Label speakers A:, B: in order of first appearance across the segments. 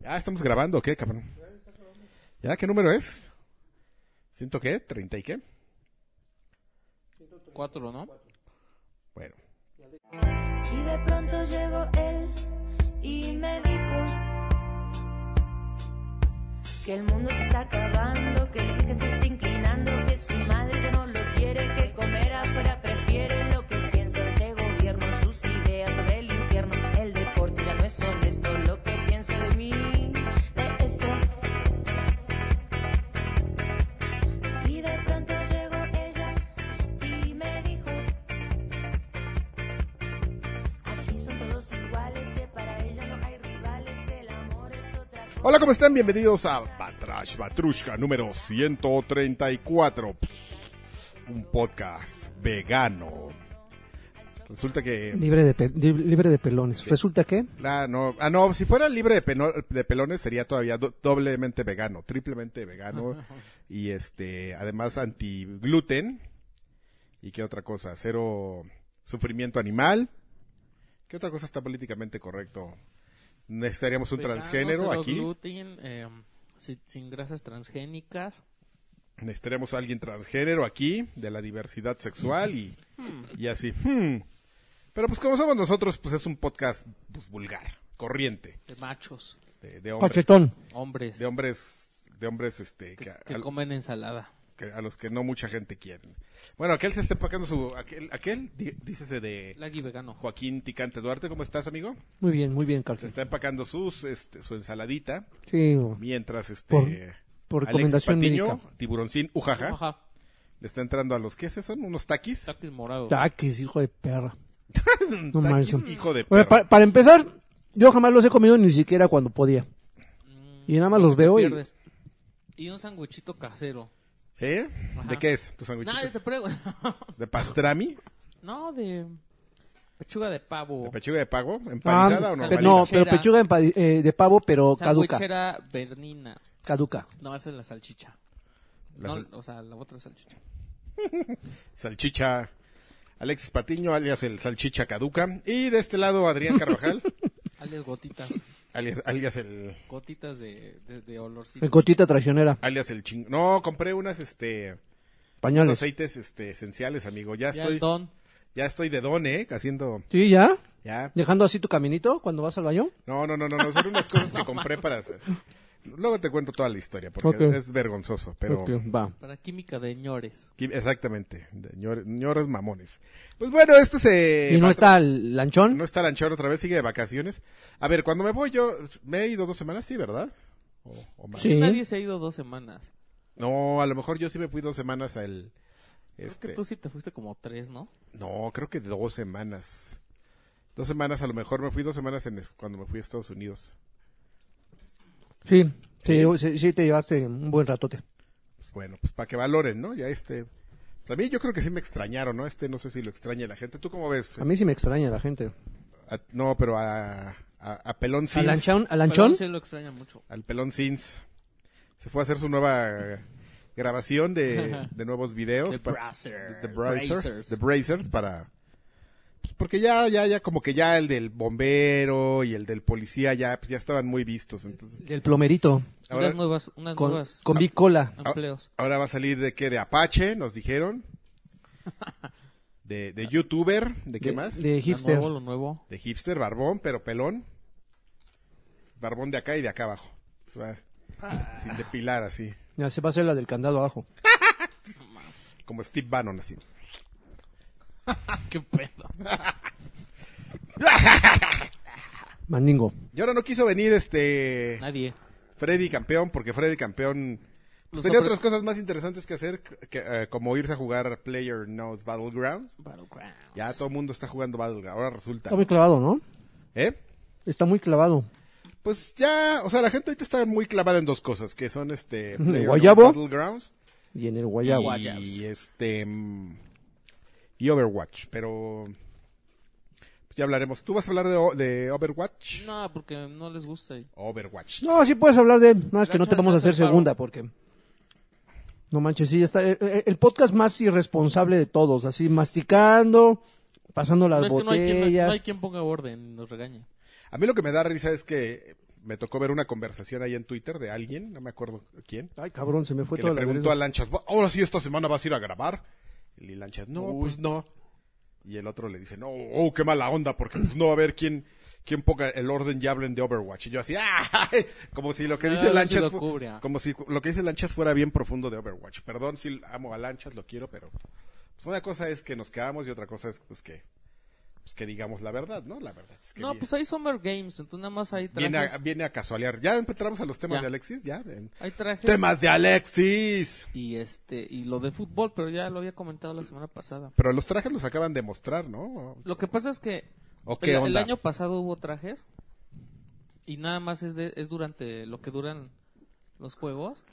A: Ya estamos grabando, ¿o ¿qué, cabrón? ¿Ya qué número es? ¿Siento qué? ¿30 y qué?
B: Cuatro, ¿no?
A: Bueno,
C: Y de pronto llegó él y me dijo que el mundo se está acabando, que el eje se está inclinando, que su madre ya no lo quiere, que comer afuera prefiere lo que piensa de gobierno, sus ideas sobre el infierno, el deporte ya no es honesto, lo que piensa de mí, de esto. Y de pronto llegó ella y me dijo Aquí son todos iguales, que para ella no hay rivales, que el amor es otra cosa.
A: Hola, ¿cómo están? Bienvenidos a Batrash Batrushka número 134. Un podcast vegano. Resulta que...
D: Libre de, pe- li- libre de pelones. Resulta que
A: Ah no, ah, no, si fuera libre de, peno- de pelones sería todavía do- doblemente vegano, triplemente vegano y este, además antigluten. ¿Y qué otra cosa? Cero sufrimiento animal. ¿Qué otra cosa está políticamente correcto? Necesitaríamos un
B: Vegano,
A: transgénero
B: cero
A: aquí.
B: gluten, eh, si- sin grasas transgénicas.
A: Necesitaremos a alguien transgénero aquí, de la diversidad sexual y, y así. Hmm. Pero pues como somos nosotros, pues es un podcast pues, vulgar, corriente,
B: De machos.
A: de, de hombres.
D: cachetón.
B: Hombres.
A: de hombres de hombres este que, a-
B: Pues, que
A: al-
B: comen ensalada.
A: que a los que no mucha gente quiere bueno aquel se está empacando su aquel aquel di- dícese de
B: Lagui vegano.
A: Joaquín Ticante Duarte cómo estás amigo
D: Muy bien, muy bien,
A: se
D: Carlos.
A: está empacando sus este, su ensaladita
D: Sí, o-
A: mientras este
D: Por- por
A: Alexis
D: recomendación
A: Patiño,
D: médica.
A: tiburoncín ujaja
B: Ajá.
A: le está entrando a los qué se son unos taquis
B: Taquis morados.
D: Taquis, hijo de perra. No
A: taquis
D: manches.
A: hijo de
D: Oye,
A: perro.
D: pa- para empezar, yo jamás los he comido ni siquiera cuando podía. Y nada más los
B: Te
D: veo y...
B: Mm. pierdes. Y un sanguichito casero.
A: ¿Eh?
B: Ajá.
A: de qué es tu sanguichito
B: Nadie te pregunta.
A: de pastrami
B: no, de pechuga de pavo.
A: de pechuga de pago
D: Ah,
A: empanizada o
D: pe-
A: normalita
D: no,
B: Sandwichera.
D: pero pechuga en pa- eh, de pavo, pero caduca.
B: Sandwichera bernina.
D: Caduca.
B: No, esa es la salchicha.
A: La
B: No,
A: sal-
B: o sea, la otra salchicha.
A: salchicha Alexis Patiño alias el salchicha caduca y de este lado Adrián Carvajal
B: Alias gotitas.
A: Alias, alias el
B: Gotitas de, de, de olorcito.
D: El gotita traicionera.
A: alias el ching no compré unas este unos
D: Pañales.
A: aceites este esenciales amigo ya
B: Ya el
A: estoy
B: don.
A: ya estoy de don eh haciendo
D: Sí, ya.
A: ya
D: Dejando así tu caminito cuando vas al baño.
A: no no no no no son unas cosas que compré para hacer luego te cuento toda la historia porque
D: Ok.
A: es vergonzoso pero
D: Ok, va.
B: Para química de ñores.
A: Qui- exactamente de ñor- ñoros mamones pues bueno este se
D: ¿Y no
A: va-
D: está el lanchón?
A: no está Lanchor otra vez sigue de vacaciones a ver cuando me voy yo me he ido dos semanas sí verdad O- o más.
D: Sí.
B: Nadie se ha ido dos semanas.
A: no a lo mejor yo sí me fui dos semanas al
B: Es
A: este
B: que tú sí te fuiste como tres, ¿no?
A: No, creo que dos semanas. Dos semanas, a lo mejor me fui dos semanas en es- cuando me fui a Estados Unidos.
D: Sí. Sí, sí, sí, te llevaste un buen ratote.
A: Pues bueno, pues para que valoren, ¿no? Ya este. A mí yo creo que sí me extrañaron, ¿no? Este no sé si lo extraña la gente. ¿Tú cómo ves?
D: A mí sí me extraña la gente.
A: A- no, pero a, a, a Pelón
D: ¿Al
A: Sins.
D: lanchón? ¿Al
B: Pero
D: lanchón?
B: Sí lo extraña mucho.
A: Al Pelón Sins. Se fue a hacer su nueva grabación de, de nuevos videos.
B: The
A: pa-
B: Bracer.
A: The Brazers.
B: Brazers.
A: The Brazers para... pues, porque ya, ya, ya, como que ya el del bombero y el del policía ya, pues ya estaban muy vistos. Entonces,
D: Del plomerito.
A: ahora-
B: unas nuevas, unas
D: Con,
B: nuevas
D: con bicola.
B: empleos.
A: Ahora va a salir de qué? De Apache, nos dijeron. De, de youtuber, ¿de qué
D: De-
A: más?
D: De hipster.
B: Lo nuevo, lo nuevo.
A: De hipster, barbón, pero pelón. Barbón de acá y de acá abajo. Se va- Sin depilar así.
D: Ya, se va a hacer la del candado abajo.
A: Como Steve Bannon así.
B: Qué pedo.
D: Mandingo.
A: Y ahora no quiso venir este
B: Nadie.
A: Freddy Campeón, porque Freddy Campeón pues,
B: Los
A: tenía
B: apre-
A: otras cosas más interesantes que hacer, que, eh, como irse a jugar Player Knows Battlegrounds.
B: Battlegrounds.
D: Pues.
A: Ya todo el mundo está jugando Battlegrounds, ahora resulta.
D: Está muy clavado, ¿no?
A: ¿Eh?
D: Está muy clavado.
A: Pues ya, o sea, la gente ahorita está muy clavada en dos cosas, que son este PlayerUnknown's
D: guayabo?
A: Battlegrounds
D: Y en el
A: y,
D: guayabo.
A: este mm, y Overwatch, pero pues ya hablaremos. ¿Tú vas a hablar de, O- de Overwatch?
B: No, porque no les gusta. y-
A: Overwatch.
D: No, sí puedes hablar de él. No, es que no
B: Lancha-
D: te vamos a hacer
B: lanza el
D: segunda porque... No manches, sí, está el, el- el podcast más irresponsable de todos. Así, masticando, pasando las
B: No, es que no hay,
D: botellas.
B: quien, no hay quien ponga orden y nos regañe.
A: A mí lo que me da risa es que me tocó ver una conversación ahí en Twitter de alguien, no me acuerdo quién,
D: Ay, cabrón, se me fue
A: que
D: toda
A: le
D: la
A: preguntó
D: verga.
A: a Lanchas, "Va- ahora sí esta semana vas a ir a grabar. Y Lanchas, no,
B: Uy.
A: pues no. Y el otro le dice, no, oh, qué mala onda, porque pues no va a haber quién, quién ponga el orden y hablen de Overwatch. Y yo así, ¡ah! Como si lo que
B: Ah,
A: dice
B: sí
A: Lanchas,
B: lo
A: fu-
B: cubre, ah.
A: como si lo que dice Lanchas fuera bien profundo de Overwatch. Perdón si amo a Lanchas, lo quiero, pero pues una cosa es que nos quedamos y otra cosa es pues que, pues, que digamos la verdad, ¿no? La verdad. es que
B: No,
A: vi-
B: pues hay Summer Games, entonces nada más hay trajes.
A: Viene a, viene a casualear. Ya entramos a los temas
B: Ya. Pues,
A: de Alexis, ya. en-
B: Hay trajes.
A: Temas de Alexis.
B: Y este, y lo de fútbol, pero ya lo había comentado la semana pasada.
A: Pero los trajes los acaban de mostrar, ¿no?
B: Lo que pasa es que
A: ¿O
B: el,
A: qué
B: el
A: onda?
B: año pasado hubo trajes y nada más es, de- es durante lo que duran los juegos.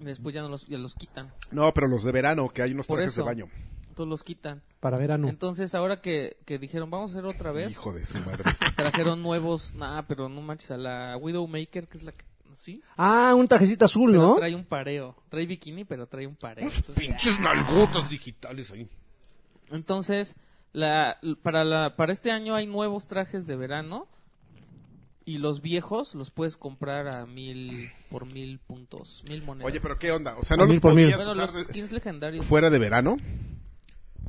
B: y Después ya no los, ya los quitan.
A: No, pero los de verano, que hay unos
B: Por
A: trajes
B: eso.
A: de baño.
B: Todos los quitan.
D: Para verano.
B: Entonces ahora que, que dijeron vamos a hacer otra vez,
A: Hijo de su madre.
B: trajeron nuevos, nada, pero no manches, a la Widowmaker, que es la que, sí,
D: Ah, un trajecito azul,
B: pero
D: ¿no?
B: trae un pareo, trae bikini, pero trae un pareo. Entonces,
A: Pinches nalgotas digitales ahí.
B: entonces, la, para, la, para este año hay nuevos trajes de verano y los viejos los puedes comprar a mil, por mil puntos, mil monedas.
A: Oye, pero ¿qué onda? O sea, ¿no
D: A mil
A: los
D: por mil.
A: podías
B: bueno,
A: usar
B: los
A: de-
B: skins legendarios,
A: fuera de verano?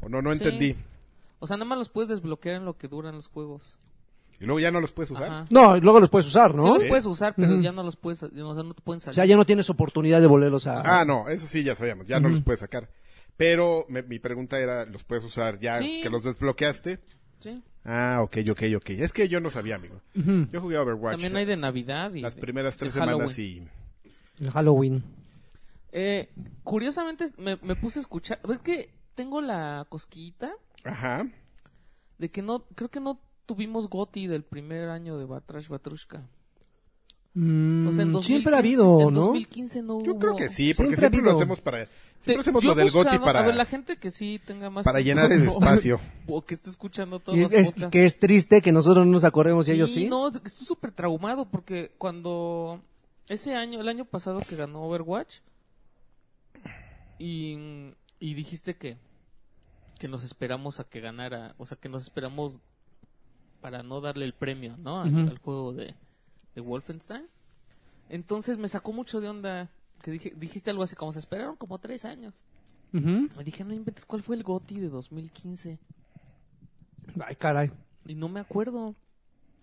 A: ¿O no? No
B: Sí.
A: entendí.
B: o sea, nada más los puedes desbloquear en lo que duran los juegos.
A: ¿Y luego ya no los puedes usar?
B: Ajá.
D: No, luego los puedes usar,
B: Sí
D: ¿no?
B: los puedes usar, pero
D: Ujú.
B: ya no los puedes, o sea, no te pueden
D: O
B: salir.
D: sea, ya no tienes oportunidad de volverlos a...
A: Ah, no, eso sí ya sabíamos, ya no los puedes sacar. Pero me- mi pregunta era, ¿los puedes usar ya
B: Sí.
A: que los desbloqueaste?
B: Sí.
A: Ah, ok, ok, ok. Es que yo no sabía, amigo. Yo jugué a Overwatch.
B: También hay de Navidad y
A: las
B: de-
A: primeras
B: de
A: tres
B: Halloween.
A: semanas y...
D: El Halloween.
B: Eh, curiosamente me, me puse a escuchar. ¿Ves que tengo la cosquillita
A: Ajá.
B: de que no, creo que no tuvimos Goti del primer año de Batrash Batrushka?
D: Mm,
B: O sea, en 2015,
D: siempre ha habido,
B: en
D: ¿no?
B: 2015 no hubo.
A: Yo creo que sí, porque
D: Siempre ha
A: siempre, lo
D: habido.
A: hacemos para...
B: Te-
A: Siempre hacemos
B: yo
A: lo
B: he
A: del goti
B: buscado-
A: para...
B: A ver, la gente que sí tenga más.
A: Para
B: tiempo,
A: llenar el
B: ¿no?
A: espacio.
B: O que esté escuchando todos
D: Y
B: los
D: es- es
B: podcasts.
D: que es triste que nosotros no nos acordemos y ellos
B: Sí,
D: sí.
B: No, estoy súper traumado porque cuando ese año, el año pasado que ganó Overwatch y, y dijiste que que nos esperamos a que ganara, o sea, que nos esperamos para no darle el premio, ¿no? Al,
D: Ujú.
B: al juego de, de Wolfenstein. Entonces me sacó mucho de onda que dije, dijiste algo así como se esperaron como tres años.
D: Ujú.
B: Me dije, no inventes, ¿cuál fue el GOTI de 2015?
D: Ay, caray.
B: Y no me acuerdo.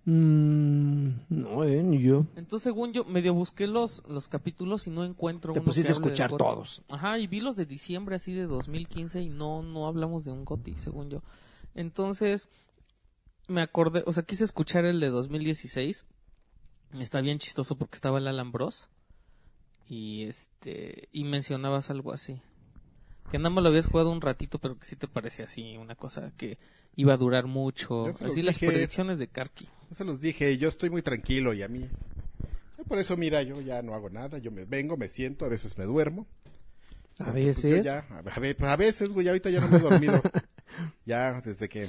D: Mm, no, eh, ni yo.
B: Entonces, según yo, medio busqué los, los capítulos y no encuentro
D: Te
B: uno
D: pusiste
B: que
D: a
B: hable del
D: escuchar
B: GOTY.
D: todos.
B: Ajá, y vi los de diciembre así de 2015 y no, no hablamos de un GOTI, según yo. Entonces, me acordé, o sea, quise escuchar el de 2016. Está bien chistoso porque estaba el Alan Bros. Y este, y mencionabas algo así. Que nada más lo habías jugado un ratito, pero que sí te parecía así, una cosa que iba a durar mucho.
A: Ya se los
B: Así las
A: dije.
B: predicciones de Karki.
A: Yo se los dije, yo estoy muy tranquilo y a mí... yo por eso, mira, yo ya no hago nada, yo me vengo, me siento, a veces me duermo.
D: A
A: Pues yo
D: veces,
A: ya, a, a ve- pues a veces, güey, ahorita ya no me he dormido. ya, desde que...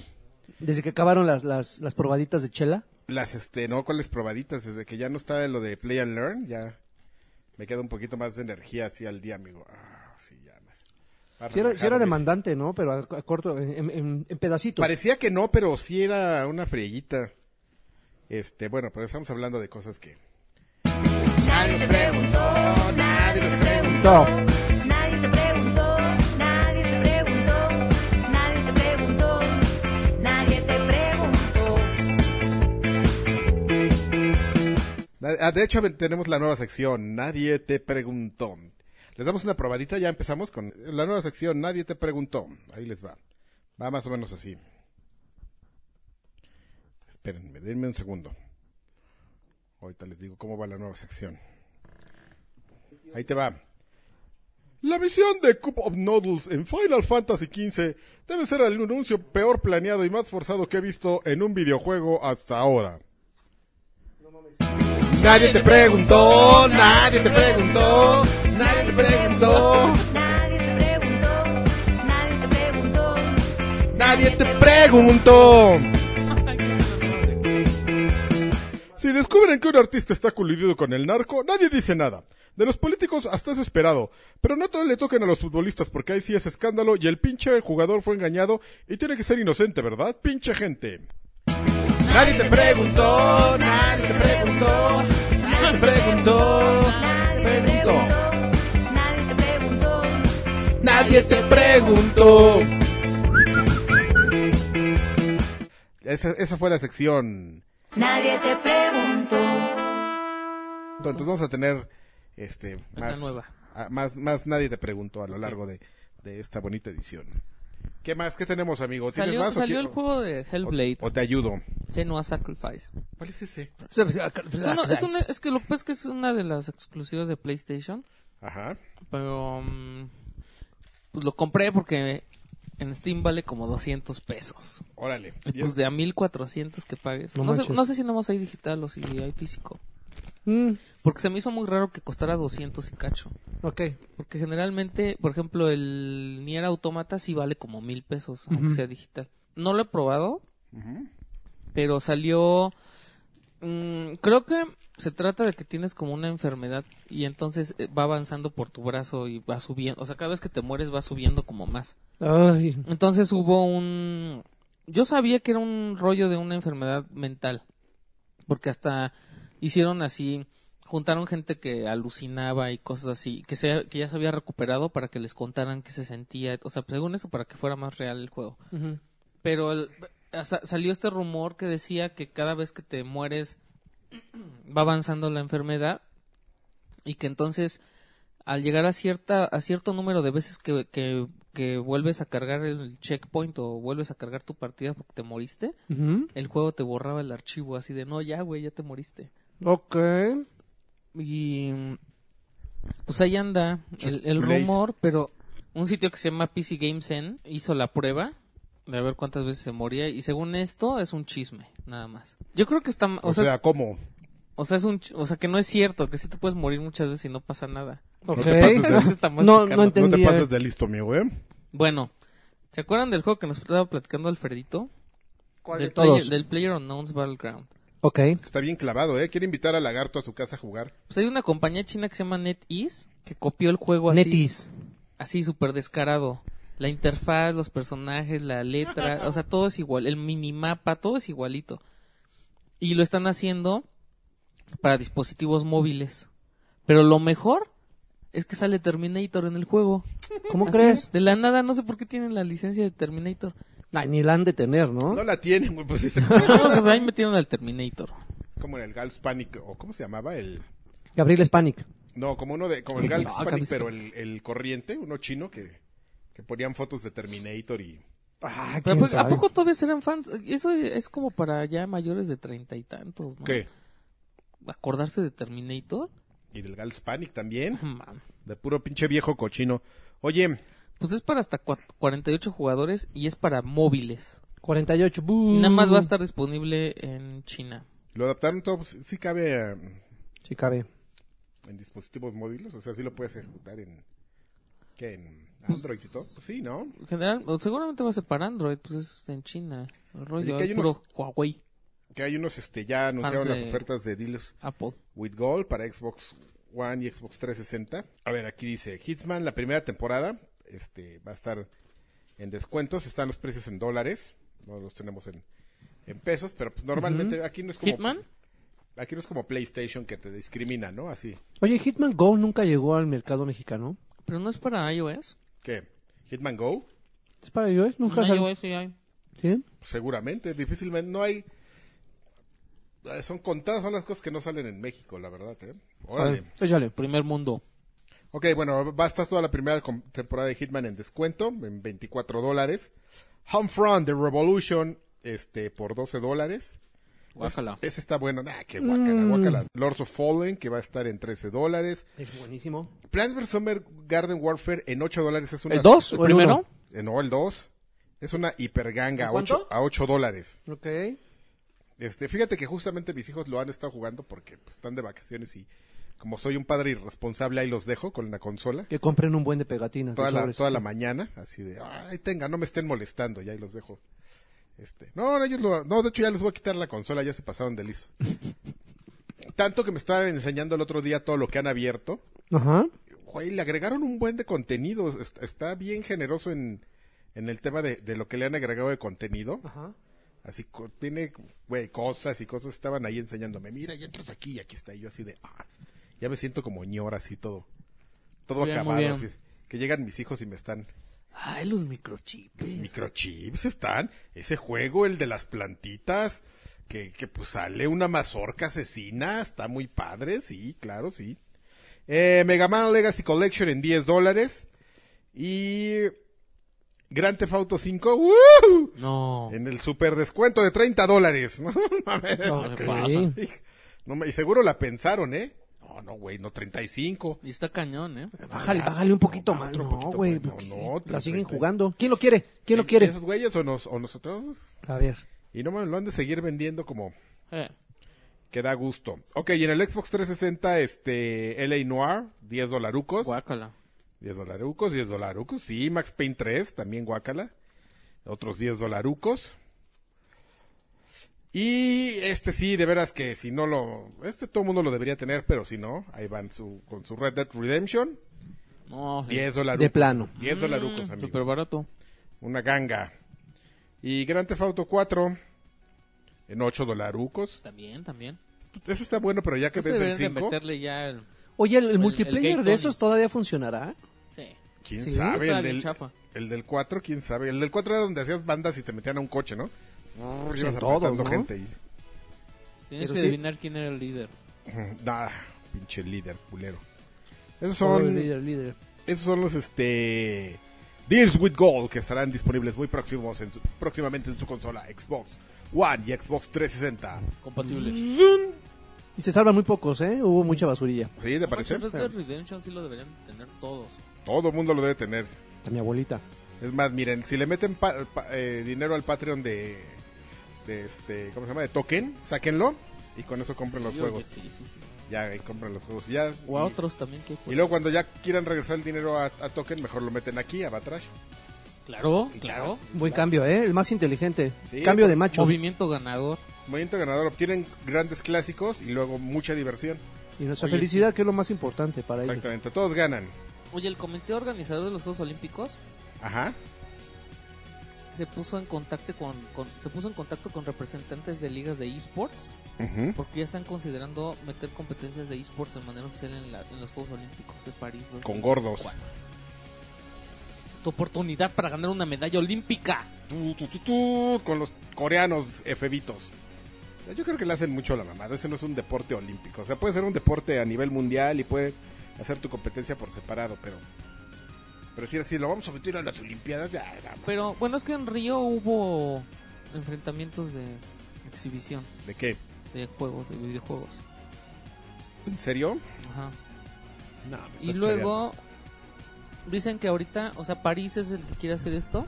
D: desde que acabaron las, las, las probaditas de chela.
A: Las, este, no, cuáles probaditas, desde que ya no está lo de Play and Learn, ya me queda un poquito más de energía así al día, amigo. Ah, sí, ya más. más
D: Sí era, sí era
A: relajado, güey.
D: demandante, ¿no? Pero a, a corto, en, en- en pedacitos.
A: Parecía que no, pero sí era una frieguita. Este, bueno, pero estamos hablando de cosas que.
C: Nadie te preguntó, nadie te preguntó,
D: Top.
C: nadie te preguntó, nadie te preguntó, nadie te preguntó, nadie te preguntó.
A: Ah, de hecho, tenemos la nueva sección, Nadie te preguntó. Les damos una probadita, ya empezamos con la nueva sección, Nadie te preguntó. Ahí les va. Va más o menos así. Espérenme, denme un segundo. Ahorita les digo cómo va la nueva sección. Ahí te va. La misión de Cup of Noodles en Final Fantasy XV debe ser el anuncio peor planeado y más forzado que he visto en un videojuego hasta ahora. Nadie te preguntó, nadie te preguntó, nadie te preguntó,
C: Nadie te preguntó, nadie te preguntó,
A: nadie te preguntó. Si descubren que un artista está coludido con el narco, nadie dice nada. De los políticos hasta es esperado, pero no todo le toquen a los futbolistas porque ahí sí es escándalo y el pinche jugador fue engañado y tiene que ser inocente, ¿verdad? Pinche gente. Nadie te preguntó, nadie te preguntó,
C: Nadie
A: preguntó,
C: nadie te
A: preguntó.
C: preguntó, nadie te preguntó,
A: Nadie te preguntó. Esa, esa fue la sección.
C: nadie te preguntó.
A: Entonces vamos a tener este más
B: nueva.
A: a- más más nadie te preguntó a lo largo de, de esta bonita edición. ¿Qué más? ¿Qué tenemos, amigo? ¿Tienes
B: Salió,
A: más o
B: salió
A: qué-
B: el juego de
A: o-
B: Hellblade,
A: O, te ayudo.
B: Senua Sacrifice.
A: ¿Cuál es ese?
D: pues,
B: Es, uno- es una- es que lo que pasa es que es una de las exclusivas de PlayStation,
A: Ajá.
B: pero mm, pues lo compré porque en Steam vale como 200 pesos.
A: Órale.
B: Y
A: Y
B: pues
A: es-
B: de a 1400 que pagues.
D: No
B: No, sé,
D: manches.
B: no sé si nomás hay digital o si hay físico.
D: Mm,
B: Porque se me hizo muy raro que costara 200 y cacho.
D: ok.
B: Porque generalmente, por ejemplo, el Nier Automata sí vale como mil pesos, aunque sea digital. No lo he probado,
A: Ujú.
B: pero salió... mm, creo que se trata de que tienes como una enfermedad y entonces eh, va avanzando por tu brazo y va subiendo. O sea, cada vez que te mueres va subiendo como más.
D: Ay,
B: Entonces hubo un... Yo sabía que era un rollo de una enfermedad mental. Porque hasta hicieron así, juntaron gente que alucinaba y cosas así, que, se, que ya se había recuperado para que les contaran qué se sentía. O sea, según eso, para que fuera más real el juego.
D: ujú.
B: Pero el- sa- salió este rumor que decía que cada vez que te mueres va avanzando la enfermedad y que entonces al llegar a cierta a cierto número de veces que, que, que vuelves a cargar el checkpoint o vuelves a cargar tu partida porque te moriste,
D: Ujú.
B: el juego te borraba el archivo así de no, ya güey, ya te moriste.
D: Ok.
B: Y mm, pues ahí anda el, el
A: Chasculés.
B: rumor, pero un sitio que se llama PC Games N hizo la prueba de ver cuántas veces se moría y según esto es un chisme, nada más. Yo creo que está, o,
A: O,
B: sea,
A: sea, ¿cómo?
B: o sea, es un, ch- o sea que no es cierto, que sí te puedes morir muchas veces y no pasa nada.
D: Ok.
A: te pases de-
B: Está masticado.
D: No, no ent-
A: No te
D: Entendí, a
A: pases
D: ver.
A: de listo, amigo, ¿eh?
B: Bueno, ¿se acuerdan del juego que nos estaba platicando Alfredito? del,
D: todos?
B: Player, del Player Unknown's Battleground.
D: Ok.
A: Está bien clavado, ¿eh? Quiere invitar a Lagarto a su casa a jugar.
B: Pues hay una compañía china que se llama NetEase que copió el juego así.
D: Netis.
B: así súper descarado. La interfaz, los personajes, la letra, o sea, todo es igual. El minimapa, todo es igualito. Y lo están haciendo para dispositivos móviles. Pero lo mejor es que sale Terminator en el juego.
D: ¿Cómo
B: Así,
D: crees?
B: De la nada, no sé por qué tienen la licencia de Terminator.
D: Ay, ni la han de tener, ¿no?
A: No la tienen, güey. Pues es
B: No, o sea, ahí metieron al Terminator.
A: como en el Gals Panic, o ¿cómo se llamaba? El...
D: Gabriel Spanik.
A: No, como uno de, como el Gals
B: No,
A: Panic,
B: Gals-
A: pero el, el corriente, uno chino que, que ponían fotos de Terminator y...
D: Ah,
B: Pero
D: ¿quién
B: pues, ¿A
D: sabe?
B: poco todavía serán fans? Eso es como para ya mayores de treinta y tantos, ¿no?
A: ¿Qué?
B: ¿Acordarse de Terminator?
A: Y del Gals Panic también,
B: Man.
A: de puro pinche viejo cochino. Oye,
B: Pues es para hasta cua- 48 jugadores y es para móviles.
D: 48.
B: Y
D: buh.
B: nada más va a estar disponible en China.
A: lo adaptaron todo, pues, sí cabe eh,
D: Sí, cabe.
A: en dispositivos móviles, o sea, sí lo puedes ejecutar en... ¿Qué? ¿En Android y todo? Pues sí, ¿no?
B: General, o seguramente va a ser para Android, pues es en China. El rollo
A: que hay
B: es puro
A: unos-
B: Huawei,
A: Que hay unos, este, ya anunciaron las
B: de-
A: ofertas de deals
B: Apple.
A: With Gold para Xbox One y Xbox 360. A ver, aquí dice Hitman, la primera temporada, este, va a estar en descuentos, están los precios en dólares, no los tenemos en, en pesos, pero pues normalmente aquí no es como
B: Hitman,
A: aquí no es como PlayStation que te discrimina, ¿no? Así
D: Oye, Hitman Go nunca llegó al mercado mexicano.
B: pero no es para iOS.
A: que Hitman Go,
D: ¿Es para iOS? Nunca
B: En
D: salió.
B: iOS sí hay.
D: ¿Sí?
A: seguramente, difícilmente no hay eh, son contadas son las cosas que no salen en México, la verdad, ¿eh?
D: A
A: Órale.
D: ver, échale.
B: Primer mundo.
A: Ok, bueno, va a estar toda la primera com- temporada de Hitman en descuento, en 24 dólares. Homefront The Revolution, este, por 12 dólares.
B: Guácala.
A: Ese está bueno, nah, qué guacala, guacala. Lords of Fallen, que va a estar en 13 dólares.
D: Es buenísimo.
A: Plants vs. Summer Garden Warfare en 8 dólares es una...
B: ¿El 2? ¿El
D: o el
B: primero?
D: uno.
A: Eh, no, el 2. Es una hiperganga, a
D: ¿Cuánto?
A: 8, a 8 dólares.
D: Ok.
A: Este, fíjate que justamente mis hijos lo han estado jugando porque pues, están de vacaciones y como soy un padre irresponsable ahí los dejo con la consola.
D: Que compren un buen de pegatinas. de
A: toda la,
D: sobres.
A: toda la mañana, así de, ay, tenga, no me estén molestando, ya ahí los dejo. Este, no, no, ellos lo- no, de hecho ya les voy a quitar la consola, ya se pasaron de liso. Tanto que me estaban enseñando el otro día todo lo que han abierto.
D: Ajá.
A: Güey, le agregaron un buen de contenido, est- está bien generoso en, en el tema de, de lo que le han agregado de contenido.
D: Ajá.
A: Así, co- tiene, güey, cosas y cosas estaban ahí enseñándome. Mira, ya entras aquí y aquí está. Y yo así de, ah, ya me siento como ñor así todo. Todo
B: Muy bien, muy
A: acabado.
B: bien.
A: así. que llegan mis hijos y me están,
B: Ay, los microchips.
A: los microchips están, ese juego, el de las plantitas, que, que pues sale una mazorca asesina, está muy padre, sí, claro, sí. Eh, Mega Man Legacy Collection en 10 dólares y Grand Theft Auto 5 ¡woo!
B: No.
A: en el super descuento de 30 dólares. No mames.
B: No, ¿qué
D: Ok.
B: pasa?
A: No me- y seguro la pensaron, ¿eh? No, no, güey, no 35.
B: Y está cañón, ¿eh?
D: Bájale, bájale un poquito
A: No,
D: más.
A: otro
D: No,
A: poquito,
D: güey.
A: güey,
D: ¿qué?
A: no, no,
D: la siguen
A: 30.
D: jugando. ¿Quién lo quiere? ¿Quién lo quiere?
A: ¿Esos güeyes o, nos- o nosotros?
D: A ver.
A: Y no mames, lo han de seguir vendiendo como
B: Eh,
A: que da gusto. Ok, y en el Xbox 360, este, LA Noir, 10 dolarucos.
B: guácala.
A: 10 dolarucos, 10 dolarucos. Sí, Max Payne 3, también guácala. Otros 10 dolarucos. Y este sí, de veras que si no lo... Este todo el mundo lo debería tener, pero si no, ahí van su, con su Red Dead Redemption.
B: No, Mm,
A: 10 dolarucos.
D: De plano.
A: 10 dolarucos, amigo.
B: Súper barato.
A: Una ganga. Y Grand Theft Auto 4 en 8 dolarucos.
B: También, también.
A: Ese está bueno, pero ya que
B: Ese
A: ves el
B: Este deberían de
A: 5,
B: meterle ya el...
D: Oye, ¿el, el
B: Pues el
D: multiplayer
B: Gay
D: de
B: Tony.
D: esos todavía funcionará?
B: Sí.
A: quién
D: Sí,
A: sabe.
B: está
A: El
B: bien
A: del,
B: chafa.
A: el del 4, quién sabe. El del 4 era donde hacías bandas y te metían a un coche, ¿no?
D: Pues
A: Ibas
D: en todos,
A: apretando
D: ¿no?
A: gente y...
B: Tienes
D: Pero
B: que
D: sí.
B: adivinar quién era el líder.
A: Nada, pinche líder, culero. Esos
D: Oh,
A: son,
D: líder, líder.
A: esos son los este Deals with Gold que estarán disponibles muy próximos en su- próximamente en su consola Xbox One y Xbox 360. Mm,
B: Compatible.
D: Y se salvan muy pocos, ¿eh? Hubo mucha basurilla.
A: ¿Sí? ¿Te parece? Ah.
B: Red Dead Redemption sí lo deberían tener todos.
A: Todo el mundo lo debe tener.
D: A mi abuelita.
A: Es más, miren, si le meten pa- pa- eh, dinero al Patreon de, de este, ¿cómo se llama? De token, sáquenlo y con eso compren los
B: Sí, oye,
A: juegos.
B: sí, sí, sí.
A: Ya eh, compren los juegos. Ya,
B: O a
A: y-
B: otros también que
A: y, luego cuando ya quieran regresar el dinero a, a token, mejor lo meten aquí a Batrash.
B: Claro, claro.
D: Buen cambio, ¿eh? El más inteligente.
A: Sí,
D: cambio de
A: por-
D: macho.
B: Movimiento ganador.
A: Movimiento ganador obtienen grandes clásicos y luego mucha diversión.
D: Y nuestra
B: Oye,
D: felicidad, que es lo más importante para ellos.
A: Exactamente, todos ganan.
B: Oye, el comité organizador de los Juegos Olímpicos
A: Ajá.
B: se puso en contacto con, con- se puso en contacto con representantes de ligas de esports porque ya están considerando meter competencias de esports de manera oficial en, la- en los Juegos Olímpicos de París.
A: Con gordos.
B: Tu oportunidad para ganar una medalla olímpica.
A: Tu, tu, tu, tu, con los coreanos efebitos. Yo creo que le hacen mucho a la mamada. Ese no es un deporte olímpico. O sea, puede ser un deporte a nivel mundial y puede hacer tu competencia por separado, pero. Pero si así, lo vamos a meter a las Olimpiadas. ya, la ma-
B: Pero bueno, es que en Río hubo enfrentamientos de exhibición
A: ¿De qué?
B: de juegos, de videojuegos.
A: ¿En serio?
B: Ajá.
A: No, me
B: Y
A: estás
B: luego dicen que ahorita, o sea, París es el que quiere hacer esto.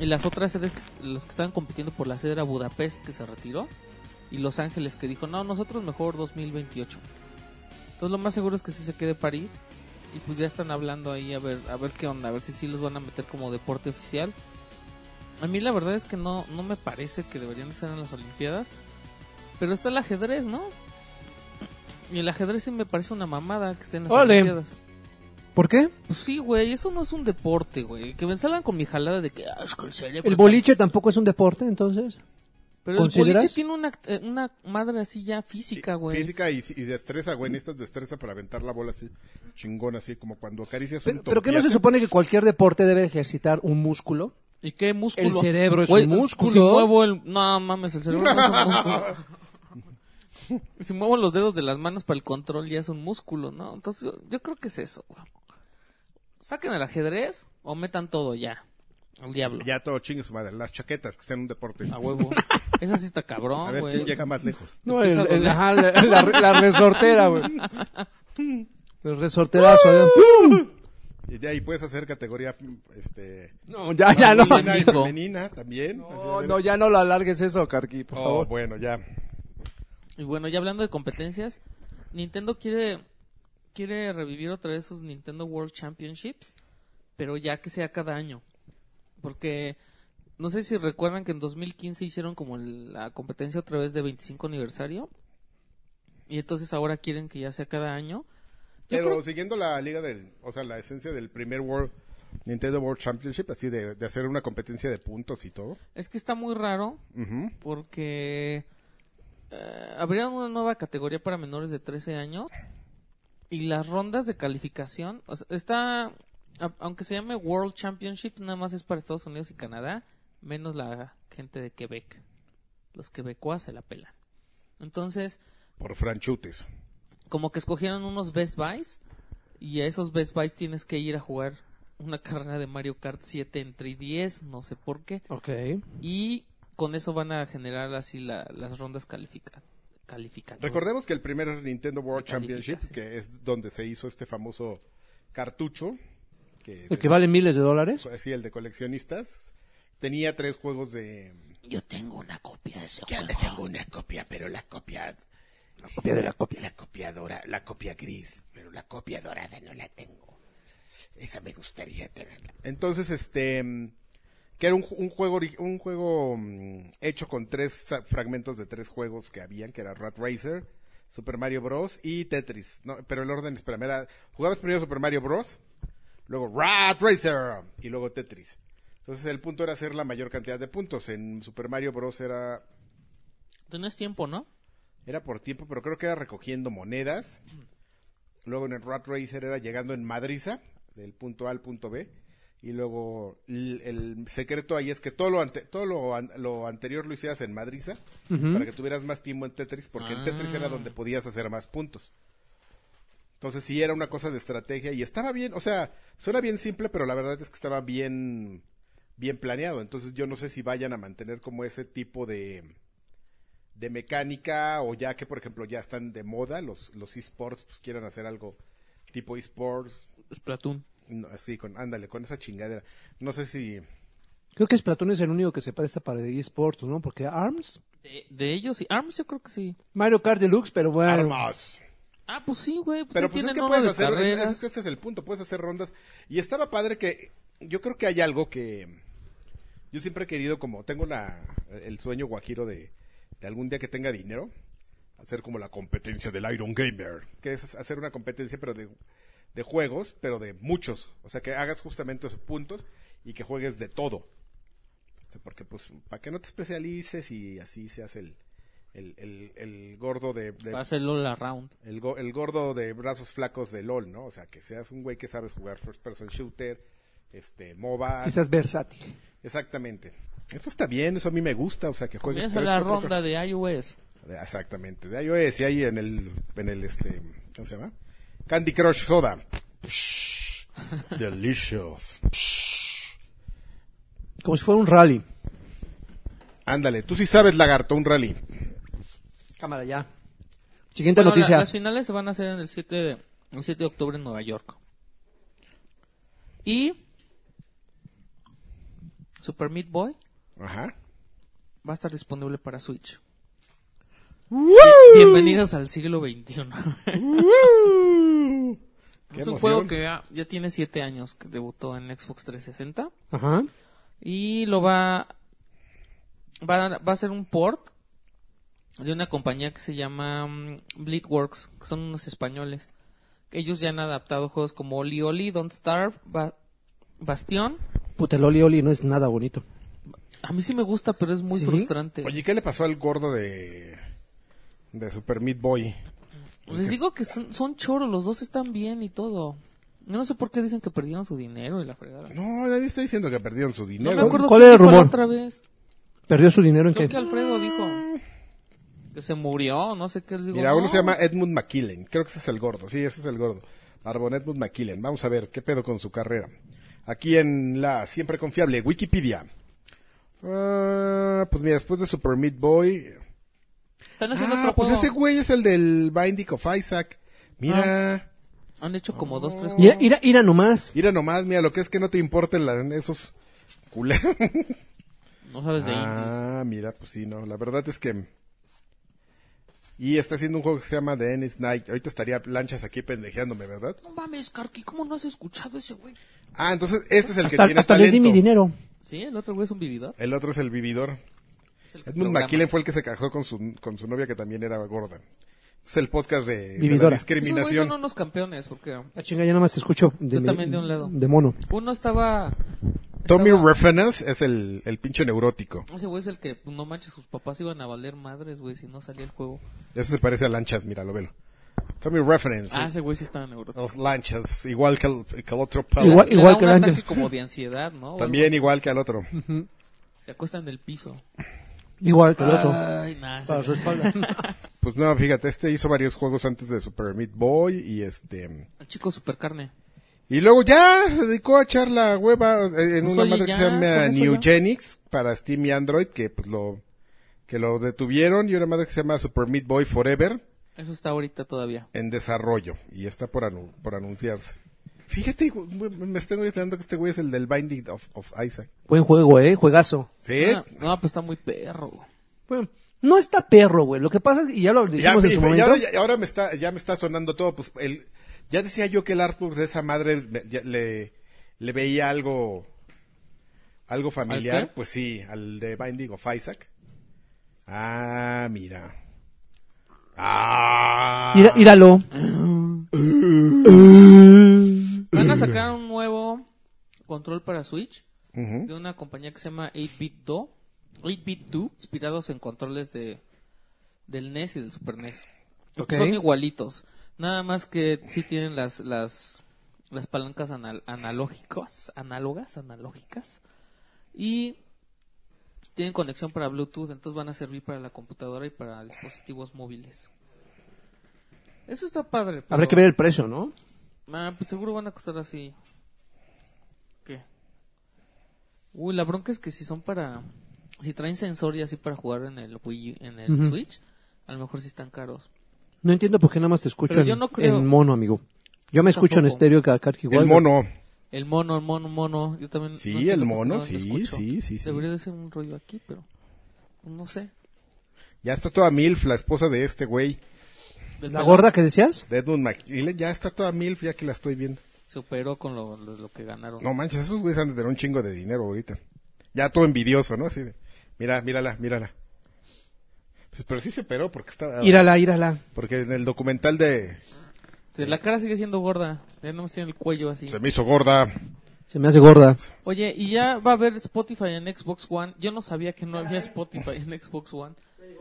B: Y las otras sedes, los que estaban compitiendo por la sede era Budapest, que se retiró. Y Los Ángeles, que dijo, no, nosotros mejor 2028. Entonces lo más seguro es que sí se quede París. Y pues ya están hablando ahí a ver, a ver qué onda, a ver si sí los van a meter como deporte oficial. A mí la verdad es que no, no me parece que deberían de ser en las Olimpiadas. Pero está el ajedrez, ¿no? Y el ajedrez sí me parece una mamada que esté en las
D: Órale.
B: Olimpiadas.
D: ¿Por qué?
B: Pues sí, güey, eso no es un deporte, güey. Que me salgan con mi jalada de que... "Ah, es que el cerebro
D: ¿El
B: está-".
D: boliche tampoco es un deporte, entonces?
B: Pero
D: ¿Consideras?
B: el boliche tiene una, eh, una madre así ya física, güey.
A: Física y, y destreza, güey. Necesitas destreza para aventar la bola así, chingón, así como cuando acaricias
D: Pero,
A: un
D: pero ¿qué no se
A: tompiate.
D: supone que cualquier deporte debe ejercitar un músculo?
B: ¿Y qué músculo?
D: El cerebro es
B: Güey, pues
D: un músculo.
B: Si muevo el... No, mames, el cerebro no es un músculo. si muevo los dedos de las manos para el control ya es un músculo, ¿no? Entonces yo, yo creo que es eso, güey. Saquen el ajedrez o metan todo ya. Al diablo.
A: Ya todo chingue su madre. Las chaquetas, que sean un deporte.
D: Ah,
B: A huevo. Eso sí está cabrón,
A: a ver quién
B: güey.
A: llega más lejos.
D: No,
B: Empieza a
D: el- el-
B: doler.
D: ajá, la, la- la resortera, güey. El resorterazo. ¿eh?
A: Y de ahí puedes hacer categoría este
D: No, ya, ya no.
B: Femenina.
A: y
B: Hijo.
A: femenina también. Así, a
D: No,
A: ver.
D: no, ya no lo alargues eso, Carqui, por
A: Oh,
D: favor.
A: bueno, ya.
B: Y bueno, ya hablando de competencias, Nintendo quiere quiere revivir otra vez sus Nintendo World Championships, pero ya que sea cada año. Porque no sé si recuerdan que en 2015 hicieron como el- la competencia otra vez de 25 aniversario. Y entonces ahora quieren que ya sea cada año. Yo
A: Pero
B: creo-
A: siguiendo la liga del, o sea, la esencia del primer World Nintendo World Championship, así de, de hacer una competencia de puntos y todo.
B: Es que está muy raro
A: Ujú.
B: porque eh, abrieron una nueva categoría para menores de 13 años y las rondas de calificación, o sea, está, a- aunque se llame World Championships, nada más es para Estados Unidos y Canadá, menos la gente de Quebec. Los quebecuas se la pelan. Entonces,
A: Por franchutes.
B: como que escogieron unos Best Buys y a esos Best Buys tienes que ir a jugar una carrera de Mario Kart 7 en 3DS, no sé por qué.
D: Ok.
B: Y con eso van a generar así la- las rondas califica, calificatorias.
A: Recordemos que el primer Nintendo World
B: Me califica,
A: Championship, que es donde se hizo este famoso cartucho, que,
D: El que vale miles de dólares.
A: así el de coleccionistas, tenía tres juegos de...
B: Yo tengo una copia de ese
E: Yo
B: juego.
E: tengo una copia, pero la copia. La
D: copia de la copia.
E: La copia dora- la copia gris, pero la copia dorada no la tengo. Esa me gustaría tenerla.
A: Entonces, este... mm, Que era un, ju- un juego, ori- un juego mm, hecho con tres sa- fragmentos de tres juegos que habían, que era Rat Racer, Super Mario Bros. y Tetris. No, pero el orden, espérame, era- jugabas primero Super Mario Bros., luego Rat Racer y luego Tetris. Entonces el punto era hacer la mayor cantidad de puntos. En Super Mario Bros. era
B: Tenías tiempo, ¿no?
A: Era por tiempo, pero creo que era recogiendo monedas. Luego en el Rat Racer era llegando en Madriza, del punto A al punto B. Y luego l- el, secreto ahí es que todo lo, ante- todo lo, an- lo anterior lo hicieras en Madriza
D: Ujú.
A: para que tuvieras más tiempo en Tetris, porque en Tetris era
B: Ah.
A: donde podías hacer más puntos. Entonces sí era una cosa de estrategia y estaba bien, o sea, suena bien simple, pero la verdad es que estaba bien, bien planeado. Entonces yo no sé si vayan a mantener como ese tipo de, de mecánica o ya que por ejemplo ya están de moda los los esports pues quieran hacer algo tipo esports
B: Splatoon.
A: no, así con ándale con esa chingadera no sé si
D: Creo que Splatoon es el único que se presta para eSports, ¿no? Porque ARMS.
B: De, de ellos sí. ARMS yo creo que sí.
D: Mario Kart Deluxe, pero bueno.
A: armas
B: Ah, pues sí, güey. Pues
A: pero
B: ahí
A: pues es
B: tienen
A: que
B: uno
A: puedes
B: de
A: hacer es-
B: carreras.
A: es que ese es el punto puedes hacer rondas y estaba padre que yo creo que hay algo que yo siempre he querido como tengo la el sueño guajiro de, de algún día que tenga dinero hacer como la competencia del Iron Gamer que es hacer una competencia pero de de juegos, pero de muchos. O sea, que hagas justamente esos puntos y que juegues de todo. O sea, porque, pues, para que no te especialices y así seas el, el, el, el gordo de... de-
B: Va a ser Lola Round.
A: el, go- el gordo de brazos flacos de LOL, ¿no? O sea, que seas un güey que sabes jugar first person shooter, este, MOBA.
D: Quizás versátil.
A: Exactamente. Eso está bien, eso a mí me gusta, o sea, que juegues...
B: Comienza
A: tres,
B: la
A: cuatro
B: ronda de iOS.
A: cosas. De- Exactamente. De iOS y ahí en el, en el, este, ¿cómo se llama? Candy Crush Soda. Delicious.
D: Como si fuera un rally.
A: Ándale, tú sí sabes, lagarto, un rally.
D: Cámara ya. Siguiente
B: Bueno, la-
D: noticia.
B: las finales se van a hacer en el 7 de, el 7 de octubre en Nueva York. Y Super Meat Boy
A: Ajá.
B: va a estar disponible para Switch. Bien- Bienvenidos al siglo XXI.
A: ¡Qué
B: es un
A: emoción!
B: juego que ya, ya tiene 7 años que debutó en Xbox 360.
D: Ajá.
B: Y lo va, va, a- va a ser un port de una compañía que se llama mm, Bleedworks, que son unos españoles. Ellos ya han adaptado juegos como Oli Oli, Don't Starve, Ba- Bastión.
D: Puta, el Oli Oli no es nada bonito.
B: A mí sí me gusta, pero es muy
D: ¿Sí?
B: frustrante.
A: Oye, ¿qué le pasó al gordo de de Super Meat Boy?
B: Les digo que son, son choros, los dos están bien y todo. Yo no sé por qué dicen que perdieron su dinero y la fregada.
A: No, nadie está diciendo que perdieron su
B: No
A: dinero.
B: me acuerdo
D: ¿Cuál
B: quién
D: era el
B: dijo la
D: rumor?
B: otra vez.
D: ¿Perdió su dinero en
B: Creo
D: qué?
B: que Alfredo dijo que se murió, no sé qué. les digo, "Ah".
A: Mira, uno
B: no.
A: se llama Edmund McKillen. Creo que ese es el gordo. Sí, ese es el gordo. Arbon Edmund McKillen. Vamos a ver qué pedo con su carrera. Aquí en la siempre confiable Wikipedia. Ah, pues mira, después de Super Meat Boy.
B: Están haciendo
A: Ah,
B: otro
A: pues
B: juego.
A: ese güey es el del Binding of Isaac. Mira.
B: Ah. Han hecho como dos, tres
A: Oh.
D: Ira, ira, ira nomás.
A: Mira nomás, mira, lo que es que no te importen la- esos culeros.
B: No sabes Pues de indies.
A: ah, mira, pues sí, no, la verdad es que... Y está haciendo un juego que se llama The Ennis Night. Ahorita estaría lanchas aquí pendejeándome, ¿verdad?
B: No mames, Karki, ¿cómo no has escuchado ese güey?
A: Ah, entonces este es el
D: Hasta,
A: que tiene
D: hasta les di mi
A: talento.
D: dinero.
B: Sí, el otro güey es un vividor.
A: El otro es el vividor.
B: Es el que
A: Edmund
B: programa.
A: McKillen fue el que se casó con su, con su novia que también era gorda. Es el podcast de, de la
D: Vividora.
B: Esos güeyes
A: discriminación.
B: son unos campeones, porque
D: La Ah, chinga, ya nada más te escucho. De
B: Yo
D: mi-
B: también de un lado.
D: De mono.
B: uno estaba...
A: Tommy
B: estaba-
A: Reference es el, el pinche neurótico.
B: Ese güey es el que, pues, no manches, sus papás iban a valer madres, güey, si no salía el juego.
A: Ese se parece a Lanchas, mira, lo velo. Tommy Reference.
B: Ah, ese güey sí estaba neurótico.
A: Los Lanchas, igual que el, que el otro pavo.
B: Le da-
D: Ah, Igual-
B: le da
D: que el
B: un
D: ángel.
B: ataque como de ansiedad, ¿no? O
A: También igual que al otro.
B: algo. Se acuesta en el piso.
D: Igual que el otro.
B: Ay, nada.
D: Para su
B: se-
D: espalda.
A: Pues no, fíjate, este hizo varios juegos antes de Super Meat Boy y este...
B: El chico supercarne.
A: Y luego ya se dedicó a echar la hueva eh, en
B: Pues,
A: una
B: oye,
A: madre que
B: ya,
A: se llama
B: con eso ya.
A: Newgenix para Steam y Android, que pues lo... Que lo detuvieron y una madre que se llama Super Meat Boy Forever
B: Eso está ahorita todavía.
A: en desarrollo y está por, anu- por anunciarse. Fíjate, güey, me estoy enterando que este güey es el del Binding of, of Isaac.
D: Buen juego, eh. Juegazo.
A: ¿Sí?
B: Ah, no, pues está muy perro. güey.
D: Bueno, no está perro, güey. Lo que pasa es que ya lo
A: Ya,
D: dijimos
A: y-
D: en su
A: y
D: momento.
A: ahora, ya- ahora me está, ya me está sonando todo, pues el, ya decía yo que el artwork de esa madre me- ya- le, le veía algo, algo
B: ¿Al
A: familiar,
B: qué?
A: pues sí, al de Binding of Isaac. Ah, mira. Ah.
D: Mira- míralo.
B: Van a sacar un nuevo control para Switch
A: Ujú.
B: de una compañía que se llama 8-Bit Do. 8-Bit Do, inspirados en controles de del NES y del Super E NES.
D: Ok.
B: Son igualitos. Nada más que sí tienen las las las palancas anal- analógicas, análogas, analógicas y tienen conexión para Bluetooth, entonces van a servir para la computadora y para dispositivos móviles. Eso está padre.
D: Habrá
B: pero-
D: que ver el precio, ¿no?
B: Ah, pues seguro van a costar así. ¿Qué? Uy, la bronca es que si son para. Si traen sensor y así para jugar en el Wii, en el
D: Ujú.
B: Switch, a lo mejor sí están caros.
D: No entiendo por qué nada más te escucho
B: Pero
D: en,
B: yo no creo-
D: en mono, amigo. Yo me escucho en
B: Tampoco.
D: estéreo cada cada que igual.
A: El mono.
B: El mono, el mono, mono. Yo también.
A: Sí,
B: entiendo
A: el
B: por qué
A: mono,
B: lo
A: sí,
B: escucho.
A: sí, sí, sí.
B: Debería de ser un rollo aquí, pero. No sé.
A: Ya está toda MILF, la esposa de este güey.
B: Del
D: ¿La
B: pelón
D: gorda que decías?
A: De Edmund McKinley, ya está toda MILF, ya que la estoy viendo.
B: Se operó con lo, lo- lo que ganaron.
A: No manches, esos güeyes han de tener un chingo de dinero ahorita. Ya todo envidioso, ¿no? Así de, mira, mírala, mírala. Pues, pero sí se operó porque estaba...
D: Írala, írala.
A: Porque en el documental de...
B: Entonces, la cara sigue siendo gorda. Ya no tiene el cuello así.
A: Se me hizo gorda.
D: Se me hace gorda.
B: Oye, y ya va a haber Spotify en Xbox One. Yo no sabía que no había Spotify en Xbox One,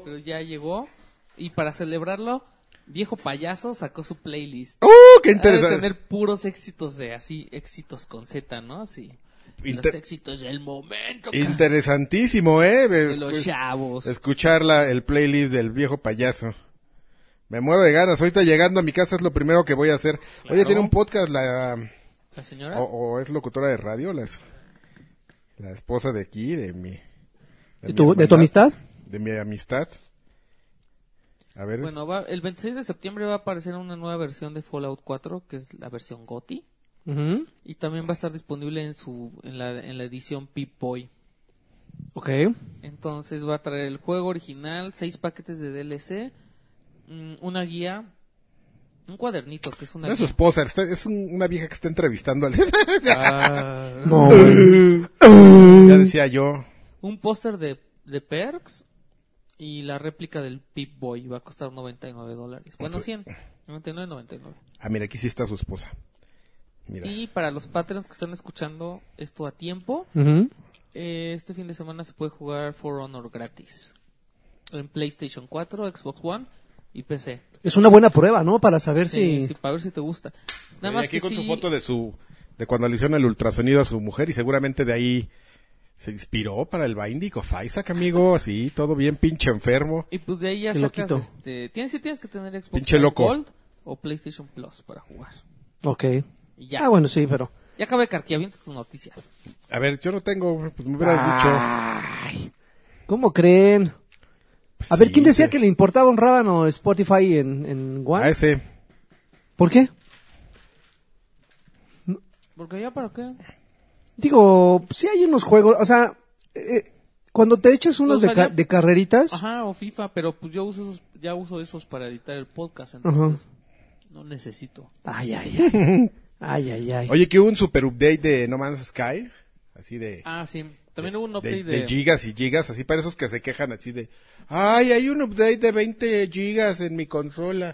B: pero ya llegó. Y para celebrarlo, viejo payaso sacó su playlist.
A: ¡Uh, qué
B: Ha de
A: interesante!
B: tener puros éxitos de así, éxitos con Z, ¿no? Así. Los
A: Inter-
B: éxitos del momento. ca-
A: Interesantísimo, ¿eh?
B: de
A: Escu-
B: los chavos.
A: escuchar la- el playlist del viejo payaso. Me muero de ganas. Ahorita llegando a mi casa es lo primero que voy a hacer. Oye,
B: Claro.
A: tiene un podcast la...
B: La
D: ¿Eh?
B: señora.
A: O, o es locutora de radio, la, es- la esposa de aquí, de mi...
D: ¿De
A: mi
D: tu, de
A: hermandad.
D: tu amistad?
A: de mi amistad. A ver,
B: Bueno, va- el 26 de septiembre va a aparecer una nueva versión de Fallout 4, que es la versión GOTI.
D: Ujú.
B: Y también va a estar disponible en, su, en, la, en la edición Pip-Boy.
D: Ok.
B: Entonces va a traer el juego original, seis paquetes de DLC, mm, una guía, un cuadernito que es
A: no
B: una
A: es su
B: guía.
A: esposa, está- es un- una vieja que está entrevistando al...
D: No, güey.
A: ya decía yo.
B: un póster de, de perks y la réplica del Pip Boy. Va a costar 99 dólares. Bueno, 100. 99, 99.
A: Ah, mira, aquí sí está su esposa. Mira.
B: Y para los patrons que están escuchando esto a tiempo,
D: Ujú.
B: eh, este fin de semana se puede jugar For Honor gratis. En PlayStation 4, Xbox One y PC.
D: Es una buena prueba, ¿no? Para saber
B: Sí,
D: si...
B: sí, para ver si te gusta. Nada
A: Y
B: más
A: aquí
B: que
A: con su
B: sí-
A: foto de su... De cuando le hicieron el ultrasonido a su mujer y seguramente de ahí se inspiró para el Binding of Isaac, amigo. Así, todo bien pinche enfermo.
B: Y pues de ahí ya
D: Qué
B: sacas,
D: loquito.
B: este, tienes, sí tienes que tener Xbox
A: Pinche
B: Live
A: loco.
B: Gold o PlayStation Plus para jugar.
D: Ok.
B: Y ya.
D: Ah, bueno, sí, pero...
B: Ya acabé carteaviendo tus noticias.
A: A ver, yo no tengo, pues me hubieras
D: Ah,
A: dicho.
D: Ay, ¿Cómo creen? A ver,
A: Sí,
D: ¿quién decía
A: sí.
D: que le importaba un rábano Spotify en, en One?
A: A ese.
D: ¿Por qué?
B: Porque ya para qué.
D: Digo, sí hay unos juegos, o sea, eh, cuando te echas unos
B: O sea,
D: de, ca-
B: ya-
D: de carreritas,
B: Ajá, o FIFA, pero pues yo uso esos, ya uso esos para editar el podcast, entonces no necesito.
D: ay, ay, ay, ay, ay, ay.
A: Oye, que hubo un super update de No Man's Sky. Así de...
B: Ah, sí. También hubo un
A: de,
B: update de...
A: de gigas y gigas, así para esos que se quejan así de, ay, hay un update de 20 gigas en mi consola.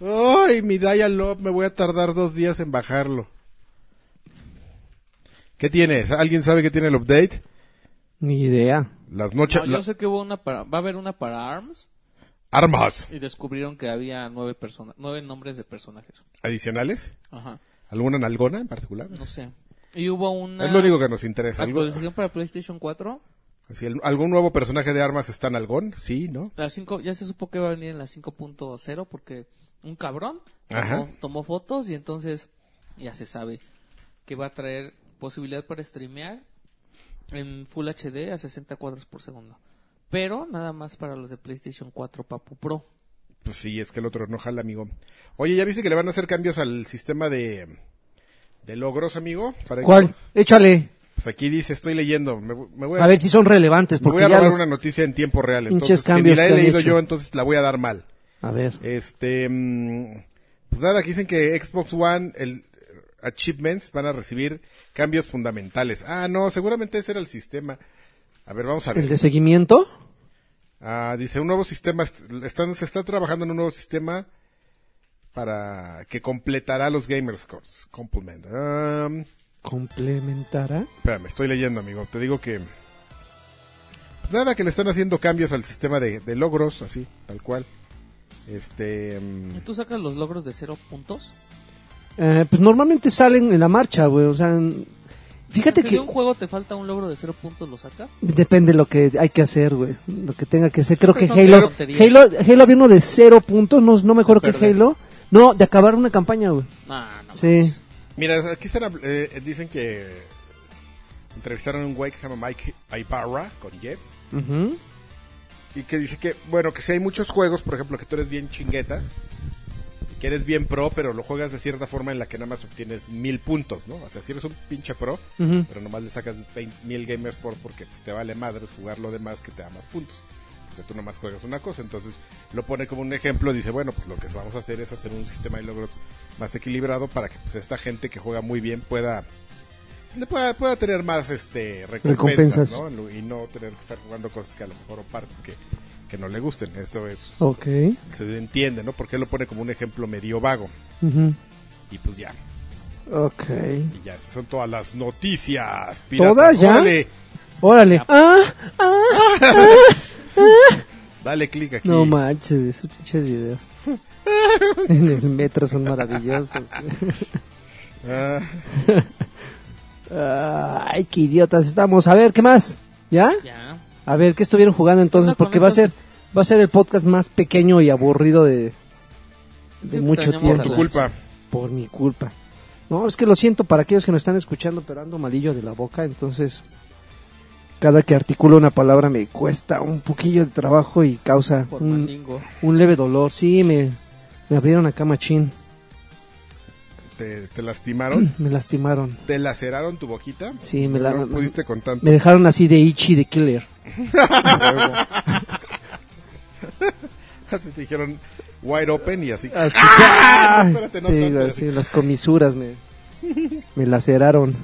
A: Ay, mi dial-up, me voy a tardar dos días en bajarlo. ¿Qué tienes? ¿Alguien sabe qué tiene el update?
D: Ni idea.
A: Las noches,
B: No, yo sé que hubo una para... va a haber una para ARMS
A: armas
B: y descubrieron que había nueve personas, nueve nombres de personajes.
A: adicionales.
B: Ajá,
A: ¿Alguna nalgona en particular?
B: no sé. Y hubo una
A: Es lo único que nos interesa. ¿Algo-
B: actualización para PlayStation 4.
A: así, el- ¿Algún nuevo personaje de armas está en algón? Sí, ¿no?
B: La 5, ya se supo que va a venir en la 5.0 porque un cabrón tomó,
A: Ajá.
B: tomó fotos y entonces ya se sabe que va a traer posibilidad para streamear en Full HD a 60 cuadros por segundo. Pero nada más para los de PlayStation 4 Papu Pro.
A: Pues sí, es que el otro no jala, amigo. Oye, ¿ya viste que le van a hacer cambios al sistema de, de logros, amigo? Para-
D: ¿Cuál? Échale.
A: Pues aquí dice, estoy leyendo. Me, vo- me voy a,
D: A ver si son relevantes.
A: me voy
D: Porque
A: a
D: ya
A: robar
D: los-
A: una noticia en tiempo real.
D: Pinches
A: Entonces, que ni
D: cambios
A: la he
D: que han
A: leído
D: hecho.
A: yo, entonces la voy a dar mal.
D: A ver.
A: Este, mm, pues nada, aquí dicen que Xbox One, el achievements van a recibir cambios fundamentales. Ah, no, seguramente ese era el sistema. A ver, vamos a ver.
D: ¿El de seguimiento?
A: Ah, dice, un nuevo sistema, están, se está trabajando en un nuevo sistema para que completará los gamer scores. Complement. Am,
D: ¿Complementará?
A: espérame, estoy leyendo, amigo. Te digo que... Pues nada, que le están haciendo cambios al sistema de, de logros, así, tal cual. Este... mm,
B: ¿Y tú sacas los logros de cero puntos?
D: Eh, pues normalmente salen en la marcha, güey. O sea, en- fíjate
B: si
D: que
B: de un juego te falta un logro de cero puntos, ¿lo sacas?
D: depende lo que hay que hacer, güey. Lo que tenga que hacer. Creo
B: Siempre
D: que
B: son
D: Halo,
B: tonterías.
D: Halo, Halo había uno de cero puntos. No, no me acuerdo
B: De
D: qué
B: perder.
D: Halo. No, de acabar una campaña, güey.
B: Nah,
A: Ah,
B: no.
D: Sí.
B: pues.
A: Mira, aquí será, eh, dicen que entrevistaron a un güey que se llama Mike Ibarra con Jeff.
D: Ujú.
A: Y que dice que, bueno, que si hay muchos juegos, por ejemplo, que tú eres bien chinguetas, que eres bien pro, pero lo juegas de cierta forma en la que nada más obtienes mil puntos, ¿no? O sea, si eres un pinche pro,
D: Ujú.
A: pero nomás le sacas 20 mil gamers por porque pues, te vale madres jugar lo demás que te da más puntos. Porque tú nomás juegas una cosa. Entonces lo pone como un ejemplo, dice, bueno, pues lo que vamos a hacer es hacer un sistema de logros más equilibrado para que pues esa gente que juega muy bien pueda le pueda, pueda tener más este recompensas,
D: Recompensas.
A: ¿no? En lu- y no tener que estar jugando cosas que a lo mejor o partes que, que no le gusten. Esto es
D: Ok.
A: se entiende, ¿no? Porque él lo pone como un ejemplo medio vago
D: Ujú.
A: y pues ya.
D: Ok.
A: Y ya, esas son todas las noticias.
D: ¿Todas ya?
A: Órale,
D: Órale. Ah,
A: dale clic aquí.
D: no manches, esos pinches videos. en el metro son maravillosos.
A: Ah,
D: Ay, qué idiotas estamos. A ver, ¿qué más? ¿Ya?
B: Ya. Pues
D: A ver, ¿qué estuvieron jugando entonces?
B: ¿Qué onda
D: Porque
B: con
D: va a ser
B: estos?
D: va a ser el podcast más pequeño y aburrido de, de
B: Te
D: mucho
B: extrañamos
D: tiempo.
A: por tu
B: Ojalá.
A: culpa.
D: Por mi culpa. No, es que lo siento para aquellos que nos están escuchando, pero ando malillo de la boca, entonces cada que articulo una palabra me cuesta un poquillo de trabajo y causa
B: Por
D: un,
B: mandingo.
D: un leve dolor. Sí, me, me abrieron acá machín,
A: Te, te lastimaron,
D: me lastimaron.
A: te laceraron tu boquita.
D: Sí, me, la-
A: No pudiste con tanto.
D: me dejaron así de ichi de killer.
A: Así te dijeron wide open y así. Ah,
D: Así-
A: Espérate, no
D: Sí,
A: tanto,
D: las-
A: así.
D: sí, las comisuras me, me laceraron.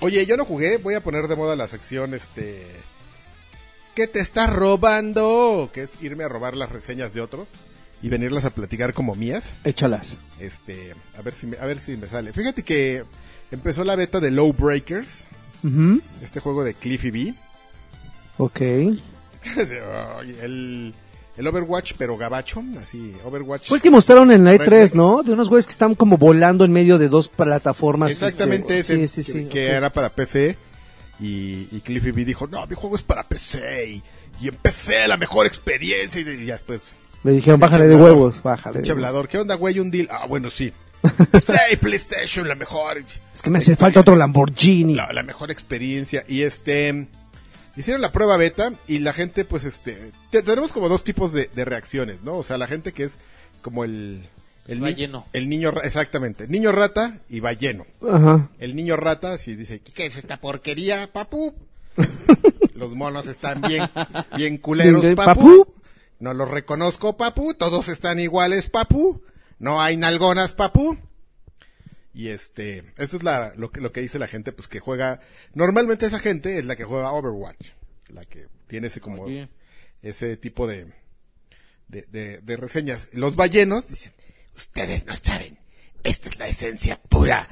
A: Oye, yo no jugué, voy a poner de moda la sección este ¿Qué te estás robando? Que es irme a robar las reseñas de otros y venirlas a platicar como mías.
D: Échalas.
A: Este, a ver si me, a ver si me sale. Fíjate que empezó la beta de Low Breakers,
D: Ujú.
A: este juego de Cliffy B.
D: Ok.
A: Ay, el, el Overwatch, pero gabacho, así, Overwatch.
D: Fue el que mostraron en la E3, ¿no? De unos güeyes que están como volando en medio de dos plataformas.
A: Exactamente
D: este,
A: ese,
D: Sí, sí,
A: que,
D: sí.
A: que
D: ok.
A: era para PC. Y, y Cliffy B dijo, no, mi juego es para PC. Y, y en PC la mejor experiencia. Y, de- y ya después,
D: Le dijeron, bájale de
A: hablador.
D: huevos, bájale.
A: pinche
D: de huevos.
A: hablador, ¿qué onda, güey? Un deal. Ah, bueno, sí. PC y PlayStation, la mejor.
D: Es que me hace falta otro Lamborghini.
A: la, la mejor experiencia y este hicieron la prueba beta y la gente pues este te- tenemos como dos tipos de, de reacciones no o sea la gente que es como el el, ni-
B: Balleno.
A: el niño ra- exactamente niño rata y balleno
D: Ajá.
A: el niño rata si dice ¿qué es esta porquería papu los monos están bien bien culeros
D: Bien,
A: papu
D: papu.
A: no los reconozco papu todos están iguales papu no hay nalgonas papu Y este, esto es la, lo, que, lo que dice la gente, pues que juega, normalmente esa gente es la que juega Overwatch, la que tiene ese como,
B: Oye.
A: ese tipo de, de, de- de reseñas. Los ballenos dicen,
E: Ustedes no saben. Esta es la esencia pura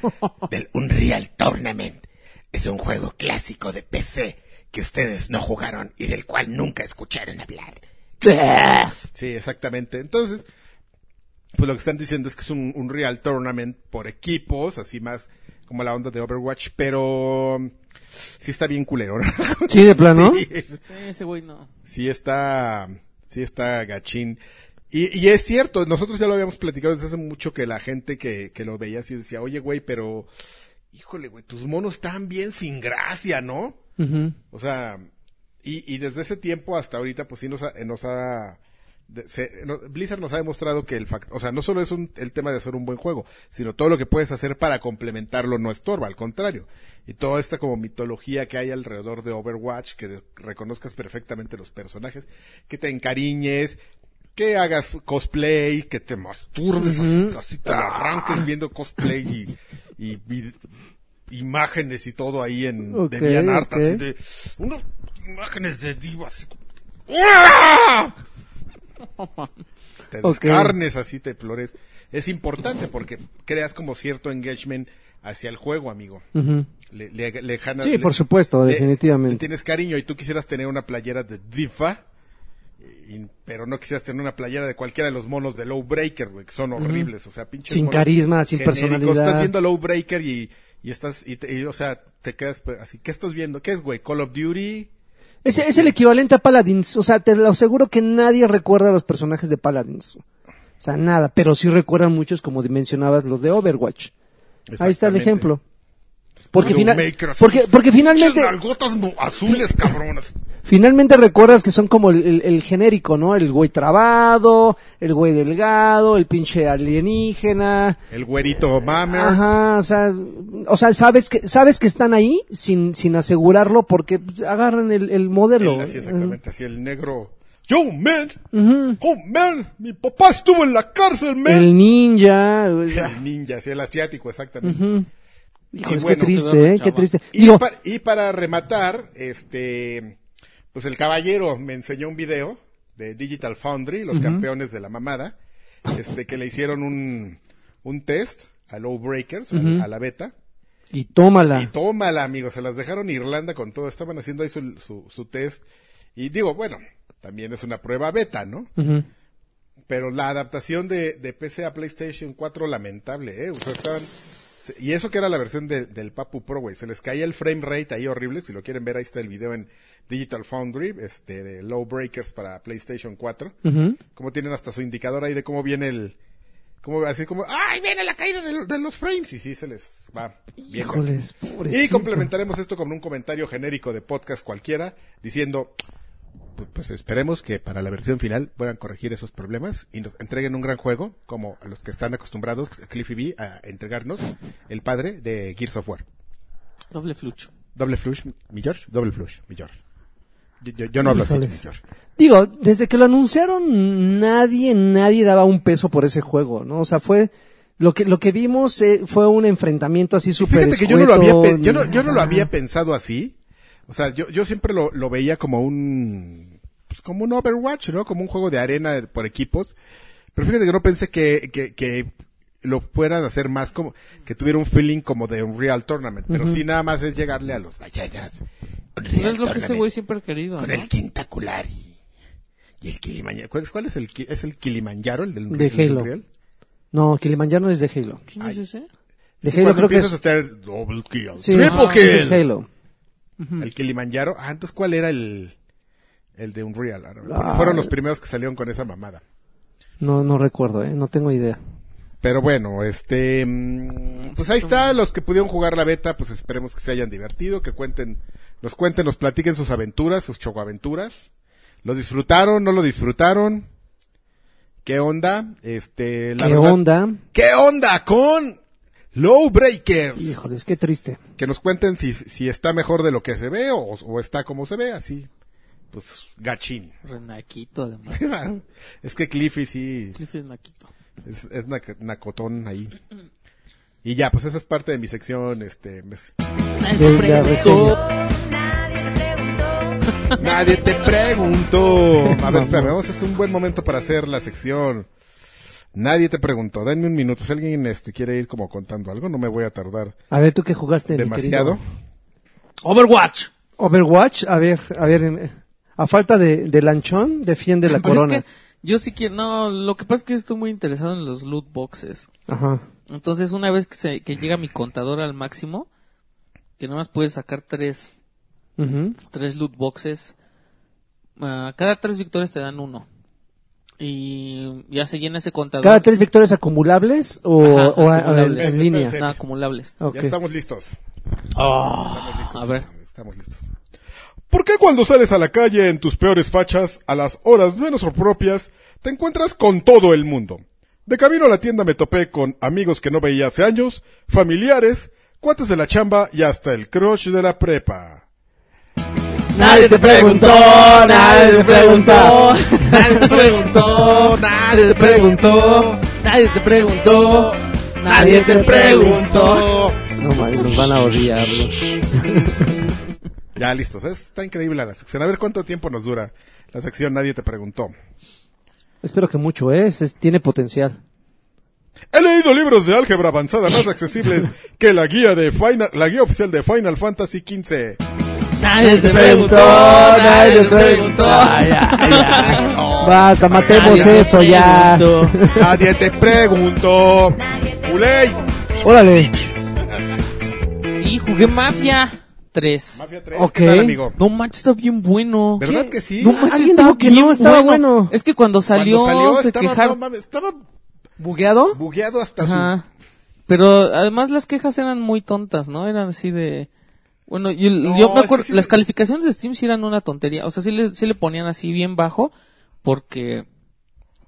E: del Unreal Tournament. Es un juego clásico de PC que ustedes no jugaron y del cual nunca escucharon hablar.
A: sí, exactamente. Entonces, pues lo que están diciendo es que es un, un real tournament por equipos, así más como la onda de Overwatch, pero um, sí está bien culero. ¿no?
D: Sí, de plano.
A: Sí, es-
B: Eh, Ese güey no.
A: sí está, sí está gachín. Y, y es cierto, nosotros ya lo habíamos platicado desde hace mucho que la gente que, que lo veía así decía, oye, güey, pero, híjole, güey, tus monos están bien sin gracia, ¿no?
D: Ujú.
A: O sea, y, y desde ese tiempo hasta ahorita, pues sí nos ha, eh, nos ha de- se- no- Blizzard nos ha demostrado que el fact- o sea, no solo es un- el tema de hacer un buen juego, sino todo lo que puedes hacer para complementarlo no estorba, al contrario. Y toda esta como mitología que hay alrededor de Overwatch, que de- reconozcas perfectamente los personajes, que te encariñes, que hagas cosplay, que te masturbes, así- así, te la arranques viendo cosplay y, y vid- imágenes y todo ahí en
D: Ok,
A: de DeviantArt,
D: ok.
A: así de unas imágenes de divas. ¡Uah! Te
D: Ok.
A: descarnes así, te flores. Es importante porque creas como cierto engagement hacia el juego, amigo.
D: Ujú.
A: Le, le- le jana-
D: Sí,
A: le-
D: por supuesto,
A: le- le
D: definitivamente.
A: tienes cariño y tú quisieras tener una playera de Diva, y- pero no quisieras tener una playera de cualquiera de los monos de Lowbreaker, güey, que son horribles. O sea, pinches
D: Sin
A: monos
D: carisma, sin
A: genéricos.
D: personalidad.
A: Estás viendo Lowbreaker y, y estás, y, te- y, o sea, te quedas pues, así. ¿Qué estás viendo? ¿Qué es, güey? ¿Call of Duty?
D: Es, es el equivalente a Paladins. O sea, te lo aseguro que nadie recuerda a los personajes de Paladins. O sea, nada. Pero sí recuerdan muchos, como mencionabas, los de Overwatch. Ahí está el
A: Exactamente.
D: ejemplo. Porque,
A: Pero
D: final,
A: Maker, así,
D: porque, porque finalmente,
A: Pinches nalgotas mo- azules, cabronas.
D: finalmente recuerdas que son como el, el- el genérico, ¿no? El güey trabado, el güey delgado, el pinche alienígena.
A: El güerito Mamers.
D: Ajá, o sea, o sea, sabes que, sabes que están ahí sin, sin asegurarlo porque pues, agarran el, el modelo.
A: El- así exactamente, así el negro. Yo, man. Oh, man. Mi papá estuvo en la cárcel, man.
D: El ninja. o sea,
A: El ninja, así el asiático, exactamente.
D: Híjole,
A: Y
D: es
A: bueno,
D: qué
B: se ve
D: triste, ¿eh?
B: la
D: Qué
B: chava.
D: triste.
A: Y,
D: Digo,
A: pa- y para rematar, este, pues el caballero me enseñó un video de Digital Foundry, los campeones de la mamada, este, que le hicieron un, un test a Low Breakers, a- a la beta.
D: y tómala.
A: Y tómala, amigos, se las dejaron Irlanda con todo. Estaban haciendo ahí su, su, su test. Y digo, bueno, también es una prueba beta, ¿no?
D: Ujú.
A: Pero la adaptación de, de PC a PlayStation 4, lamentable, ¿eh? O sea, estaban... se- Y eso que era la versión de- del Papu Pro, güey. Se les caía el frame rate ahí horrible. Si lo quieren ver, ahí está el video en Digital Foundry, este, de Low Breakers para PlayStation 4.
D: Ujú.
A: Como tienen hasta su indicador ahí de cómo viene el... Cómo, así como, ¡ay, viene la caída de, de los frames! Y sí, se les va. bien gacho.
D: Híjoles, pobrecito.
A: Y complementaremos esto con un comentario genérico de podcast cualquiera, diciendo, "Pu- pues esperemos que para la versión final puedan corregir esos problemas y nos entreguen un gran juego, como a los que están acostumbrados, Cliffy B, a entregarnos, el padre de Gear Software.
B: Doble flucho.
A: Doble flush, mi George, doble flush, mi George. Yo, yo- yo no hablo así, mi
D: Híjoles.
A: George.
D: Digo, desde que lo anunciaron, nadie, nadie daba un peso por ese juego, ¿no? O sea, fue. Lo que, lo que vimos eh, fue un enfrentamiento así súper.
A: Fíjate que yo no lo había,
D: escueto,
A: pe- yo no, yo no lo
D: nada.
A: había pensado así. O sea, yo, yo siempre lo, lo veía como un, pues como un Overwatch, ¿no? Como un juego de arena por equipos. Pero fíjate que no pensé que, que, que lo fueran a hacer más como, que tuviera un feeling como de un Real Tournament. Pero sí nada más es llegarle a los
E: Ballenas.
B: Pues
E: Unreal
B: es lo que ese
E: Tournament
B: güey siempre ha querido,
E: Con
B: ¿no?
E: el Quintacular y, y el Kilimanjaro.
A: Kilimanjaro. ¿Cuál es, cuál es el, Ki- es el Kilimanjaro, el del
D: De
A: del
D: Halo.
A: Real?
D: No, Kilimanjaro es de Halo.
B: ¿Quién
A: Ay.
B: es ese?
D: De
A: Cuando
D: Halo creo que
A: empiezas
D: es.
A: a estar double kill,
D: sí,
A: triple
D: ah, ese es
A: kill.
D: Halo.
A: El Kilimanjaro. Ah, entonces, ¿cuál era el, el de Unreal? Ah, no,
D: Ah,
A: Porque fueron los primeros que salieron con esa mamada.
D: No, no recuerdo, ¿eh? No tengo idea.
A: Pero bueno, este. mm, Pues ahí está, los que pudieron jugar la beta, pues esperemos que se hayan divertido, que cuenten, nos cuenten, nos platiquen sus aventuras, sus chocoaventuras. ¿Lo disfrutaron? ¿No lo disfrutaron? ¿Qué onda? Este, la
D: ¿Qué
A: verdad-
D: onda?
A: ¿Qué onda con Low Breakers?
D: Híjoles, qué triste.
A: que nos cuenten si, si está mejor de lo que se ve o, o está como se ve, así. Pues gachín.
B: Renaquito, además.
A: es que Cliffy sí
B: Cliff es Naquito.
A: es, es nac- nacotón ahí. Y ya, pues esa es parte de mi sección, este... mes-
D: De la reseña.
A: Nadie
C: Nadie te preguntó.
A: te preguntó. A ver, espérame, vamos, es un buen momento para hacer la sección. Nadie te preguntó. Denme un minuto. Si alguien este, quiere ir como contando algo, no me voy a tardar
D: A ver, ¿tú qué jugaste, mi
A: demasiado.
D: querido?
B: Overwatch.
D: Overwatch, a ver, a ver, en- a falta de, de lanchón, defiende la
B: Pero es
D: corona.
B: que yo sí quiero, no, lo que pasa es que estoy muy interesado en los loot boxes.
D: Ajá.
B: Entonces, una vez que, se, que llega mi contador al máximo, que nada más puedes sacar tres,
D: Ujú.
B: tres loot boxes, ah, cada tres victorias te dan uno. Y ya se llena ese contador.
D: ¿Cada tres victorias acumulables o,
B: Ajá,
D: o a-
B: acumulables.
D: en, en línea?
A: Espérense.
B: No, acumulables.
D: Ok.
A: Ya estamos listos. Estamos listos.
B: Ah. a ver.
A: Estamos listos. ¿Por qué cuando sales a la calle en tus peores fachas, a las horas menos propias, te encuentras con todo el mundo? De camino a la tienda me topé con amigos que no veía hace años, familiares, cuates de la chamba y hasta el crush de la prepa.
D: Nadie te preguntó, nadie te preguntó,
B: nadie te preguntó,
D: nadie te preguntó,
B: nadie te preguntó,
D: nadie te preguntó. No, mames, nos van a odiar. ¿no?
A: Ya listos, ¿eh? está increíble la sección. A ver cuánto tiempo nos dura la sección, nadie te preguntó.
D: Espero que mucho, ¿eh? Es- tiene potencial.
A: He leído libros de álgebra avanzada más accesibles que la guía de Final, la guía oficial de Final Fantasy XV.
B: Nadie te Ah,
D: Basta, matemos
B: Nadie te
D: eso ya.
B: preguntó.
A: Nadie te preguntó. Uley.
D: Órale.
B: Y jugué Mafia 3.
A: Mafia 3,
D: Ok.
A: ¿qué tal, amigo?
B: No manches, está bien bueno.
A: ¿Verdad que sí?
B: No manches,
D: Alguien
B: estaba
D: dijo que no,
B: bien
D: estaba bueno.
B: Es que cuando salió,
A: Cuando salió
B: se
A: estaba, no
B: quejaron.
A: mames, estaba
D: ¿Bugueado?
A: bugueado hasta
B: Ajá. Pero además las quejas eran muy tontas, ¿no? Eran así de... Bueno, yo,
A: No,
B: yo me
A: es
B: acuerdo,
A: que sí-
B: las calificaciones de Steam sí eran una tontería. O sea, sí le, sí le ponían así bien bajo porque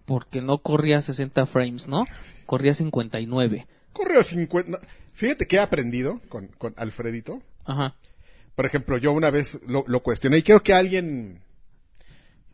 B: porque no corría 60 frames, ¿no? Corría 59.
A: su... Correo 50... Fíjate que he aprendido con, con Alfredito.
B: Ajá.
A: Por ejemplo, yo una vez lo, lo cuestioné y quiero que alguien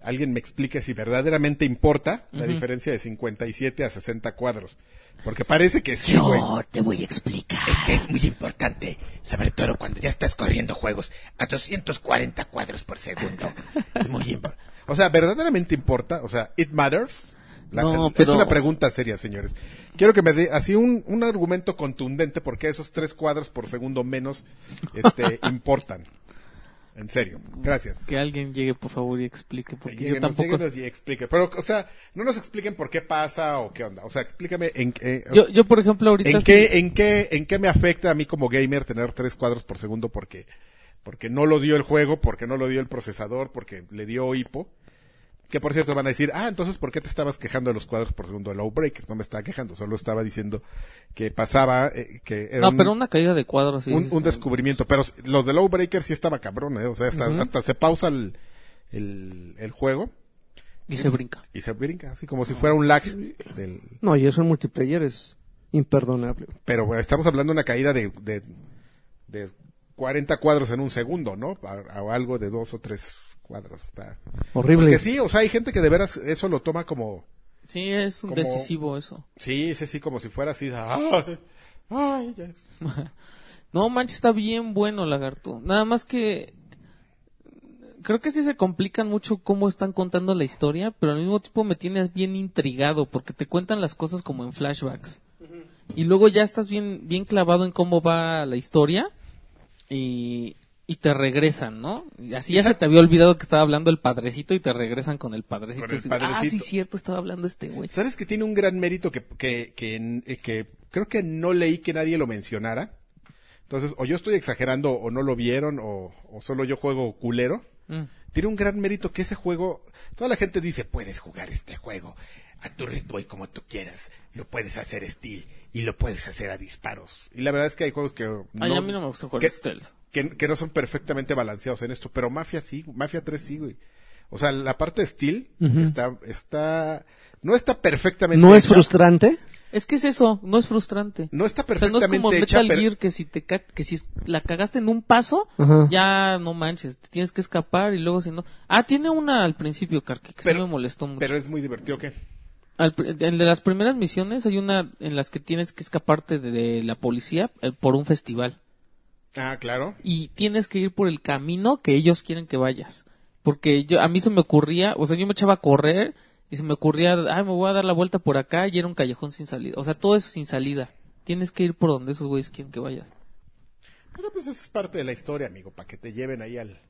A: alguien me explique si verdaderamente importa la diferencia de 57 a 60 cuadros. Porque parece que sí, güey.
E: Yo te voy a explicar. Es que es muy importante, sobre todo cuando ya estás corriendo juegos a 240 cuadros por segundo. Es muy importante.
A: O sea, ¿verdaderamente importa? O sea, ¿it matters? La-
B: No,
A: Es
B: pero-
A: una pregunta seria, señores. Quiero que me dé así un, un argumento contundente porque esos tres cuadros por segundo menos este, importan. En serio. Gracias.
B: Que alguien llegue, por favor, y explique. Porque
A: Lléguenos,
B: yo tampoco...
A: lléguenos y explique. Pero, o sea, no nos expliquen por qué pasa o qué onda. O sea, explícame en, qué-
B: Yo, yo, por ejemplo, ahorita...
A: en,
B: sí-
A: qué, en, qué, en qué me afecta a mí como gamer tener tres cuadros por segundo porque, porque no lo dio el juego, porque no lo dio el procesador, porque le dio hipo. Que por cierto van a decir, ah, entonces ¿por qué te estabas quejando de los cuadros por segundo de Lowbreaker? No me estaba quejando, solo estaba diciendo que pasaba, eh, que era
B: No,
A: un-
B: pero una caída de cuadros. sí,
A: un,
B: sí,
A: un
B: sí.
A: descubrimiento. Pero los de Lowbreaker sí estaba cabrón, ¿eh? O sea, hasta, hasta se pausa el, el, el juego
B: Y se brinca.
A: y se brinca, así como si fuera un lag del...
D: No, yo soy multiplayer, es imperdonable.
A: Pero bueno, estamos hablando de una caída de, de, de 40 cuadros en un segundo, ¿no? A- O algo de dos o tres cuadros. Está.
D: Horrible.
A: Porque sí, o sea, hay gente que de veras eso lo toma como,
B: Sí, es un
A: Como-
B: decisivo eso.
A: sí, sí, sí, como si fuera así. ah, ay, ya.
B: No, manches, está bien bueno, lagarto. Nada más que... Creo que sí se complican mucho cómo están contando la historia, pero al mismo tiempo me tienes bien intrigado porque te cuentan las cosas como en flashbacks. Y luego ya estás bien, bien clavado en cómo va la historia y, y te regresan, ¿no? Y así ya se te había olvidado que estaba hablando el padrecito y te regresan con el padrecito.
A: Con el
B: Así de, Ah, sí,
A: padrecito".
B: cierto, estaba hablando este güey.
A: ¿Sabes que tiene un gran mérito que, que, que, eh, que creo que no leí que nadie lo mencionara? Entonces, o yo estoy exagerando o no lo vieron o, o solo yo juego culero.
B: Mm.
A: Tiene un gran mérito que ese juego, toda la gente dice,
E: Puedes jugar este juego a tu ritmo y como tú quieras. Lo puedes hacer steel y lo puedes hacer a disparos.
A: Y la verdad es que hay juegos que no,
B: Ay, a mí no me gusta jugar
A: ¿Qué?
B: stealth.
A: que, que no son perfectamente balanceados en esto, pero Mafia sí, Mafia 3 sí, güey. O sea, la parte de Steel está, está, no está perfectamente
D: ¿No es
A: hecha.
D: frustrante?
B: Es que es eso, no es frustrante.
A: No está
B: O sea, no
A: perfectamente
B: es como
A: hecha,
B: Metal
A: pero-
B: Gear que si te ca- que si la cagaste en un paso,
D: Ajá.
B: ya no manches, te tienes que escapar y luego si no. Ah, tiene una al principio, Karki, que sí
A: Pero-
B: me molestó mucho.
A: pero es muy divertido que
B: Al pr- en de las primeras misiones hay una en las que tienes que escaparte de, de la policía eh, por un festival.
A: Ah, claro.
B: Y tienes que ir por el camino que ellos quieren que vayas. Porque yo, a mí se me ocurría, o sea, yo me echaba a correr y se me ocurría, ah, me voy a dar la vuelta por acá y era un callejón sin salida. O sea, todo es sin salida. Tienes que ir por donde esos güeyes quieren que vayas.
A: Pero pues eso es parte de la historia, amigo, para que te lleven ahí al,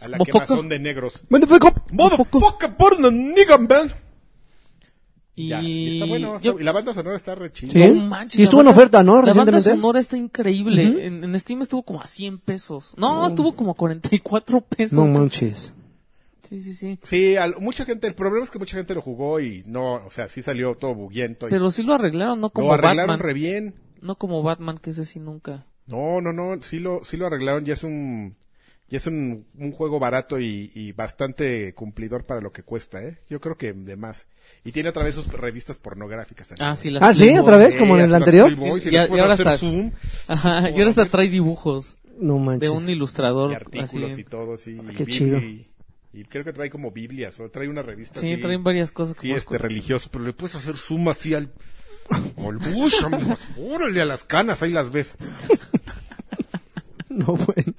A: a la
B: Mofoco.
A: quemazón de negros.
D: Motherfucker.
A: ¡Motherfucker, porno, nigga, man!
B: Y,
A: Ya, y está bueno. está-
B: yo-
A: Y la banda sonora está re chingona.
D: Sí.
B: No manches,
D: Sí, estuvo en
B: la banda-
D: oferta, ¿no?
B: La banda
D: Recientemente.
B: sonora está increíble. en, en Steam estuvo como a 100 pesos. No, estuvo como a 44 pesos.
D: No manches.
B: sí, sí, sí.
A: Sí, al- mucha gente, el problema es que mucha gente lo jugó y no, o sea, sí salió todo buguiento. Y
B: Pero sí lo arreglaron, no como
A: lo arreglaron
B: Batman.
A: re bien.
B: No como Batman, que ese sí nunca.
A: No, no, no, sí lo, sí lo arreglaron, ya es un, ya es un, un juego barato y, y bastante cumplidor para lo que cuesta, ¿eh? Yo creo que de más. Y tiene otra vez sus revistas pornográficas. amigo.
B: Ah, sí, las
D: Ah, sí,
B: Playboy.
D: otra vez, como en
A: Eh,
D: el
A: hasta
D: anterior.
A: Playboy, si
B: Ya-
A: le
B: ya
A: puedes
B: ahora
A: hacer
B: está-
A: zoom
B: Ajá, y ahora hasta trae dibujos
D: No
B: de
D: manches.
B: un
A: y
B: ilustrador.
A: artículos
B: Así.
A: y todo, sí. y
D: Ah, qué
A: bibli-
D: chido.
A: Y, creo que trae como Biblias, o trae una revista
B: Sí,
A: así.
B: traen varias cosas.
A: Sí,
B: como-
A: este religioso, pero le puedes hacer zoom así al. al bush, amigo. Órale, a las canas, ahí las ves.
D: No, bueno.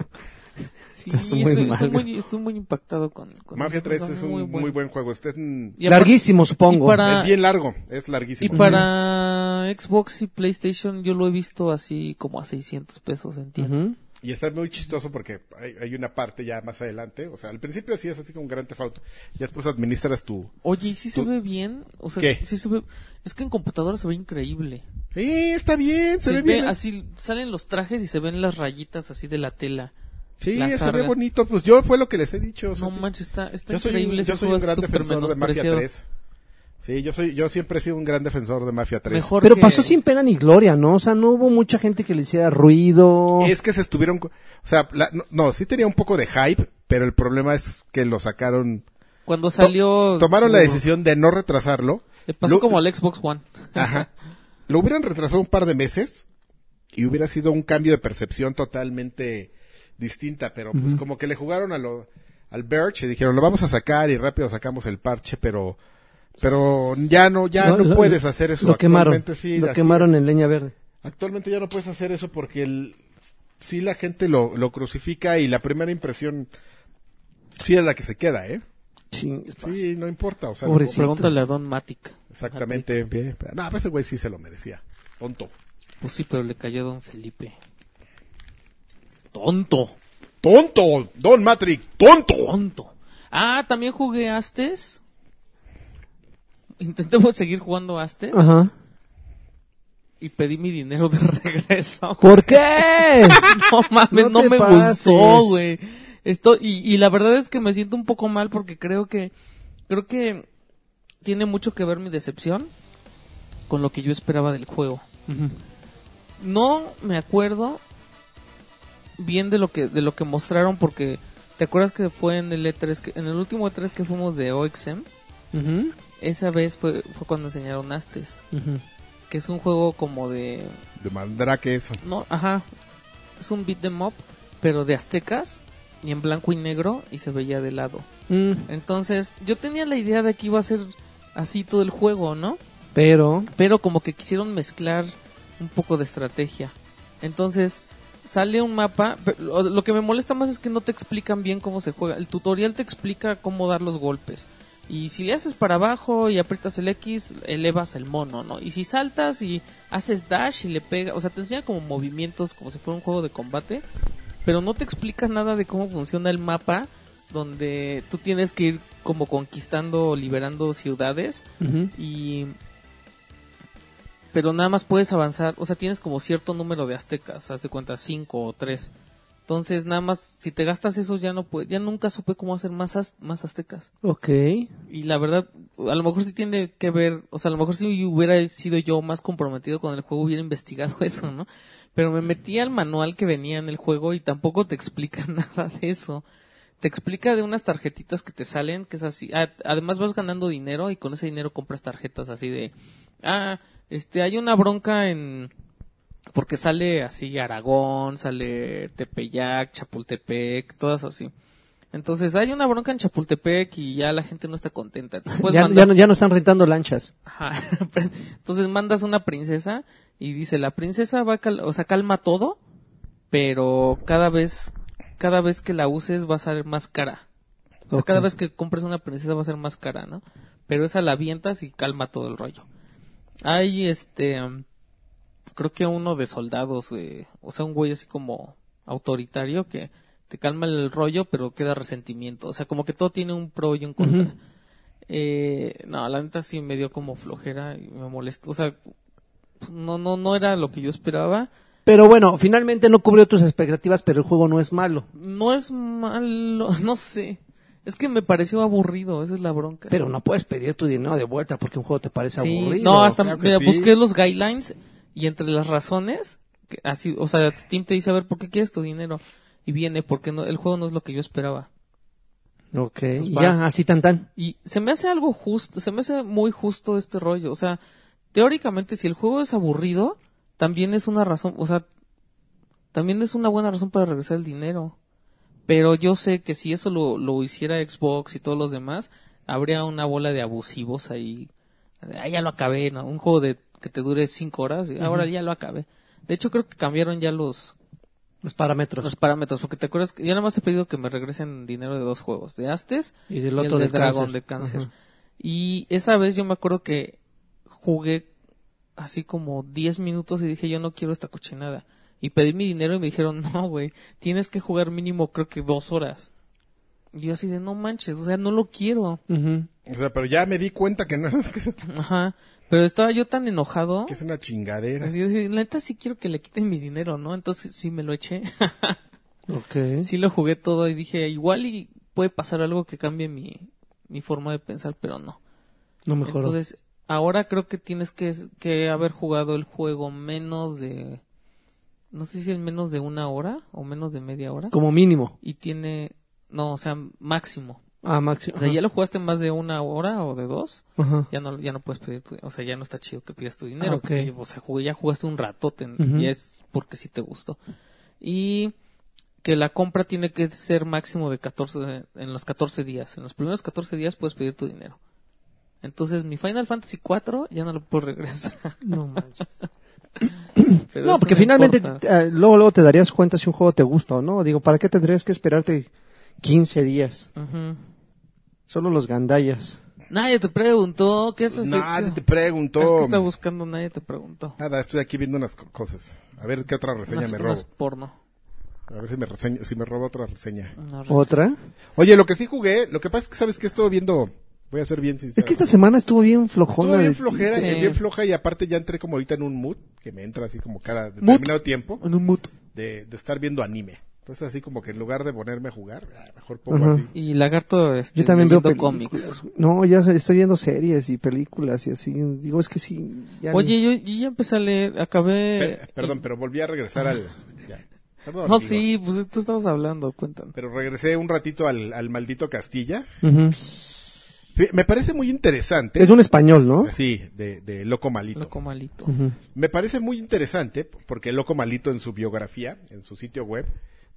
B: Sí,
D: Estás
B: estoy,
D: muy
B: estoy
D: mal.
B: muy, estoy muy impactado con. con
A: Mafia
B: esa
A: 3
B: cosa,
A: es un muy,
B: bueno.
A: buen juego. Este es, un-
B: Y aparte-
D: Larguísimo, supongo.
B: y para-
A: es bien largo, es
B: Y
A: larguísimo.
B: para Xbox y PlayStation yo lo he visto así como a 600 pesos en tienda.
D: Ujú.
A: Y está muy chistoso porque hay, hay una parte ya más adelante. O sea, al principio sí es así con Gran Tefauto. Ya después administras tu.
B: Oye, ¿y si se
A: ¿Tú-
B: ve bien? O sea,
A: ¿Qué?
B: sí se ve... Es que en computadora se ve increíble.
A: Sí, está bien, se, ve bien. ¿eh?
B: así, salen los trajes y se ven las rayitas así de la tela.
A: sí,
B: la
A: se
B: sarga.
A: ve bonito. Pues yo fue lo que les he dicho. o sea,
B: No
A: sí.
B: manches, está, está
A: yo soy, un-
B: increíble. ese
A: yo soy
B: juego,
A: un
B: es
A: gran
B: súper
A: defensor de Mafia
B: menospreciado.
A: 3. Sí, yo soy, yo siempre he sido un gran defensor de Mafia 3.
B: Mejor
D: Pero
B: que-
D: pasó sin pena ni gloria, ¿no? O sea, no hubo mucha gente que le hiciera ruido.
A: Es que se estuvieron, co- o sea, la- no, no, sí tenía un poco de hype, pero el problema es que lo sacaron,
B: Cuando salió...
A: tomaron la
B: uh,
A: decisión de no retrasarlo.
B: Le pasó
A: Lo-
B: como al Xbox One.
A: Ajá. Lo hubieran retrasado un par de meses y hubiera sido un cambio de percepción totalmente distinta, pero pues como que le jugaron a lo, al Birch y dijeron, lo vamos a sacar y rápido sacamos el parche, pero, pero ya no, ya no,
D: lo-
A: puedes hacer eso.
D: Lo quemaron.
A: Actualmente sí,
D: lo
A: aquí-
D: quemaron en leña verde.
A: Actualmente ya no puedes hacer eso porque el, sí la gente lo, lo crucifica y la primera impresión sí es la que se queda, ¿eh?
D: Chingues,
A: Sí, no importa, o sea,
D: Pobrecito.
B: Pregúntale a Don Matic.
A: exactamente. bien. No, pero ese güey sí se lo merecía. Tonto.
B: Pues sí, pero le cayó a Don Felipe. Tonto.
A: Tonto, Don Matrix, tonto.
B: tonto. Ah, también jugué Astes. Intentemos seguir jugando Astes
D: Ajá.
B: y pedí mi dinero de regreso.
D: ¿Por qué?
B: No mames, no,
D: No te
B: me
D: pases.
B: gustó, güey. Esto y, y la verdad es que me siento un poco mal porque creo que creo que tiene mucho que ver mi decepción con lo que yo esperaba del juego. No me acuerdo bien de lo que de lo que mostraron porque te acuerdas que fue en el E3 que- en el último E3 que fuimos de OXM,
D: Ujú,
B: esa vez fue fue cuando enseñaron Astes,
D: ujú.
B: que es un juego como de
A: De mandrake eso.
B: no, ajá. Es un beat em up, pero de aztecas y en blanco y negro y se veía de lado.
D: Mm,
B: Entonces, yo tenía la idea de que iba a ser así todo el juego, ¿no?
D: Pero.
B: Pero como que quisieron mezclar un poco de estrategia. Entonces, sale un mapa, pero lo lo que me molesta más es que no te explican bien cómo se juega. El tutorial te explica cómo dar los golpes. Y si le haces para abajo y aprietas el X, elevas el mono, ¿no? Y si saltas y haces dash y le pega, o sea, te enseña como movimientos, como si fuera un juego de combate, pero no te explica nada de cómo funciona el mapa, donde tú tienes que ir como conquistando, liberando ciudades
D: ujú.
B: y pero nada más puedes avanzar, o sea, tienes como cierto número de aztecas, haz de cuenta cinco o tres. Entonces, nada más si te gastas eso ya no puedes, ya nunca supe cómo hacer más az- más aztecas.
D: Ok.
B: Y la verdad, a lo mejor sí tiene que ver, o sea, a lo mejor si hubiera sido yo más comprometido con el juego, hubiera investigado eso, ¿no? Pero me metí al manual que venía en el juego y tampoco te explica nada de eso. Te explica de unas tarjetitas que te salen, que es así. ah, además vas ganando dinero y con ese dinero compras tarjetas así de... Ah, este, hay una bronca en... Porque sale así Aragón, sale Tepeyac, Chapultepec, todas así. Entonces hay una bronca en Chapultepec y ya la gente no está contenta. Entonces, puedes
D: ya,
B: mandar-
D: ya no, ya no están rentando lanchas.
B: Ajá. pues, Entonces mandas una princesa y dice, la princesa va a cal- o sea, calma todo, pero cada vez, cada vez que la uses va a ser más cara. O sea,
D: Ok.
B: cada vez que compres una princesa va a ser más cara, ¿no? Pero esa la avientas y calma todo el rollo. Hay este, creo que uno de soldados, eh, o sea, un güey así como autoritario que te calma el rollo, pero queda resentimiento. O sea, como que todo tiene un pro y un contra.
D: Ujú.
B: Eh, no, la neta sí me dio como flojera y me molestó. O sea, no, no, no era lo que yo esperaba.
D: Pero bueno, finalmente no cubrió tus expectativas, pero el juego no es malo.
B: No es malo, no sé. Es que me pareció aburrido, esa es la bronca.
D: Pero no puedes pedir tu dinero de vuelta porque un juego te parece
B: Sí,
D: aburrido.
B: no, hasta
A: claro que
B: mira,
A: sí.
B: busqué los guidelines y entre las razones, que así, o sea, Steam te dice, a ver, ¿por qué quieres tu dinero? Y viene, porque no, el juego no es lo que yo esperaba.
D: Ok,
B: Tus vas.
D: ya, así tan tan.
B: Y se me hace algo justo, se me hace muy justo este rollo. O sea, teóricamente, si el juego es aburrido, también es una razón, o sea, también es una buena razón para regresar el dinero. Pero yo sé que si eso lo, lo hiciera Xbox y todos los demás, habría una bola de abusivos ahí. Ah, ya lo acabé, ¿no? Un juego de que te dure cinco horas, y ahora ya lo acabé. De hecho, creo que cambiaron ya los,
D: Los parámetros.
B: los parámetros, porque te acuerdas que yo nada más he pedido que me regresen dinero de dos juegos, de Astes
D: Y del
B: y
D: otro
B: el de
D: del
B: dragón
D: cáncer.
B: de cáncer.
D: Ajá.
B: Y esa vez yo me acuerdo que jugué así como 10 minutos y dije, yo no quiero esta cochinada. Y pedí mi dinero y me dijeron, no, güey, tienes que jugar mínimo creo que dos horas. Y yo así de, no manches, o sea, no lo quiero.
D: Ujú.
A: O sea, pero ya me di cuenta que no, que es-
B: Ajá. Pero estaba yo tan enojado.
A: que es una chingadera.
B: Así, así, la neta sí quiero que le quiten mi dinero, ¿no? Entonces sí me lo eché.
D: Ok.
B: sí lo jugué todo y dije, igual y puede pasar algo que cambie mi, mi forma de pensar, pero no.
D: No mejoró.
B: Entonces, ahora creo que tienes que, que haber jugado el juego menos de. No sé si es menos de una hora o menos de media hora.
D: Como mínimo.
B: Y tiene. No, o sea, máximo.
D: Ah, máximo.
B: O sea, ya lo jugaste más de una hora o de dos.
D: Ajá.
B: Ya no, ya no puedes pedir tu- O sea, ya no está chido que pidas tu dinero.
D: Ah, ok.
B: Porque, o sea, jugué- ya jugaste un ratote.
D: Ujú.
B: Y es porque sí te gustó. Y que la compra tiene que ser máximo de 14. En los 14 días. En los primeros 14 días puedes pedir tu dinero. Entonces, mi Final Fantasy 4 ya no lo puedo regresar.
D: No manches.
B: Pero
D: no,
B: eso
D: porque finalmente
B: importa.
D: eh, luego, luego te darías cuenta si un juego te gusta o no. Digo, ¿para qué tendrías que esperarte 15 días?
B: Ujú.
D: Solo los gandallas.
B: Nadie te preguntó. ¿Qué es así?
A: Nadie te
B: ¿Qué
A: preguntó.
B: está buscando? Nadie te preguntó.
A: Nada, estoy aquí viendo unas co- cosas. A ver qué otra reseña
B: Unas-
A: me
B: unas
A: robo.
B: porno.
A: A ver si me, reseña, si me robo otra reseña.
B: Unas res-
D: ¿Otra?
A: Oye, lo que sí jugué, lo que pasa es que sabes que estuve viendo. Voy a ser bien sincero.
D: Es que esta semana estuvo bien flojona.
A: Estuve bien
D: de-
A: flojera, eh,
B: Sí.
A: bien floja y aparte ya entré como ahorita en un mood que me entra así como cada determinado tiempo
D: En un mood.
A: de, de estar viendo anime. Entonces así como que en lugar de ponerme a jugar, ah, mejor pongo
D: Ajá.
A: así.
B: Y Lagarto este,
D: Yo también veo
B: leyendo
D: películas. No, ya sé, estoy viendo series y películas y así. Digo, es que sí. ya
B: Oye, yo, yo ya empecé a leer, acabé...
A: Pe- Eh, perdón, pero volví a regresar al. ya. Perdón,
B: No,
A: amigo.
B: sí, pues esto estamos hablando, cuéntame.
A: Pero regresé un ratito al, al maldito Castilla.
D: ni- Ujú.
A: Fe- Me parece muy interesante.
D: Es un español, ¿no?
A: Sí, de, de Loco Malito.
B: Loco malito.
D: Ujú.
A: Me parece muy interesante porque Loco Malito en su biografía, en su sitio web,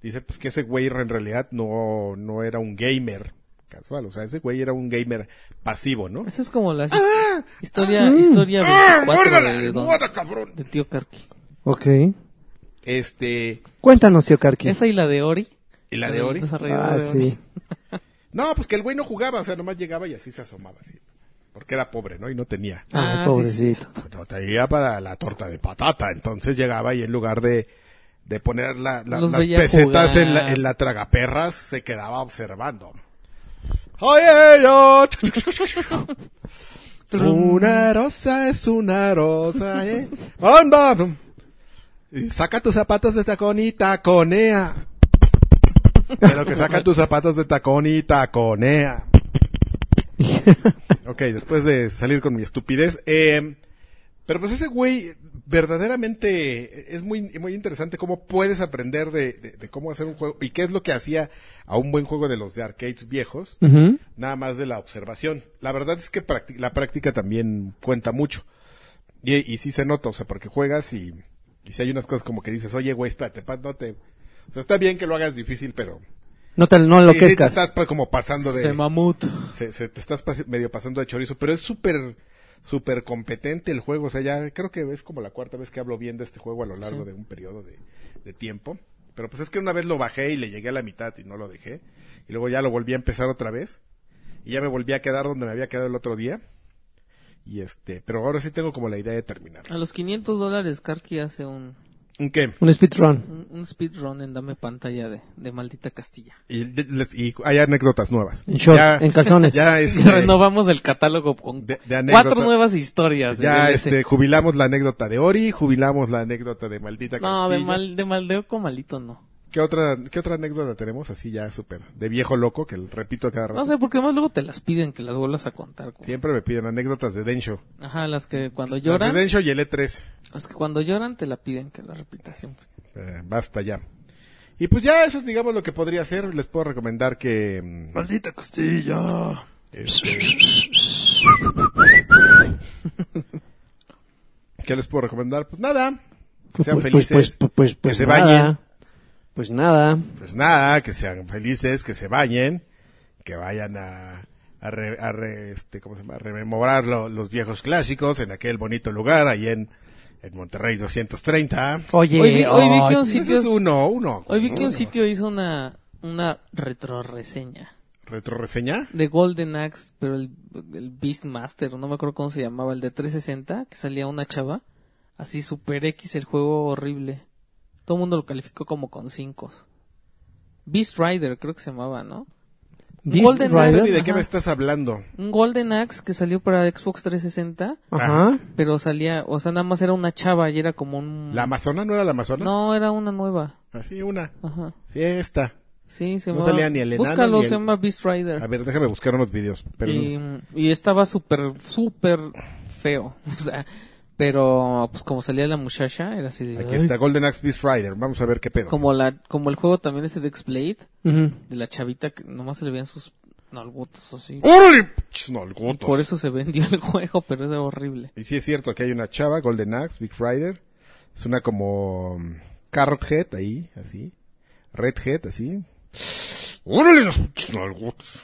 A: dice pues que ese güey en realidad no, no era un gamer casual. O sea, ese güey era un gamer pasivo, ¿no?
B: Esa es como la his-
D: Ah,
B: historia,
D: mm.
B: historia 24 Ah, de, de don-
A: ¡Muerda, cabrón!
B: de tío Karki.
D: Ok.
A: Este,
D: Cuéntanos, tío Karki.
B: Esa y la de Ori.
A: ¿y la de Ori?
D: Ah, sí.
A: No, pues que el güey no jugaba, o sea, nomás llegaba y así se asomaba, así. Porque era pobre, ¿no? Y no tenía.
D: Ah,
B: Ah, sí,
D: pobrecito.
A: No traía para la torta de patata. Entonces llegaba y en lugar de, de poner la- la-
B: Los
A: las
B: veía
A: pesetas en la,
B: jugar.
A: en la tragaperras, se quedaba observando. Oye, yo. Una rosa es una rosa, eh. Anda. Y Saca tus zapatos de tacón y taconea. Pero que saca tus zapatos de tacón y taconea. Ok, después de salir con mi estupidez. eh, pero pues ese güey verdaderamente es muy, muy interesante cómo puedes aprender de, de- de cómo hacer un juego y qué es lo que hacía a un buen juego de los de arcades viejos,
D: Ujú.
A: nada más de la observación. La verdad es que practi- la práctica también cuenta mucho. Y, y sí se nota, o sea, porque juegas y, y si hay unas cosas como que dices, oye, güey, espérate, pa- no te... O sea, está bien que lo hagas difícil, pero
D: No te
A: Sí,
D: no
A: sí, te
D: enloquezcas.
A: estás pa- como pasando de...
B: Se mamut.
A: se, se- te estás pas- medio pasando de chorizo, pero es súper súper competente el juego, o sea, ya creo que es como la cuarta vez que hablo bien de este juego a lo largo
B: Sí.
A: de un periodo de, de tiempo, pero pues es que una vez lo bajé y le llegué a la mitad y no lo dejé, y luego ya lo volví a empezar otra vez, y ya me volví a quedar donde me había quedado el otro día, y este, pero ahora sí tengo como la idea de terminar.
B: A los 500 dólares, Karki hace un,
A: ¿Un qué?
D: Un speedrun.
B: un, un speedrun en Dame Pantalla de, de Maldita Castilla.
A: Y, les- y hay anécdotas nuevas.
D: En short, en calzones.
A: Ya, este,
B: Renovamos el catálogo con
A: de- de anécdota-
B: cuatro nuevas historias. de
A: Ya
B: DLC.
A: este, jubilamos la anécdota de Ori, jubilamos la anécdota de Maldita Castilla.
B: No, de, mal, de maldeo con malito no.
A: ¿Qué otra, qué otra anécdota tenemos así ya súper? De viejo loco, que repito cada rato.
B: No sé, porque además luego te las piden que las vuelvas a contar. güey.
A: Siempre me piden anécdotas de Densho.
B: Ajá, las que cuando
A: Las
B: lloran,
A: De Densho y el E E3.
B: las que cuando lloran te la piden que la repitas siempre.
A: Eh, basta ya. Y pues ya eso es, digamos, lo que podría hacer. Les puedo recomendar que... mm, este,
E: Maldita Castilla.
A: ¿Qué les puedo recomendar? Pues nada. Que
D: Pues,
A: sean
D: pues, pues,
A: felices.
D: pues, pues, pues,
A: que se
D: nada.
A: bañen.
D: Pues nada.
A: Pues nada, que sean felices, que se bañen, que vayan a, a, re- a re- este, ¿cómo se llama? a rememorar lo- los viejos clásicos en aquel bonito lugar, ahí en, en Monterrey 230.
D: Oye, oh,
B: Hoy vi- hoy vi que
D: ay,
B: un
A: Ese
B: sitio-
A: es uno, uno. Mm.
B: Hoy vi que
A: Uno.
B: un sitio hizo una, una retroreseña
A: ¿Retroreseña?
B: de Golden Axe, pero el, el Beastmaster, no me acuerdo cómo se llamaba, el de 360, que salía una chava, así super X el juego horrible. Todo el mundo lo calificó como con 5. Beast Rider creo que se llamaba, ¿no?
D: Beast
B: Golden
A: No sé
D: Rider.
A: ni de qué
B: Ajá.
A: me estás hablando.
B: Un Golden Axe que salió para Xbox 360,
D: Ajá.
B: pero salía, o sea, nada más era una chava y era como un...
A: ¿La Amazona no era la Amazona?
B: Mm. No, era una nueva.
A: Así una.
B: Ajá.
A: Sí, esta.
B: Sí, se
A: No
B: llamaba-
A: salía ni el enano
B: Búscalo,
A: ni el-
B: se llama Beast Rider.
A: A ver, déjame buscar unos videos. Pero
B: y, y estaba súper, súper feo. O sea, pero pues como salía la muchacha, era así de,
A: Aquí
B: "Ay".
A: está Golden Axe Beast Rider. Vamos a ver qué pedo.
B: Como, la, como el juego también ese de X-Blade,
A: Ah.
D: Ujú.
B: de la chavita que nomás se le veían sus nalgotas así.
A: ¡Órale! Ch,
B: Y
A: nalgotos.
B: por eso se vendió el juego, pero es horrible.
A: Y sí es cierto que hay una chava, Golden Axe, Big Rider. Es una como mm, Carrot Head ahí, así. Red Head, así. ¡Órale los pinches nalgotas!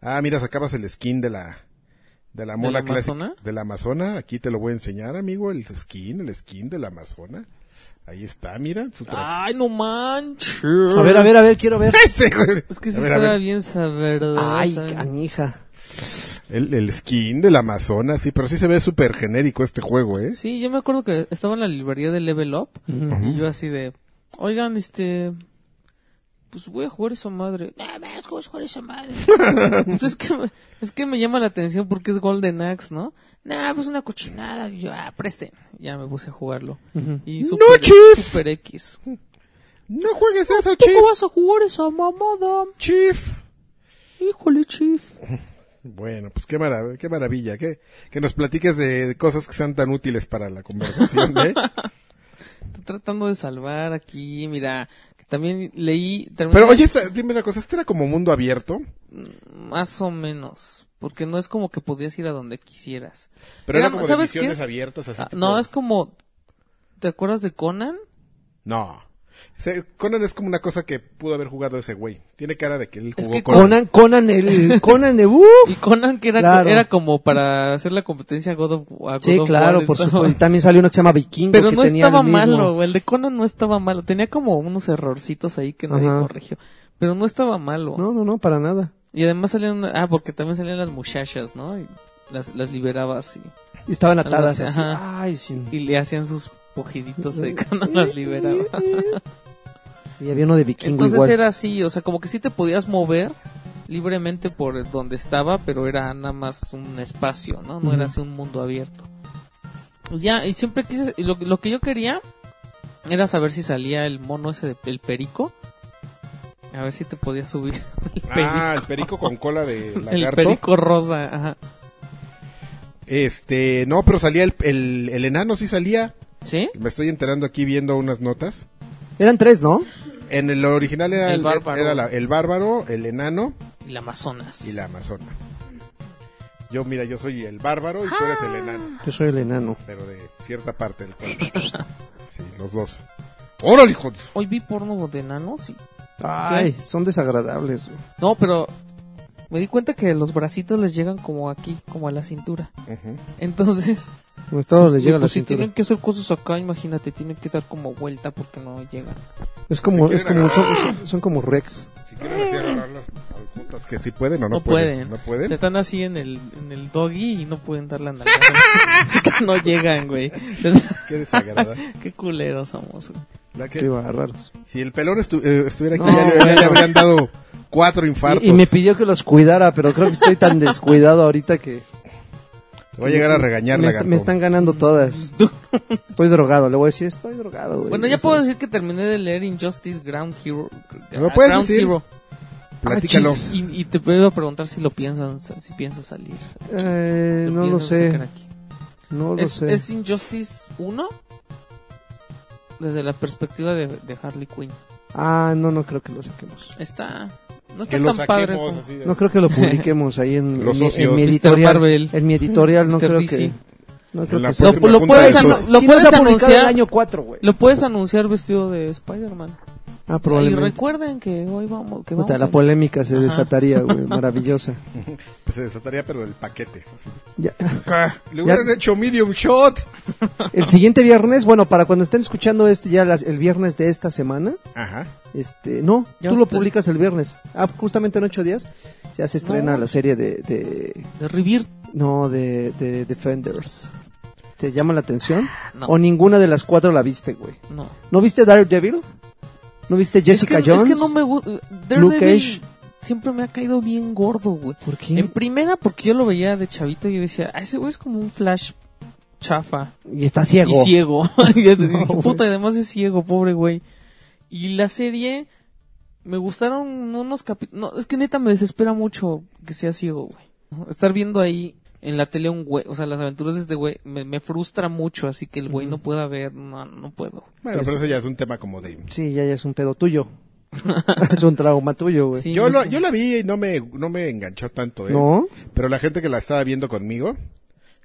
A: Ah, mira, sacabas el skin de la, de la
B: ¿De
A: mona
B: la
A: clásica-
B: Amazona?
A: De la Amazona. Aquí te lo voy a enseñar, amigo, el skin, el skin de la Amazona. Ahí está, mira, su traje.
B: ¡Ay, no manches!
D: A ver, a ver, a ver, quiero ver.
A: Ese, güey.
B: Es que
A: A
B: sí
A: ver, a
B: estaba
A: ver.
B: bien sabrosa.
D: Ay, canija.
A: El, el skin de la Amazona, sí, pero sí se ve súper genérico este juego, ¿eh?
B: Sí, yo me acuerdo que estaba en la librería de Level Up y yo así de, oigan, este, pues voy a jugar esa madre. "Ah, vas, ¿cómo vas a jugar esa madre? Entonces, es, que me, es que me llama la atención porque es Golden Axe, ¿no? Nah, pues una cochinada. Y yo, ah, presten. Ya me puse a jugarlo. Y super,
A: Chief!
B: super X.
A: No juegues eso,
B: ¿Cómo
A: Chief.
B: vas a jugar esa mamada?
A: Chief.
B: Híjole, Chief.
A: Bueno, pues qué, marav- qué maravilla, que, que nos platiques de cosas que sean tan útiles para la conversación, ¿eh?
B: Estoy tratando de salvar aquí, mira. Que también leí...
A: Pero
B: terminé-
A: oye, esta- dime una cosa, ¿este era como mundo abierto?
B: Más o menos. Porque no es como que podías ir a donde quisieras.
A: Pero era,
B: Era-
A: como de
B: ¿sabes qué
A: misiones
B: es?
A: abiertas, así
B: Ah,
A: tipo-
B: no, es como. ¿Te acuerdas de Conan?
A: No. Se- Conan es como una cosa que pudo haber jugado ese güey. Tiene cara de que él
B: Es
A: jugó
B: que
A: Conan.
D: Conan, Conan, el Conan de uh,
B: Y Conan, que era,
D: Claro.
B: era como para hacer la competencia a God of, a God
D: Sí,
B: of
D: claro,
B: War,
D: por
B: estaba-
D: supuesto. Y también salió uno que se llama Vikingo.
B: Pero
D: que
B: no
D: tenía
B: estaba
D: el mismo.
B: malo, güey, El de Conan no estaba malo. Tenía como unos errorcitos ahí que nadie
D: Ajá.
B: corrigió. Pero no estaba malo.
D: No, no, no, para nada.
B: Y además salían. Ah, porque también salían las muchachas, ¿no? Y las, las liberabas y,
D: Y estaban
B: Algo
D: atadas
B: así,
D: así.
B: Ah, ajá.
D: Ay, sí.
B: y le hacían sus pujiditos de cuando las liberaba.
D: Sí, había uno de Vikingo
B: Entonces
D: igual.
B: era así, o sea, como que sí te podías mover libremente por donde estaba, pero era nada más un espacio, ¿no? No era
D: Ujú.
B: así un mundo abierto. Y Ya, y siempre quise, y lo, lo que yo quería era saber si salía el mono ese de, el perico. A ver si te podías subir el perico.
A: Ah, el perico con cola de
B: el
A: lagarto.
B: perico rosa, ajá.
A: Este, no, pero salía el, el, el enano, sí salía.
B: ¿Sí?
A: Me estoy enterando aquí viendo unas notas.
D: Eran tres, ¿no?
A: En el original era
B: El
A: el,
B: bárbaro.
A: era la- el bárbaro, el enano
B: Y la Amazonas.
A: y la amazona. Yo, mira, yo soy el bárbaro y tú eres el enano,
D: Yo soy el enano.
A: pero de cierta parte del cuerpo. Sí, los dos. ¡Órale, hijo! de su-
B: Hoy vi porno de enanos y
D: Ay, son desagradables. güey.
B: No, pero me di cuenta que los bracitos les llegan como aquí, como a la cintura.
A: Ujú.
B: Entonces,
D: Como todos les llega
B: pues
D: la
B: si
D: cintura.
B: tienen que hacer cosas acá, imagínate, tienen que dar como vuelta porque no llegan.
D: Es como,
A: Si
D: es
A: quieren
D: como, son, son- son como Rex.
A: Si quieren así agarrar las putas que sí pueden o no,
B: No pueden.
A: No pueden.
B: Están así en el, en el doggy y no pueden dar la nalgada. no llegan, güey.
A: Qué desagradable.
B: Qué culeros somos. güey.
A: La que-
D: Qué bárbaros.
A: Si el pelón estu- eh, estuviera aquí,
D: No,
A: ya, le- ya
D: bueno.
A: le habrían dado cuatro infartos.
D: Y, y me pidió que los cuidara, pero creo que estoy tan descuidado ahorita que
A: Voy a llegar a regañar,
D: me,
A: la
D: est- me están ganando todas. Estoy drogado, le voy a decir, estoy drogado.
A: Pues,
D: güey.
B: Bueno, ya
D: sabes.
B: puedo decir que terminé de leer Injustice Ground Hero.
A: ¿Lo
B: ah,
A: puedes
B: Ground
A: decir?
B: Zero.
A: Platícalo.
D: Ah, chis.
B: Y, y te puedo preguntar si lo piensan, si piensa salir.
D: Eh,
B: Lo
D: no lo
B: piensan sacar
D: sé,
B: aquí.
D: no lo
B: ¿Es,
D: sé.
B: es Injustice 1? Desde la perspectiva de, de Harley Quinn.
D: Ah, no, no creo que lo saquemos.
B: Está. No
A: que
B: está
A: lo
B: tan padre.
A: saquemos
B: como-
A: así. de-
D: No creo que lo publiquemos ahí en,
A: Los
D: en mi- en
A: socios.
D: mi
B: Mr.
D: editorial.
B: Marvel.
D: En mi editorial no
B: Mr.
D: creo
B: DC.
D: que... No creo
A: la
D: que
A: próxima
D: sea.
B: Lo- lo
A: junta
B: puedes
A: de
B: ano-
A: esos.
B: lo
D: Si no
B: puedes
D: se ha publicado
B: anunciar-
D: el año 4, güey.
B: Lo puedes anunciar vestido de Spider-Man.
D: Ah,
B: Y
D: probablemente.
B: recuerden que hoy vamos. Que
D: Puta,
B: vamos
D: la
B: a-
D: polémica se
B: Ajá.
D: desataría, güey, maravillosa.
A: Pues se desataría, pero del paquete. Así.
D: Ya. Ah,
A: Le hubieran hecho medium shot.
D: El siguiente viernes, bueno, para cuando estén escuchando este ya las- el viernes de esta semana,
A: Ajá.
D: este, no,
B: Ya
D: tú lo
B: está.
D: publicas el viernes. Ah, justamente en ocho días ya se estrena
B: No.
D: la serie de, de-
B: De Revir.
D: no, de, de Defenders. ¿Te llama la atención?
B: no.
D: O ninguna de las cuatro la viste, güey.
B: No.
D: ¿No viste Daredevil? ¿No viste Jessica
B: es que,
D: Jones?
B: Es que no me gusta.
D: Luke
B: Daredevil
D: Cage.
B: siempre me ha caído bien gordo, güey.
D: ¿Por qué?
B: En primera, porque yo lo veía de chavito y yo decía, ah, ese güey es como un flash chafa.
D: Y está ciego.
B: Y ciego. Y yo dije,
D: No, güey.
B: puta, y además es ciego, pobre güey. Y la serie, me gustaron unos capítulos. No, es que neta me desespera mucho que sea ciego, güey. Estar viendo ahí en la tele un güey, o sea, las aventuras de este güey, me, me frustra mucho, así que el güey no pueda ver, no, no puedo.
A: Bueno, pero eso ya es un tema como de...
D: Sí, ya, ya es un pedo tuyo. es un trauma tuyo, güey.
B: Sí,
A: Yo,
B: no
A: lo-
B: puedo.
A: yo la vi y no me, no me enganchó tanto, ¿eh?
D: ¿No?
A: Pero la gente que la estaba viendo conmigo,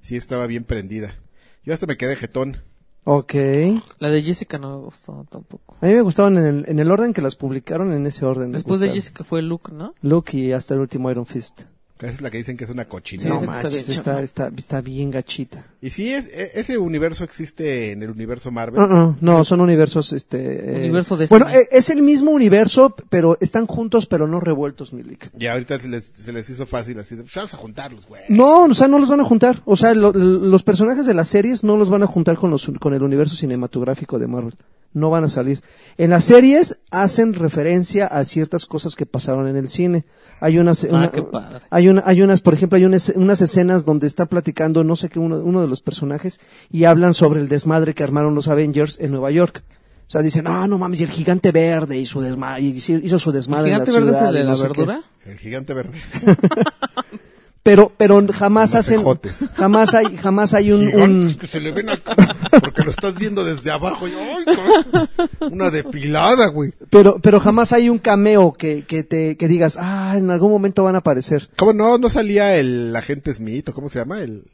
A: sí estaba bien prendida. Yo hasta me quedé jetón.
D: Ok. A
B: La de Jessica no me gustó tampoco.
D: mí me gustaron en el, en el orden que las publicaron, en ese orden. me
B: Después de
D: gustaron.
B: Jessica fue Luke, ¿no?
D: Luke y hasta el último Iron Fist.
A: Esa es la que dicen que es una
B: Sí,
A: cochinada.
D: no
B: esa que está
D: manches,
B: bien
D: está,
B: chata.
D: está, está bien gachita.
A: Y sí, es, e- ese universo existe en el universo Marvel.
D: Ah, ah, no, son universos, este... eh,
B: Universo de
D: Bueno,
B: Destiny.
D: eh, es el mismo universo, pero están juntos, pero no revueltos, Milik.
A: Y ahorita se les, se les hizo fácil así de, "Pues vamos a juntarlos, güey.
D: No, o sea, no los van a juntar. O sea, lo- lo- los personajes de las series no los van a juntar con, los, con el universo cinematográfico de Marvel. No van a salir. En las series hacen referencia a ciertas cosas que pasaron en el cine. Hay unas,
B: Ah,
D: una-
B: qué padre.
D: hay una, hay unas, por ejemplo, hay unas, unas escenas donde está platicando, no sé qué, uno, uno de los personajes y hablan sobre el desmadre que armaron los Avengers en Nueva York. O sea, dicen, ah, no mames, y el gigante verde y su desma- y hizo hizo su
B: ¿El
D: desmadre en la
B: gigante verde es
D: ciudad
B: el de
D: y no
B: la
D: sé qué".
B: verdura?
A: El gigante verde.
D: Pero, pero jamás
A: Los
D: hacen,
A: ejotes.
D: jamás hay, jamás hay un,
A: Gigantes
D: un-
A: que se le ven acá, porque lo estás viendo desde abajo. Y, ¡ay, cabrón! una depilada, güey.
D: pero, pero jamás hay un cameo que, que te, que digas, ah, en algún momento van a aparecer.
A: ¿Cómo no? ¿No salía el agente Smith o cómo se llama? El,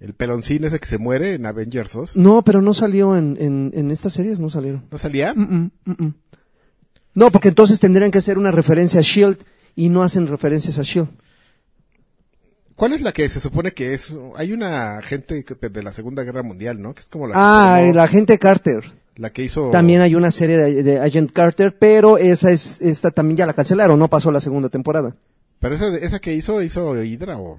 A: el peloncín ese que se muere en Avengers 2.
D: No, pero no salió en, en, en estas series, no salieron.
A: ¿No salía?
D: Mm, mm, mm, mm. No, porque entonces tendrían que hacer una referencia a Shield E y no hacen referencias a Shield.
A: ¿Cuál es la que se supone que es? Hay una gente que- de la Segunda Guerra Mundial, ¿no? Oh. Que es como la que,
D: ah,
A: formó-
D: el agente Carter.
A: la que hizo...
D: También hay una serie de, de Agent Carter, pero esa es, esta también ya la cancelaron, no pasó la segunda temporada.
A: Pero esa, esa que hizo, hizo Hydra o...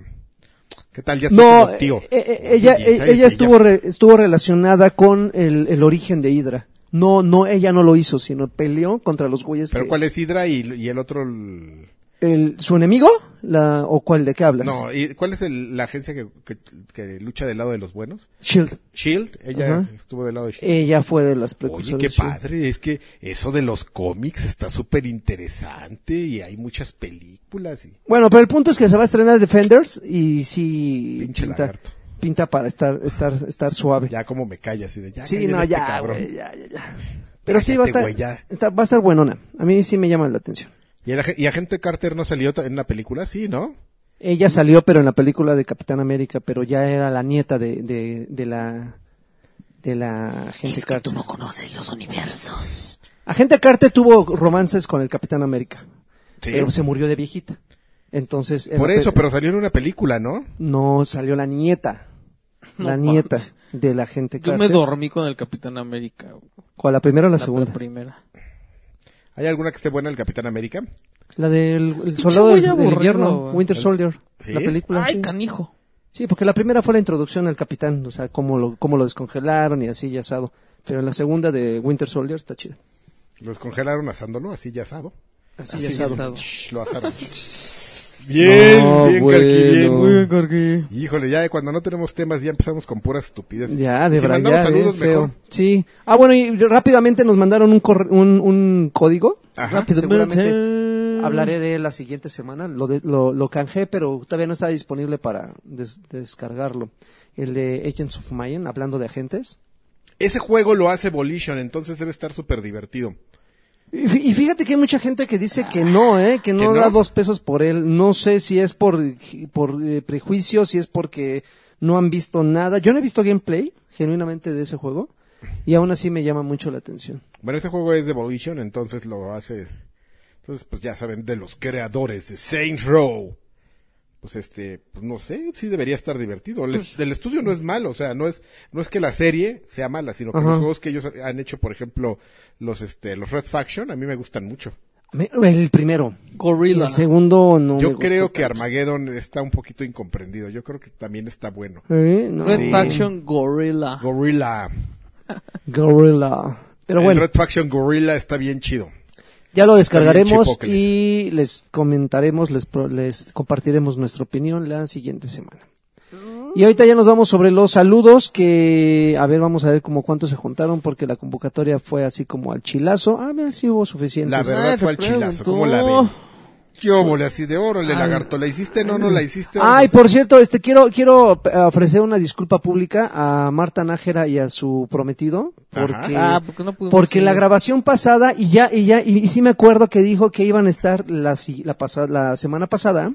A: ¿Qué tal? Ya estoy
D: No,
A: como tío.
D: eh, eh, ella,
A: Y- y-
D: eh,
A: y- y-
D: ella estuvo, re- estuvo relacionada con el, el origen de Hydra. No, no, ella no lo hizo, sino peleó contra los güeyes.
A: Pero
D: que-
A: ¿cuál es Hydra y, y el otro? el-
D: el- ¿Su enemigo? La, ¿O cuál? ¿De qué hablas?
A: No, eh. ¿y ¿cuál es el- la agencia que, que- que lucha del lado de los buenos?
D: Shield.
A: Shield, ella
D: Ajá.
A: estuvo del lado de Shield.
D: Ella fue de las
A: Oye,
D: precursoras.
A: qué
D: de Shield.
A: padre, es que eso de los cómics está súper interesante y hay muchas películas y
D: Bueno, pero el punto es que se va a estrenar Defenders y sí
A: Pinche
D: pinta,
A: lagarto.
D: pinta para estar, estar, estar suave.
A: ya como me calla así de ya.
D: sí,
A: cállenle
D: no,
A: a este
D: ya,
A: cabrón.
D: güey, ya, ya, ya. Pero sí va a
A: Cállate,
D: estar,
A: güey, ya.
D: está- va a estar buenona. A mí sí me llama la atención.
A: ¿Y, el, ag- y Agente Carter no salió ta- en una película? Sí, ¿no?
D: Ella salió, pero en la película de Capitán América, pero ya era la nieta de, de, de la de la gente
C: Es que tú
D: Carter.
C: no conoces los universos.
D: Agente Carter tuvo romances con el Capitán América,
A: Sí.
D: pero se murió de viejita. Entonces, en
A: Por
D: la
A: eso,
D: pe-
A: pero salió en una película, ¿no?
D: no salió la nieta, la
B: No, pa-
D: nieta de la gente
B: Yo
D: Carter.
B: me dormí con el Capitán América. güey.
D: ¿Cuál, la primera o la, segunda?
B: La primera.
A: ¿Hay alguna que esté buena el Capitán América?
D: La del el
B: Pinche
D: soldado
B: güey
D: del, del
B: aburrido,
D: invierno,
B: güey.
D: Winter Soldier,
A: ¿Sí?
D: la película.
B: Ay,
D: sí.
B: canijo.
D: Sí, porque la primera fue la introducción al capitán, o sea, cómo lo, cómo lo descongelaron y así y asado. Pero en la segunda de Winter Soldier está chida.
A: Los congelaron asándolo, así ya asado.
D: Así,
B: Así
D: y
B: ya
D: asado.
B: asado.
A: Shh, Lo asaron. bien,
D: No,
A: bien, Carqui, bien,
D: bueno.
A: muy bien.
B: Gorgui.
A: Híjole, ya eh, cuando no tenemos temas ya empezamos con puras estupideces.
D: Ya, de
A: Pues, si
D: verdad.
A: mandamos saludos mejor.
D: Sí. Ah, bueno, y rápidamente nos mandaron un, corre- un, un código.
A: Ajá.
D: Seguramente hablaré de él la siguiente semana. Lo, de- lo, lo canjeé, pero todavía no está disponible para des- descargarlo. El de Agents of Mayan, hablando de agentes.
A: Ese juego lo hace Volition, entonces debe estar súper divertido.
D: Y fí- y fíjate que hay mucha gente que dice que no, ¿eh? que no,
A: ¿Que no?
D: da dos pesos por él. No sé si es por, por eh, prejuicio, si es porque no han visto nada. Yo no he visto gameplay, genuinamente, de ese juego. Y aún así me llama mucho la atención.
A: Bueno, ese juego es de Volition, entonces lo hace. Entonces, pues ya saben, de los creadores de Saints Row. Pues este, pues no sé, sí debería estar divertido. El,
D: Pues,
A: es- el estudio no es malo, o sea, no es, no es que la serie sea mala, sino que
D: Ajá.
A: los juegos que ellos han hecho, por ejemplo, los este, los Red Faction, a mí me gustan mucho.
D: Me- El primero.
B: Gorilla.
D: El segundo no. me
A: Yo
D: gustó
A: creo que
D: tanto.
A: Armageddon está un poquito incomprendido, yo creo que también está bueno.
D: ¿Eh? No.
B: Red Faction Gorilla.
A: Gorilla.
D: Gorilla. Pero
A: El
D: bueno,
A: Red Faction Gorilla está bien chido.
D: ya lo
A: Está
D: descargaremos
A: bien
D: y les comentaremos, les, pro- les compartiremos nuestra opinión la siguiente semana. Y ahorita ya nos vamos sobre los saludos que, a ver, vamos a ver como cuántos se juntaron porque la convocatoria fue así como al chilazo. A ver si hubo suficiente.
A: La verdad
B: Ay, te
A: fue al chilazo, ¿cómo la
B: preguntó.
A: ven? Yo volé así de órale,
D: Ay.
A: lagarto, ¿la hiciste? No, no la hiciste.
D: Ay,
A: Vamos Ah, a-
D: por cierto, este quiero quiero eh, ofrecer una disculpa pública a Marta Nájera y a su prometido porque
B: Ah, porque no pudimos
D: porque
B: ir.
D: la grabación pasada y ya y ya y, y sí me acuerdo que dijo que iban a estar la si- la pasa- la semana pasada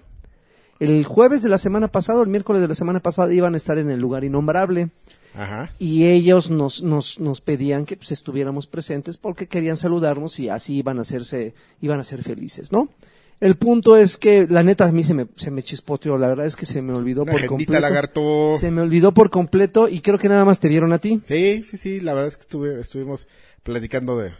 D: el jueves de la semana pasada, o el miércoles de la semana pasada iban a estar en el lugar innombrable
A: Ajá.
D: y ellos nos nos nos pedían que pues, estuviéramos presentes porque querían saludarnos y así iban a hacerse iban a ser felices, ¿no? El punto es que la neta a mí se me se me chispoteó, la verdad es que se me olvidó
A: Una
D: por
A: agendita,
D: completo.
A: lagarto.
D: Se me olvidó por completo y creo que nada más te vieron a ti.
A: Sí, sí, sí, la verdad es que estuve, estuvimos platicando de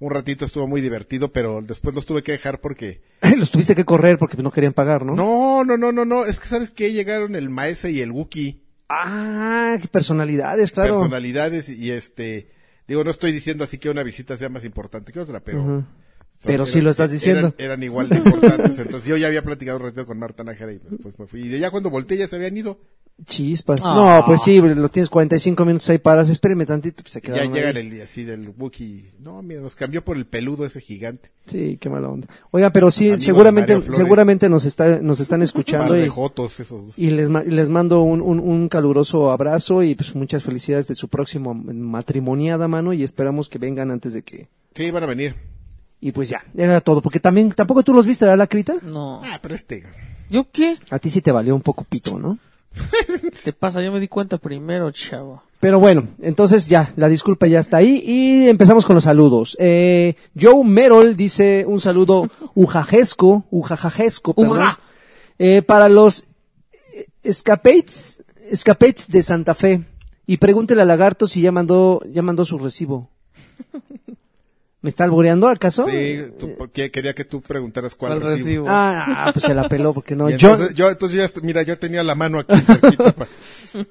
A: un ratito, estuvo muy divertido, pero después los tuve que dejar porque...
D: Los tuviste que correr porque pues, no querían pagar, ¿no?
A: No, no, no, no, no, es que sabes que llegaron el Maese y el Wookie,
D: Ah, qué personalidades, claro.
A: personalidades y este... Digo, no estoy diciendo así que una visita sea más importante que otra, pero...
D: Ujú.
A: son-
D: Pero sí lo estás diciendo.
A: Eran, eran igual de importantes. Entonces yo ya había platicado un ratito con Marta Nájera y después me fui. Y ya cuando volteé ya se habían ido.
D: Chispas.
B: Ah.
D: No, pues sí, los tienes 45 minutos ahí paras, espérame tantito, pues se
A: Y ya
D: quedaron ahí.
A: llega el así del Wookiee. No, mira, nos cambió por el peludo ese gigante.
D: Sí, qué mala onda. Oiga, pero sí,
A: Amigo de
D: seguramente,
A: Mario Flores.
D: seguramente nos está, nos están
A: Par
D: escuchando
A: de
D: y,
A: jotos esos dos.
D: y les, ma- y les mando un, un, un caluroso abrazo y pues muchas felicidades de su próximo matrimoniada, mano, y esperamos que vengan antes de que.
A: Sí, van a venir.
D: Y pues ya, era todo, porque también, tampoco tú los viste, ¿verdad, la crita?
B: No.
A: Ah, pero este.
B: ¿Yo qué?
D: A ti sí te valió un poco pito, ¿no?
B: Se pasa, yo me di cuenta primero, chavo.
D: Pero bueno, entonces ya, la disculpa ya está ahí y empezamos con los saludos. Eh, Joe Merol dice un saludo ujajesco, ujajajesco, perdón,
B: Uja.
D: eh, para los eh, escapates, escapates de Santa Fe. Y pregúntele a Lagarto si ya mandó, ya mandó su recibo. ¿Me está alboreando acaso?
A: Sí, tú-
D: eh,
A: porque quería que tú preguntaras cuál,
B: ¿Cuál recibo?
D: Ah, ah, pues se la peló porque no.
A: Y
D: John-
A: entonces, yo, entonces yo ya, est- mira, yo tenía la mano aquí cerquita pa-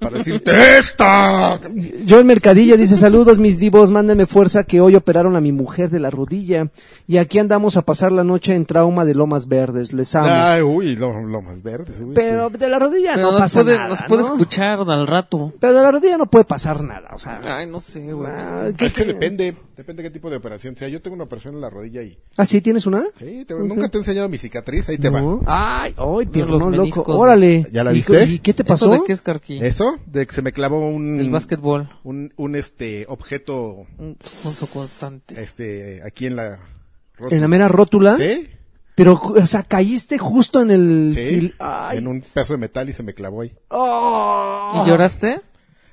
A: para decirte esta.
D: John Mercadillo dice saludos mis divos, mándenme fuerza que hoy operaron a mi mujer de la rodilla y aquí andamos a pasar la noche en trauma de Lomas Verdes, les amo.
A: Ay, uy, lo, lo más verde. uy,
D: pero de la rodilla
B: Pero
D: no
B: nos,
D: pasa
B: puede,
D: nada.
B: nos puede
D: ¿no?
B: escuchar al rato.
D: Pero de la rodilla no puede pasar nada, o sea.
B: Ay, no sé, güey.
D: ah,
A: sí.
D: ¿qué-
A: Es que
D: qué-
A: depende, depende qué tipo de operación sea. Yo tengo una operación en la rodilla y.
D: ¿Ah, sí tienes una?
A: Sí, te- nunca te he enseñado mi cicatriz, ahí te
D: No.
A: va.
D: Ay, ay, pierno
B: los
D: loco.
B: meniscos.
D: Órale.
A: ¿Ya la
D: ¿Y
A: viste?
D: qué- ¿Y, qué te
B: ¿Eso
D: pasó?
B: de qué es Carqui?
A: Eso, de que se me clavó un.
B: El básquetbol.
A: Un, un este, objeto,
B: Un punzo constante.
A: este, aquí en la.
D: En la mera rótula.
A: ¿Sí?
D: Pero, o sea, caíste justo en el.
A: Sí,
D: fil- Ay.
A: en un pedazo de metal y se me clavó ahí.
D: Oh.
B: ¿Y lloraste?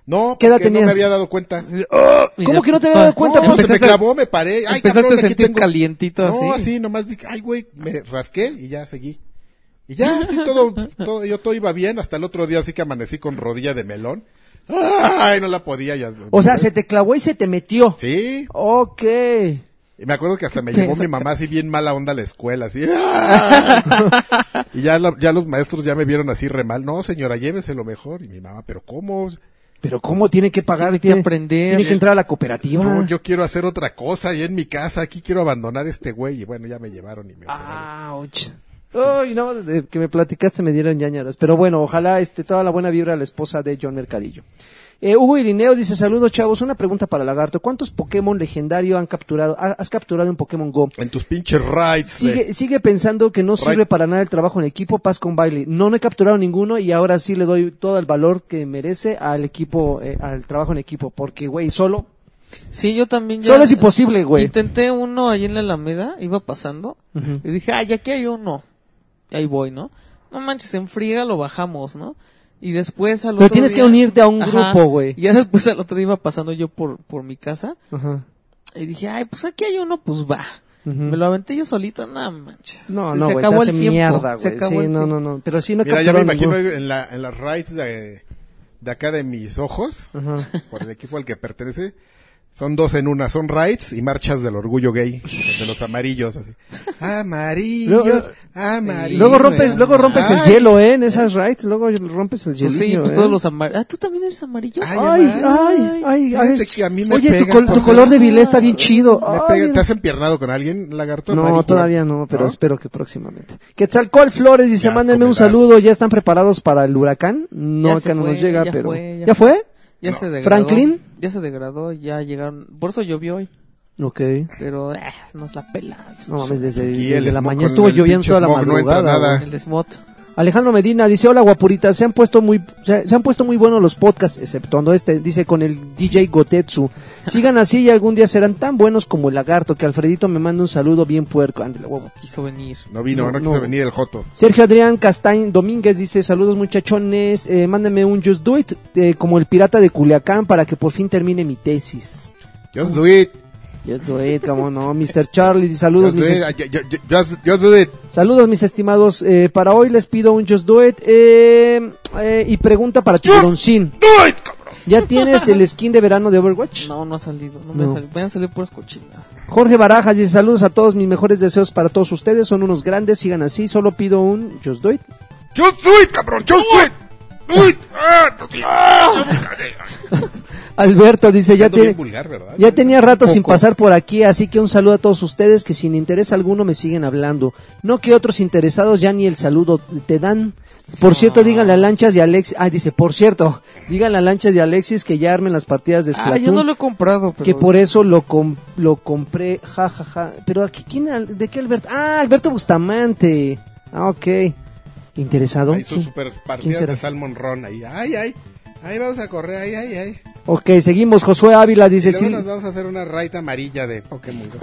A: No,
D: ¿Qué edad
A: porque no me
D: tenías?
A: había dado cuenta.
D: ¿Cómo que no te había dado cuenta?
A: No,
D: Pues
A: se me
B: empezaste-
A: clavó, me paré. Ay,
B: empezaste
A: cabrón,
B: a
A: aquí
B: sentir
A: tengo-
B: calientito
A: No,
B: así.
A: así, nomás dije, ay, güey, me rasqué y ya seguí. Y ya, así todo, todo, yo todo iba bien hasta el otro día, así que amanecí con rodilla de melón. Ay, no la podía ya.
D: O sea, se te clavó y se te metió.
A: Sí,
D: Ok.
A: y me acuerdo que hasta me
B: Qué
A: llevó
B: pesa-
A: mi mamá así bien mala onda a la escuela, así. ¡ah! y ya, la- ya los maestros ya me vieron así re mal. No, señora, llévese lo mejor. Y mi mamá, pero ¿cómo?
D: Pero ¿cómo tiene que pagar?
B: Tiene que aprender.
D: Tiene que entrar a la cooperativa.
A: No, yo quiero hacer otra cosa y en mi casa, aquí quiero abandonar este güey. Y bueno, ya me llevaron y me operaron.
D: Ah. Ouch. Ay, no, de que me platicaste me dieron ñañaras. Pero bueno, ojalá este, toda la buena vibra a la esposa de John Mercadillo. Eh, Hugo Irineo dice, saludos chavos, una pregunta para Lagarto. ¿Cuántos Pokémon legendario han capturado, ha- has capturado en Pokémon GO?
A: En tus pinches rides.
D: Sigue, sigue pensando que no
A: Right.
D: sirve para nada el trabajo en equipo, paz con baile. No, no he capturado ninguno y ahora sí le doy todo el valor que merece al equipo, eh, al trabajo en equipo. Porque, güey, solo,
B: Sí, yo también ya.
D: solo es imposible, güey.
B: Intenté uno ahí en la Alameda, iba pasando.
D: Ujú.
B: Y dije, ay, aquí hay uno. Y ahí voy, ¿no? No manches, en friega lo bajamos, ¿no? Y después al
D: Pero
B: otro
D: tienes que
B: día-
D: unirte a un grupo, güey.
B: Y Ya después al otro día iba pasando yo por, por mi casa.
D: Ajá.
B: Y dije, ay, pues aquí hay uno, pues va.
D: Ujú.
B: Me lo aventé yo solito, no manches.
D: No,
B: Se-
D: no,
B: se
D: güey, te
B: acabó
D: hace
B: el tiempo,
D: mierda,
B: se
D: güey.
B: acabó
D: Sí,
B: el
D: no,
B: tiempo.
D: no, no. Pero sí no
A: Mira, ya me
D: capturaron
A: imagino
D: ninguno.
A: en, la, en las rides de, de acá de mis ojos,
D: Ajá.
A: por el equipo al que pertenece, son dos en una, son rides y marchas del orgullo gay, de los amarillos, así. Amarillos,
D: Luego- eh,
A: amarillos.
D: Luego rompes,
B: güey.
D: luego rompes el
A: Ay,
D: hielo, ¿eh? En esas rides, luego rompes el hielo.
B: Pues sí, pues todos los amarillos. Ah, tú también eres amarillo.
A: Ay,
D: ¿eh? Ay, ay,
A: ay,
D: ay, ay.
A: fíjate que a mí me
D: Oye, tu,
A: pegan
D: col-
A: por
D: tu
A: ser-
D: color de bilé está bien chido.
A: Me
D: Ay,
A: pega-
D: mira.
A: ¿Te has empiernado con alguien, lagarto?
D: No,
A: amarillo?
D: todavía no, pero espero que próximamente. Quetzalcóatl Flores dice,
A: Ya
D: mándenme un
A: comerás".
D: saludo, ¿ya están preparados para el huracán? No,
B: Ya
D: acá
B: se
D: no
B: fue,
D: nos llega,
B: ya
D: pero...
B: fue,
D: ¿Ya,
B: ya
D: fue?
B: Ya
A: No.
B: se degradó.
D: ¿Franklin?
B: Ya se degradó, ya llegaron. Por eso llovió hoy.
D: Ok.
B: Pero eh, nos la pela.
D: No mames, desde,
A: Aquí
D: desde
A: el
D: la
A: smog
D: mañana
A: con
D: estuvo
A: el
D: lloviendo
A: pinche
D: toda la
A: smog no entra
D: madrugada.
A: nada.
D: güey.
B: Ah. El smot.
D: Alejandro Medina dice, hola guapuritas, se han puesto muy se, se han puesto muy buenos los podcasts, exceptuando este, dice con el DJ Gotetsu. Sigan así y algún día serán tan buenos como el lagarto, que Alfredito me manda un saludo bien puerco. Ándale, huevo.
B: quiso venir.
A: No vino,
D: No,
A: no,
D: no.
A: quiso venir el Joto.
D: Sergio Adrián Castañ Domínguez dice, saludos muchachones, eh, mándenme un Just Do It, eh, como el pirata de Culiacán, para que por fin termine mi tesis.
A: Just do it.
D: Just Do It, cómo no. Mr. Charlie, saludos,
A: Just
D: mis,
A: do
D: est-
A: it. Ay, yo- yo- just- just do it.
D: saludos mis estimados. Eh, para hoy les pido un Just Do It eh, eh, y pregunta para Tiburoncín.
A: Do it, cabrón.
D: ¿Ya tienes el skin de verano de Overwatch?
B: No, no ha salido. No me
D: No.
B: ha salido. Van a salir puras cochinas.
D: Jorge Barajas dice saludos a todos, mis mejores deseos para todos ustedes, son unos grandes, sigan así, solo pido un Just Do It.
A: Just do it, cabrón. Just do it. Do it. Ah, tú sí. Ah, yo te cagué.
D: Alberto dice, ya,
A: Ando bien
D: te-
A: vulgar, ¿verdad?
D: ya tenía rato
A: Un
D: sin
A: poco.
D: pasar por aquí, así que un saludo a todos ustedes que sin interés alguno me siguen hablando. No que otros interesados ya ni el saludo te dan. Por cierto, díganle a Lanchas y Alexis, ah, dice, por cierto, díganle a Lanchas y Alexis que ya armen las partidas de
B: Ah,
D: Splatoon.
B: yo no lo he comprado, pero...
D: que por eso lo com- lo compré, jajaja. Pero aquí, ¿quién, al- ¿de qué Alberto? Ah, Alberto Bustamante. Ah, ok. ¿Interesado?
A: Ahí sus
D: Sí.
A: super
D: ¿Quién
A: partidas
D: será?
A: de Salmon Ron ahí. Ay, ay. Ahí vamos a correr, ay, ay, ay.
D: Ok, seguimos. Josué Ávila
A: Y
D: dice,
A: luego
D: sí, Ah,
A: nos vamos a hacer una raita amarilla de Pokémon Go.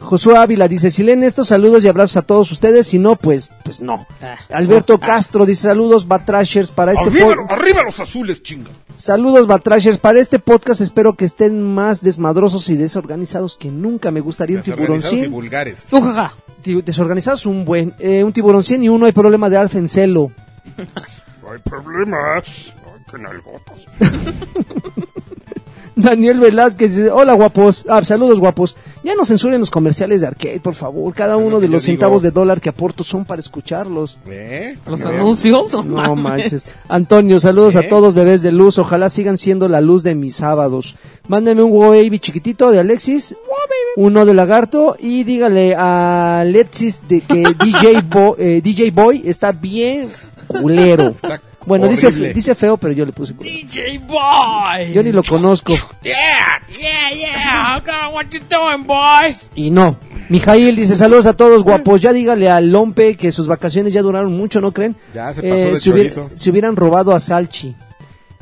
D: Josué Ávila dice, si leen estos saludos y abrazos a todos ustedes, si no, pues, pues no.
B: Ah.
D: Alberto Castro dice, saludos Batrashers para este
A: arriba,
D: podcast.
A: arriba los azules, chinga.
D: Saludos Batrashers para este podcast, espero que estén más desmadrosos y desorganizados que nunca. Me gustaría un
A: Desorganizados y
D: tiburoncín.
A: vulgares.
B: Ujaja.
D: Ti- Desorganizados un buen, eh, un tiburoncín y uno hay problema de Alfa en celo.
E: No hay problema. Ay, que nalgotas.
D: Daniel Velázquez dice, hola guapos, ah, saludos guapos, ya no censuren los comerciales de arcade, por favor, cada
A: Es lo
D: uno
A: que
D: de
A: yo
D: los
A: digo.
D: centavos de dólar que aporto son para escucharlos.
A: ¿Eh?
B: Los
A: Para que
B: anuncios, no,
D: No
B: mames.
D: manches. Antonio, saludos a
A: ¿Eh?
D: todos bebés de luz, ojalá sigan siendo la luz de mis sábados. Mándenme un wow baby chiquitito de Alexis, uno de lagarto y dígale a Alexis de que DJ, Bo- eh, DJ Boy está bien culero.
A: vean. Está
D: Bueno, dice,
A: horrible.
D: dice feo, pero yo le puse culero.
B: DJ Boy.
D: Yo ni lo conozco.
E: Yeah.
B: Yeah, yeah. Okay, what you doing, boy?
D: Y no. Mijail dice saludos a todos guapos. Ya dígale al Lompe que sus vacaciones ya duraron mucho, ¿no creen?
A: Ya, se pasó de
D: si, hubiera-
A: chorizo.
D: si hubieran robado a Salchi.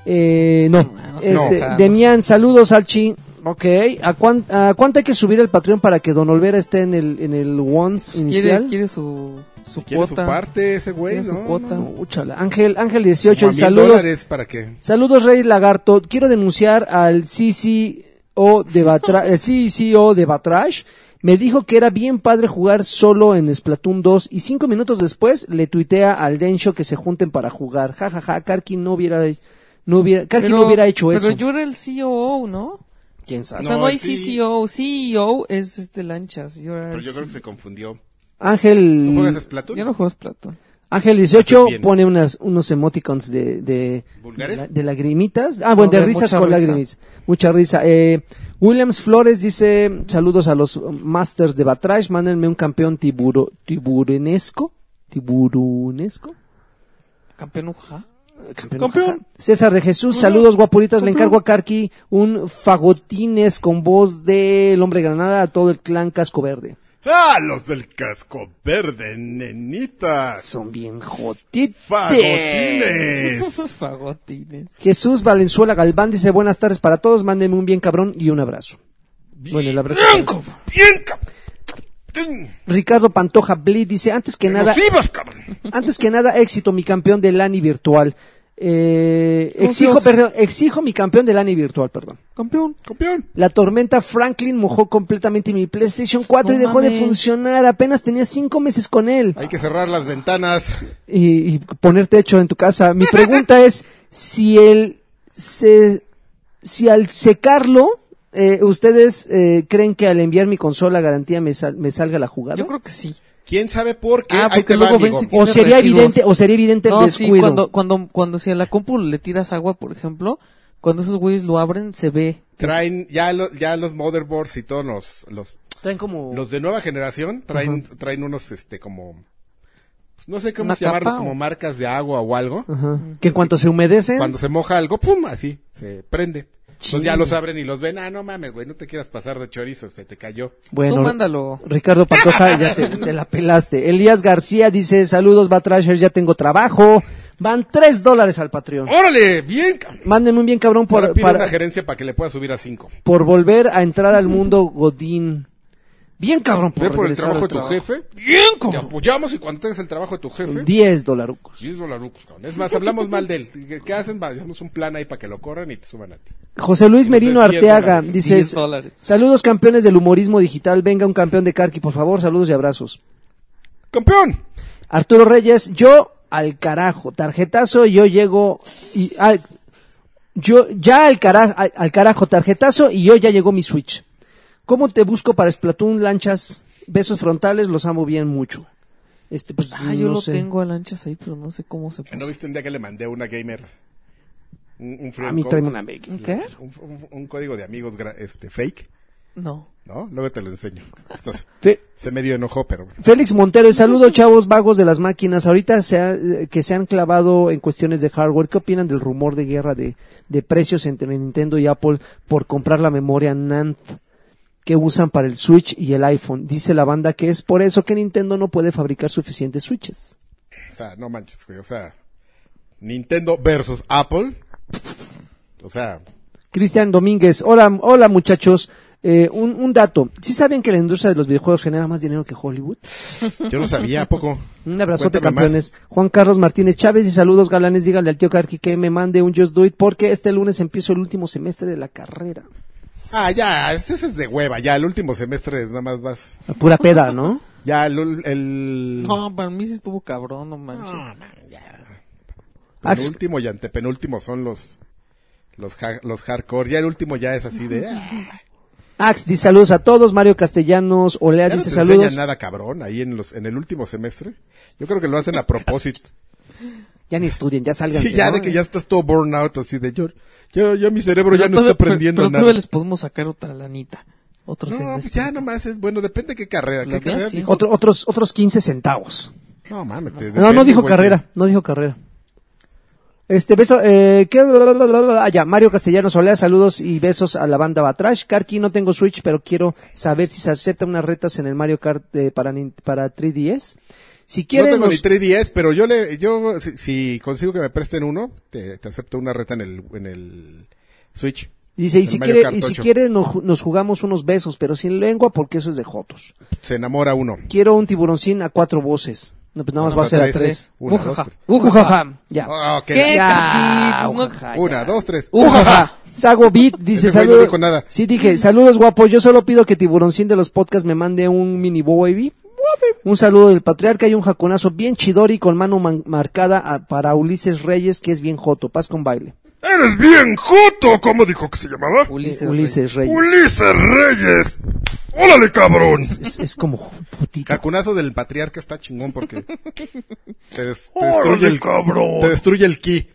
D: Eh, no.
B: Ah, No, no se
D: Este,
A: ah,
B: enoja, no
D: Demian, saludos Salchi. Ok, ¿A, cuán- a cuánto hay que subir el Patreon para que Don Olvera esté en el, en el once
B: Quiere,
D: inicial?
B: quiere su, su
A: Quiere su
B: cuota.
A: parte ese güey,
B: Tiene su
A: ¿no?
B: cuota.
A: No,
D: No, chala. Ángel, Ángel
A: Como
D: 18,
A: a mil
D: saludos.
A: dólares para que
D: Saludos, Rey Lagarto. Quiero denunciar al CCO de Batra- el CCO de Batrash. Me dijo que era bien padre jugar solo en Splatoon 2 y cinco minutos después le tuitea al Densho que se junten para jugar. Ja, ja, ja. Karki no hubiera, no hubiera, Karki no hubiera hecho
B: pero
D: eso.
B: yo era el COO, ¿no?
D: ¿Quién sabe?
B: o sea,
A: No,
B: no hay
A: sí.
B: CCO. CEO es este lanchas. Yo, era
A: pero
B: el
A: yo creo
B: C-
A: que se confundió. ¿Tú juegas a
D: Ángel,
A: Splatoon?
B: yo no juego Splatoon.
D: Ángel 18
A: Haces bien.
D: pone unas, unos emoticons de, de,
A: ¿Vulgares?
D: de, de lagrimitas. Ah, bueno,
B: No,
D: de,
B: de
D: risas
B: mucha
D: con
B: risa.
D: lagrimitas. Mucha risa. Eh, Williams Flores dice, saludos a los masters de Batrash, mándenme un campeón tiburo, tiburonesco. Tiburonesco.
B: Campeón UJA.
D: Campeón.
A: Campeón.
D: jaja. César de Jesús, saludos guapuritas, le encargo a Karki un fagotines con voz del hombre granada a todo el clan casco verde.
A: ¡Ah, los del casco verde, nenitas!
D: Son bien jotitos.
A: ¡Fagotines!
B: Fagotines.
D: Jesús Valenzuela Galván dice buenas tardes para todos, mándenme un bien cabrón y un abrazo. Bueno, el abrazo.
A: ¡Blanco! ¡Bien, cabrón!
D: Ricardo Pantoja Blit dice antes que nada,
A: ¡Los ibas, cabrón!
D: antes que nada éxito mi campeón del ANI virtual. Eh,
B: Un
D: exijo,
B: dios.
D: perdón, exijo mi campeón del ANI virtual, perdón.
B: Campeón.
A: ¡Campeón!
D: La tormenta Franklin mojó completamente mi PlayStation 4
B: No
D: y dejó de
B: mames.
D: funcionar. Apenas tenía cinco meses con él.
A: Hay que cerrar las ventanas.
D: y, y poner techo en tu casa. Mi pregunta es si el se- si al secarlo eh, ustedes eh, creen que al enviar mi consola a garantía me, sal- me salga la jugada.
B: Yo creo que sí.
A: ¿Quién sabe por qué?
B: Ah,
A: Ahí
B: porque
A: te va,
B: luego
A: amigo.
B: ven si-
D: o
B: tiene
D: sería
B: residuos.
D: evidente o sería evidente el
B: No, sí,
D: descuido.
B: cuando, cuando, cuando si a la compu le tiras agua, por ejemplo, cuando esos güeyes lo abren, se ve.
A: Traen, ya, lo- ya los motherboards y todos los, los,
D: Traen como
A: los de nueva generación traen, traen unos, este, como, pues, no sé cómo
B: ¿Una
A: llamarlos,
B: capa o?
A: como marcas de agua o algo.
D: Ajá. que en cuanto se humedecen
A: Cuando se moja algo, pum, así, se prende. Entonces
D: Chin.
A: ya los abren y los ven, ah, no mames, güey, no te quieras pasar de chorizo, se te cayó.
B: Tú
D: bueno
B: mándalo.
D: Ricardo Pantoja, ya te, te la pelaste. Elías García dice, saludos Batrashers, ya tengo trabajo. Van tres dólares al Patreon.
B: Ah. Eh.
A: ¡Órale! ¡Bien! cabrón!
D: Mándenme un bien cabrón por,
A: Ahora pide
D: para-
A: una gerencia para que le pueda subir a cinco.
D: por volver a entrar al mundo Godín. Bien cabrón por,
A: Ve por el
D: regresar
A: trabajo de
D: al
A: tu jefe.
B: Bien,
A: Te apoyamos y cuando tengas el trabajo de tu jefe.
D: 10 dolarucos.
A: 10 dolarucos, cabrón. pues, Es más, hablamos mal de él. ¿Qué- ¿Qué hacen? Va, Hacemos un plan ahí para que lo corran y te suban a ti.
D: José Luis Merino
A: Entonces, 10
D: Arteaga
A: dólares.
D: dice,
B: 10 dólares.
D: saludos campeones del humorismo digital, venga un campeón de Karki, por favor, saludos y abrazos.
A: ¡Campeón!
D: Arturo Reyes, yo al carajo, tarjetazo, yo llego y al- yo ya al carajo, al, al carajo, tarjetazo y yo ya llegó mi Switch. ¿Cómo te busco para Splatoon lanchas? Besos frontales, los amo bien mucho. Este pues
B: Ah, yo
D: no
B: lo
D: sé.
B: tengo a lanchas ahí, pero no sé cómo se puso.
A: ¿No viste un día que le mandé a una gamer? Un, un friend
D: A mí
A: code.
D: tráeme una Mega.
B: ¿Qué?
A: pues, Un, un- un código de amigos gra- este, fake,
B: No.
A: ¿no? Luego te lo enseño. Estás-
D: Fe-
A: se medio enojó, pero...
D: Félix Montero, saludo chavos vagos de las máquinas. Ahorita se ha- eh, que se han clavado en cuestiones de hardware, ¿qué opinan del rumor de guerra de, de precios entre Nintendo y Apple por comprar la memoria NAND que usan para el Switch y el iPhone? Dice la banda que es por eso que Nintendo no puede fabricar suficientes Switches.
A: O sea, no manches, güey. O sea, Nintendo versus Apple. O sea,
D: Cristian Domínguez, hola, hola muchachos. Eh, un, un dato, ¿sí saben que la industria de los videojuegos genera más dinero que Hollywood?
A: yo no sabía, ¿a poco?
D: Un abrazote,
A: Cuéntame más.
D: campeones. Juan Carlos Martínez Chávez y saludos, galanes. Díganle al tío Karki que me mande un Just Do It porque este lunes empiezo el último semestre de la carrera.
A: Ah, ya, ese ese es de hueva. Ya, el último semestre es nada más vas...
D: A pura peda, ¿no?
A: Ya, el... ul- el...
B: No, para mí sí estuvo cabrón, no
A: Ah,
B: manches.
D: Ax-
A: Penúltimo y antepenúltimo son los los ha- los hardcore. Ya el último ya es así de ah,
D: Ax dice saludos a todos. Mario Castellanos, Olea
A: "Ah, ya no
D: dice
A: te
D: saludos.
A: enseñan nada cabrón ahí en los en el último semestre. Yo creo que lo hacen a propósito.
D: Ya ni estudien, ya salgan.
A: Sí, ya de que ya estás todo burn out así de yo yo, yo mi cerebro ya no
B: todavía-
A: está aprendiendo
B: pero, pero
A: nada.
B: todavía les podemos sacar otra lanita. Otro
A: No, pues
B: semestre.
A: ya nomás es bueno, depende de qué carrera, qué
B: La mía
A: carrera
B: sí.
A: dijo.
D: Otro- otros, otros 15 centavos.
A: No mames, te-
D: No, no
A: depende,
D: dijo
A: güey,
D: carrera, no dijo carrera. Este beso, eh, ¿qué? Ah, ya, Mario Castellanos Olea, saludos y besos a la banda Batrash. Karki, no tengo Switch, pero quiero saber si se aceptan unas retas en el Mario Kart eh, para, nin- para 3DS. Si
A: que- No
D: quieren,
A: tengo ni
D: nos-
A: 3DS, pero yo le yo si, si consigo que me presten uno, te, te acepto una reta en el en el Switch.
D: Dice, y
A: El
D: si
A: Mario
D: quiere,
A: Kart
D: y si
A: 8.
D: quiere no- nos jugamos unos besos, pero sin lengua porque eso es de jotos.
A: Se enamora uno.
D: Quiero un tiburoncín a cuatro voces. No, pues nada más
A: Vamos
D: va a ser
A: tres.
D: a tres.
A: Una,
B: Ujaja.
A: dos, tres.
D: Ujaja. Ya.
A: Ah, ok. Ah,
B: ¿Qué?
D: Ya,
B: Capi, no-
D: ujaja, ya.
A: Una, dos, tres.
D: Ujaja. Sago Beat
A: Ah.
D: dice
A: Ese güey no
D: saludos.
A: dijo nada.
D: Sí, dije, saludos guapo. Yo solo pido que Tiburoncín de los podcasts me mande un mini baby. Un saludo del patriarca y un jaconazo bien chidori con mano man- marcada a- para Ulises Reyes, que es bien joto. Paz con baile.
E: ¡Eres bien joto! ¿Cómo dijo que se llamaba?
B: Ulises.
D: Eh, Ulises Reyes.
E: ¡Ulises Reyes! ¡Órale, cabrón!
D: Es, es como putito.
A: Cacunazo del patriarca está chingón porque te, des- te destruye
E: ¡Órale,
A: el
E: cabrón!
A: te destruye el ki.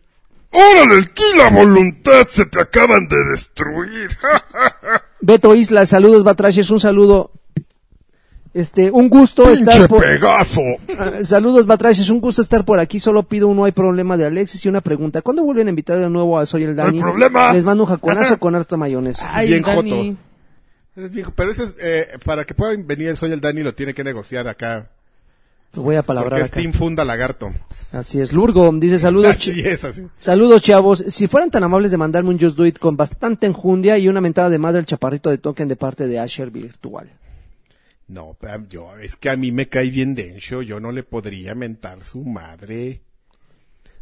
E: ¡Órale, el ki, la voluntad se te acaban de destruir! ¡Ja, ja, ja!
D: Beto Isla, saludos Batrashes, un saludo. Este, un gusto
E: ¡Pinche
D: estar por...
E: Pegaso!
D: Ah, Saludos, Batraches. Un gusto estar por aquí. Solo pido un no hay problema de Alexis y una pregunta. ¿Cuándo vuelven a invitar de nuevo a Soy el Dani?
E: hay problema.
D: Les mando un jaconazo con harta mayonesa.
B: Ay,
A: Bien
B: Dani.
A: joto. Es viejo, pero ese es, eh, para que pueda venir el Soy el Dani lo tiene que negociar acá.
D: Lo voy a palabrar
A: Porque
D: acá.
A: es Team Funda Lagarto.
D: Así es. Lurgo dice saludos. chi-
A: Así es, así.
D: Saludos, chavos. Si fueran tan amables de mandarme un Just Do It con bastante enjundia y una mentada de madre al chaparrito de token de parte de Asher Virtual.
A: No, Pam, yo, es que a mí me cae bien Dencho, yo no le podría mentar su madre.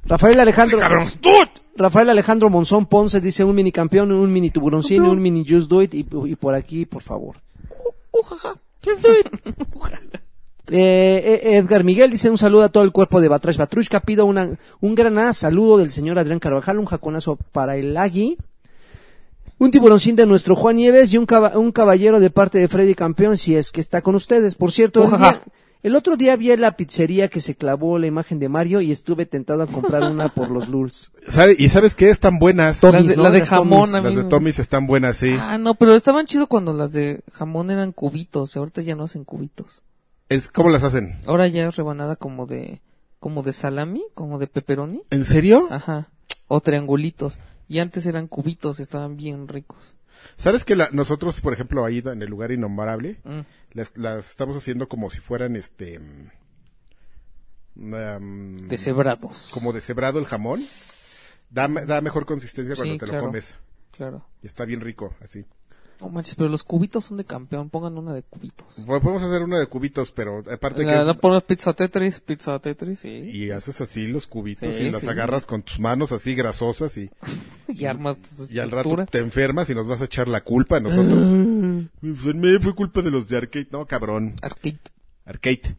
D: Rafael Alejandro.
E: ¡Cabrón, tú!
D: Rafael Alejandro Monzón Ponce dice un mini campeón, un mini tiburoncín, un mini Just Do It y, y por aquí, por favor. Eh, eh, Edgar Miguel dice un saludo a todo el cuerpo de Batrash Batrushka. Pido una, un gran ah, saludo del señor Adrián Carvajal, un jaconazo para el Agui. Un tiburoncín de nuestro Juan Nieves y un, caba- un caballero de parte de Freddy Campeón, si es que está con ustedes. Por cierto, el,
B: Ujaja.
D: día- el otro día vi en la pizzería que se clavó la imagen de Mario y estuve tentado a comprar una por los Lulz.
A: ¿Sabe- ¿Y sabes qué? Están buenas.
D: Tomis,
B: Las de,
D: ¿no?
B: la de
D: Las
B: jamón,
D: Tomis.
B: a mí
A: Las de
B: me-
A: Tommy's están buenas, sí.
B: Ah, no, pero estaban chido cuando las de jamón eran cubitos. y Ahorita ya no hacen cubitos.
A: Es, ¿Cómo las hacen?
B: Ahora ya es rebanada como de, como de salami, como de pepperoni.
A: ¿En serio?
B: Ajá. O triangulitos. Y antes eran cubitos, estaban bien ricos.
A: ¿Sabes que la- nosotros, por ejemplo, ahí en el lugar innombrable,
B: Mm.
A: las, las estamos haciendo como si fueran este... mm, um,
B: Deshebrados.
A: como deshebrado el jamón. Da, me- da mejor consistencia cuando
B: Sí,
A: te
B: claro.
A: lo comes.
B: Claro.
A: Y está bien rico, así.
B: No manches, pero los cubitos son de campeón. Pongan una de cubitos.
A: Bueno, Podemos hacer una de cubitos, pero Mm. aparte
B: La,
A: que...
B: la pones pizza Tetris, pizza Tetris y,
A: Y haces así los cubitos
B: Sí,
A: y las
B: sí.
A: agarras con tus manos así grasosas y,
B: y armas tu
A: y al rato
B: estructura. Ah.
A: te enfermas y nos vas a echar la culpa a nosotros. Me enfermé, fue culpa de los de arcade. No, cabrón.
B: Arcade.
A: Arcade.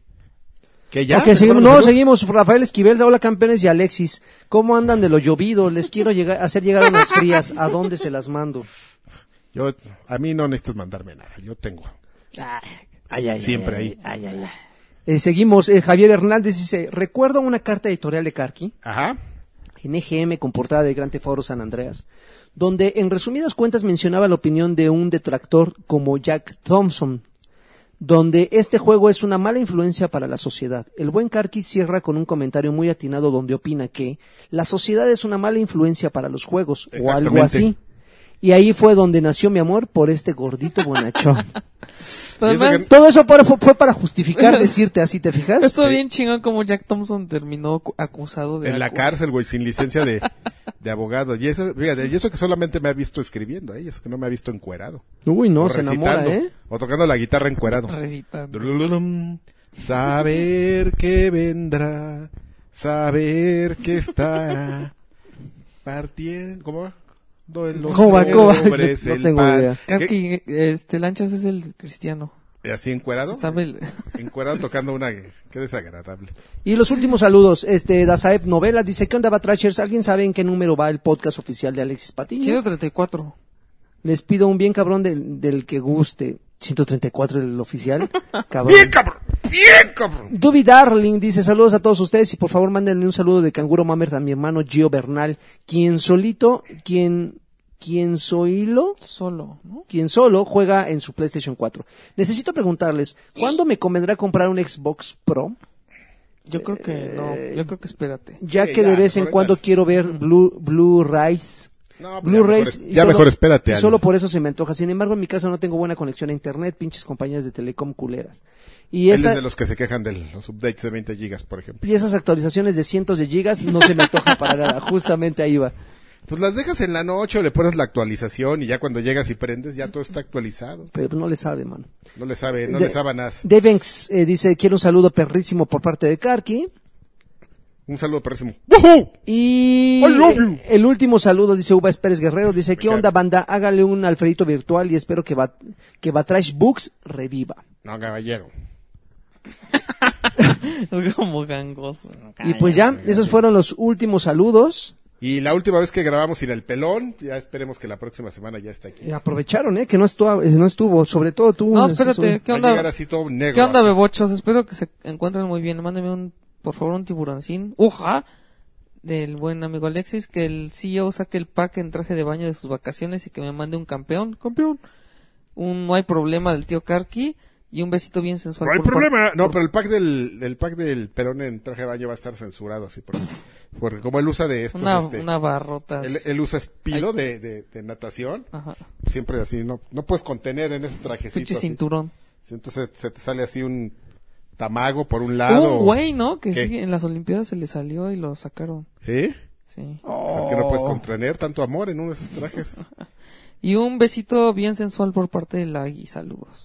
A: ¿Que ya?
D: Ok,
A: ¿Se
D: seguimos,
A: fueron
D: no,
A: los saludos?
D: seguimos. Rafael Esquivel, hola campeones y Alexis. ¿Cómo andan de lo llovido? Les quiero llegar, hacer llegar unas frías. ¿A dónde se las mando?
A: Yo, a mí no necesitas mandarme nada, yo tengo. Siempre ahí.
D: Eh, seguimos. Eh, Javier Hernández dice, recuerdo una carta editorial de Karki
A: Ajá.
D: en EGM con portada de Gran Teforo San Andreas, donde en resumidas cuentas mencionaba la opinión de un detractor como Jack Thompson, donde este juego es una mala influencia para la sociedad. El buen Karki cierra con un comentario muy atinado donde opina que la sociedad es una mala influencia para los juegos o algo
A: Exactamente.
D: así. Y ahí fue donde nació mi amor por este gordito bonachón.
B: Pero
A: Y eso
B: además,
D: Todo eso para- fue para justificar decirte así, ¿te fijas?
B: estuvo bien chingón como Jack Thompson terminó cu- acusado de...
A: En la
B: acu-
A: cárcel, güey, sin licencia de, de abogado. Y eso, fíjate, y eso que solamente me ha visto escribiendo, ¿eh? y eso que no me ha visto encuerado.
D: Uy, no,
A: O
D: se enamora,
A: recitando,
D: ¿eh?
A: O tocando la guitarra encuerado.
B: Recitando.
A: Drululum. Saber que vendrá, saber que estará partiendo. ¿Cómo va? Do- en los
D: Coba, coba.
A: hombres
D: No
A: el
D: tengo
A: pan.
D: idea.
A: ¿Qué?
B: Karki, este, Lanchas es el cristiano.
A: ¿Así encuerado?
B: ¿Sabe el-
A: Encuerado tocando una. Qué desagradable.
D: Y los últimos saludos, este, Dazaep Novela dice, ¿qué onda, Batrashers? ¿Alguien sabe en qué número va el podcast oficial de Alexis Patiño?
B: 134.
D: Les pido un bien cabrón del, del que guste. 134 el oficial, cabrón.
E: ¡Bien, cabrón! ¡Bien, cabrón!
D: Duby Darling dice saludos a todos ustedes y por favor mándenle un saludo de Canguro Mamer a mi hermano Gio Bernal, quien solito, quien, quien soilo,
B: Solo, ¿no?
D: quien solo juega en su PlayStation 4. Necesito preguntarles, ¿cuándo me convendrá comprar un Xbox Pro?
B: Yo creo que no. Yo creo que espérate.
D: Ya
A: Sí,
D: que de
A: ya,
D: vez en
A: mejor
D: cuando
A: ahorita.
D: quiero ver Blue, Blue Rise.
A: No, pues ya
D: Blu-ray.
A: mejor-
D: y
A: ya
D: solo-
A: mejor espérate,
D: y
A: Alan.
D: solo por eso se me antoja. Sin embargo, en mi casa no tengo buena conexión a internet, pinches compañías de telecom culeras. Y,
A: Él
D: esta-
A: es de los que se quejan de los updates de 20 gigas, por ejemplo.
D: y esas actualizaciones de cientos de gigas no se me antoja para nada. Justamente ahí va.
A: Pues las dejas en la noche o le pones la actualización y ya cuando llegas y prendes ya todo está actualizado.
D: Pero no le sabe, mano.
A: No le sabe, no
D: De-
A: le sabe nada.
D: Devenx eh, dice, quiero un saludo perrísimo por parte de Karki.
A: Un saludo perrísimo. ¡Woohoo!
D: Y
A: I love you.
D: el último saludo, dice Uva Pérez Guerrero, dice, ¿qué
A: cae.
D: onda banda? Hágale un Alfredito virtual y espero que, va, que Batrash Books reviva.
A: No, caballero.
B: Es como gangoso.
D: Y pues ya, esos fueron los últimos saludos.
A: Y la última vez que grabamos sin el pelón, ya esperemos que la próxima semana ya está aquí.
D: Eh, Aprovecharon, ¿eh? Que no estuvo, eh, no estuvo sobre todo tú.
B: No,
D: eh,
B: espérate, ¿qué
A: Va a llegar
B: onda?
A: así todo negro.
B: ¿Qué onda,
A: así.
B: bebochos? Espero que se encuentren muy bien. Mándame un, por favor, un tiburoncín. ¡Uja! Del buen amigo Alexis, que el CEO saque el pack en traje de baño de sus vacaciones y que me mande un campeón. ¡Campeón! Un no hay problema del tío Karki y un besito bien sensual.
A: No hay
B: por parte-
A: problema. No, pero el pack del, el pack del pelón en traje de baño va a estar censurado así por- porque como él usa de estos,
B: Una,
A: este,
B: una barrota.
A: él, él usa espilo de, de, de natación,
B: Ajá.
A: siempre así, no, no puedes contener en ese trajecito.
B: Pinche
A: así.
B: cinturón.
A: Entonces se te sale así un tamago por un
B: Hubo
A: lado.
B: un güey, ¿no? Que
A: ¿Qué?
B: sí, en las Olimpiadas se le salió y lo sacaron.
A: ¿Sí?
B: Sí.
A: O sea, es que no
B: Oh.
A: puedes contener tanto amor en uno de esos trajes.
B: Y un besito bien sensual por parte de Lagui. Saludos.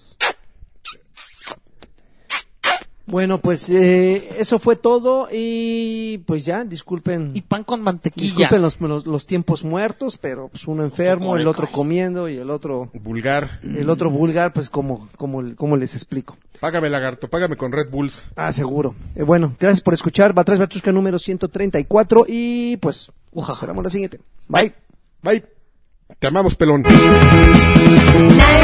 D: Bueno, pues eh, eso fue todo y pues ya, disculpen.
B: Y pan con mantequilla.
D: Disculpen los, los, los tiempos muertos, pero pues uno enfermo, el otro comiendo y el otro
A: Vulgar.
D: el otro vulgar, pues como como como les explico.
A: Págame, lagarto, págame con Red Bulls.
D: Ah, seguro. Eh, bueno, gracias por escuchar Batrás Batrushka número 134 y pues nos esperamos la siguiente. Bye.
A: Bye. Te amamos, pelón.
C: Nadie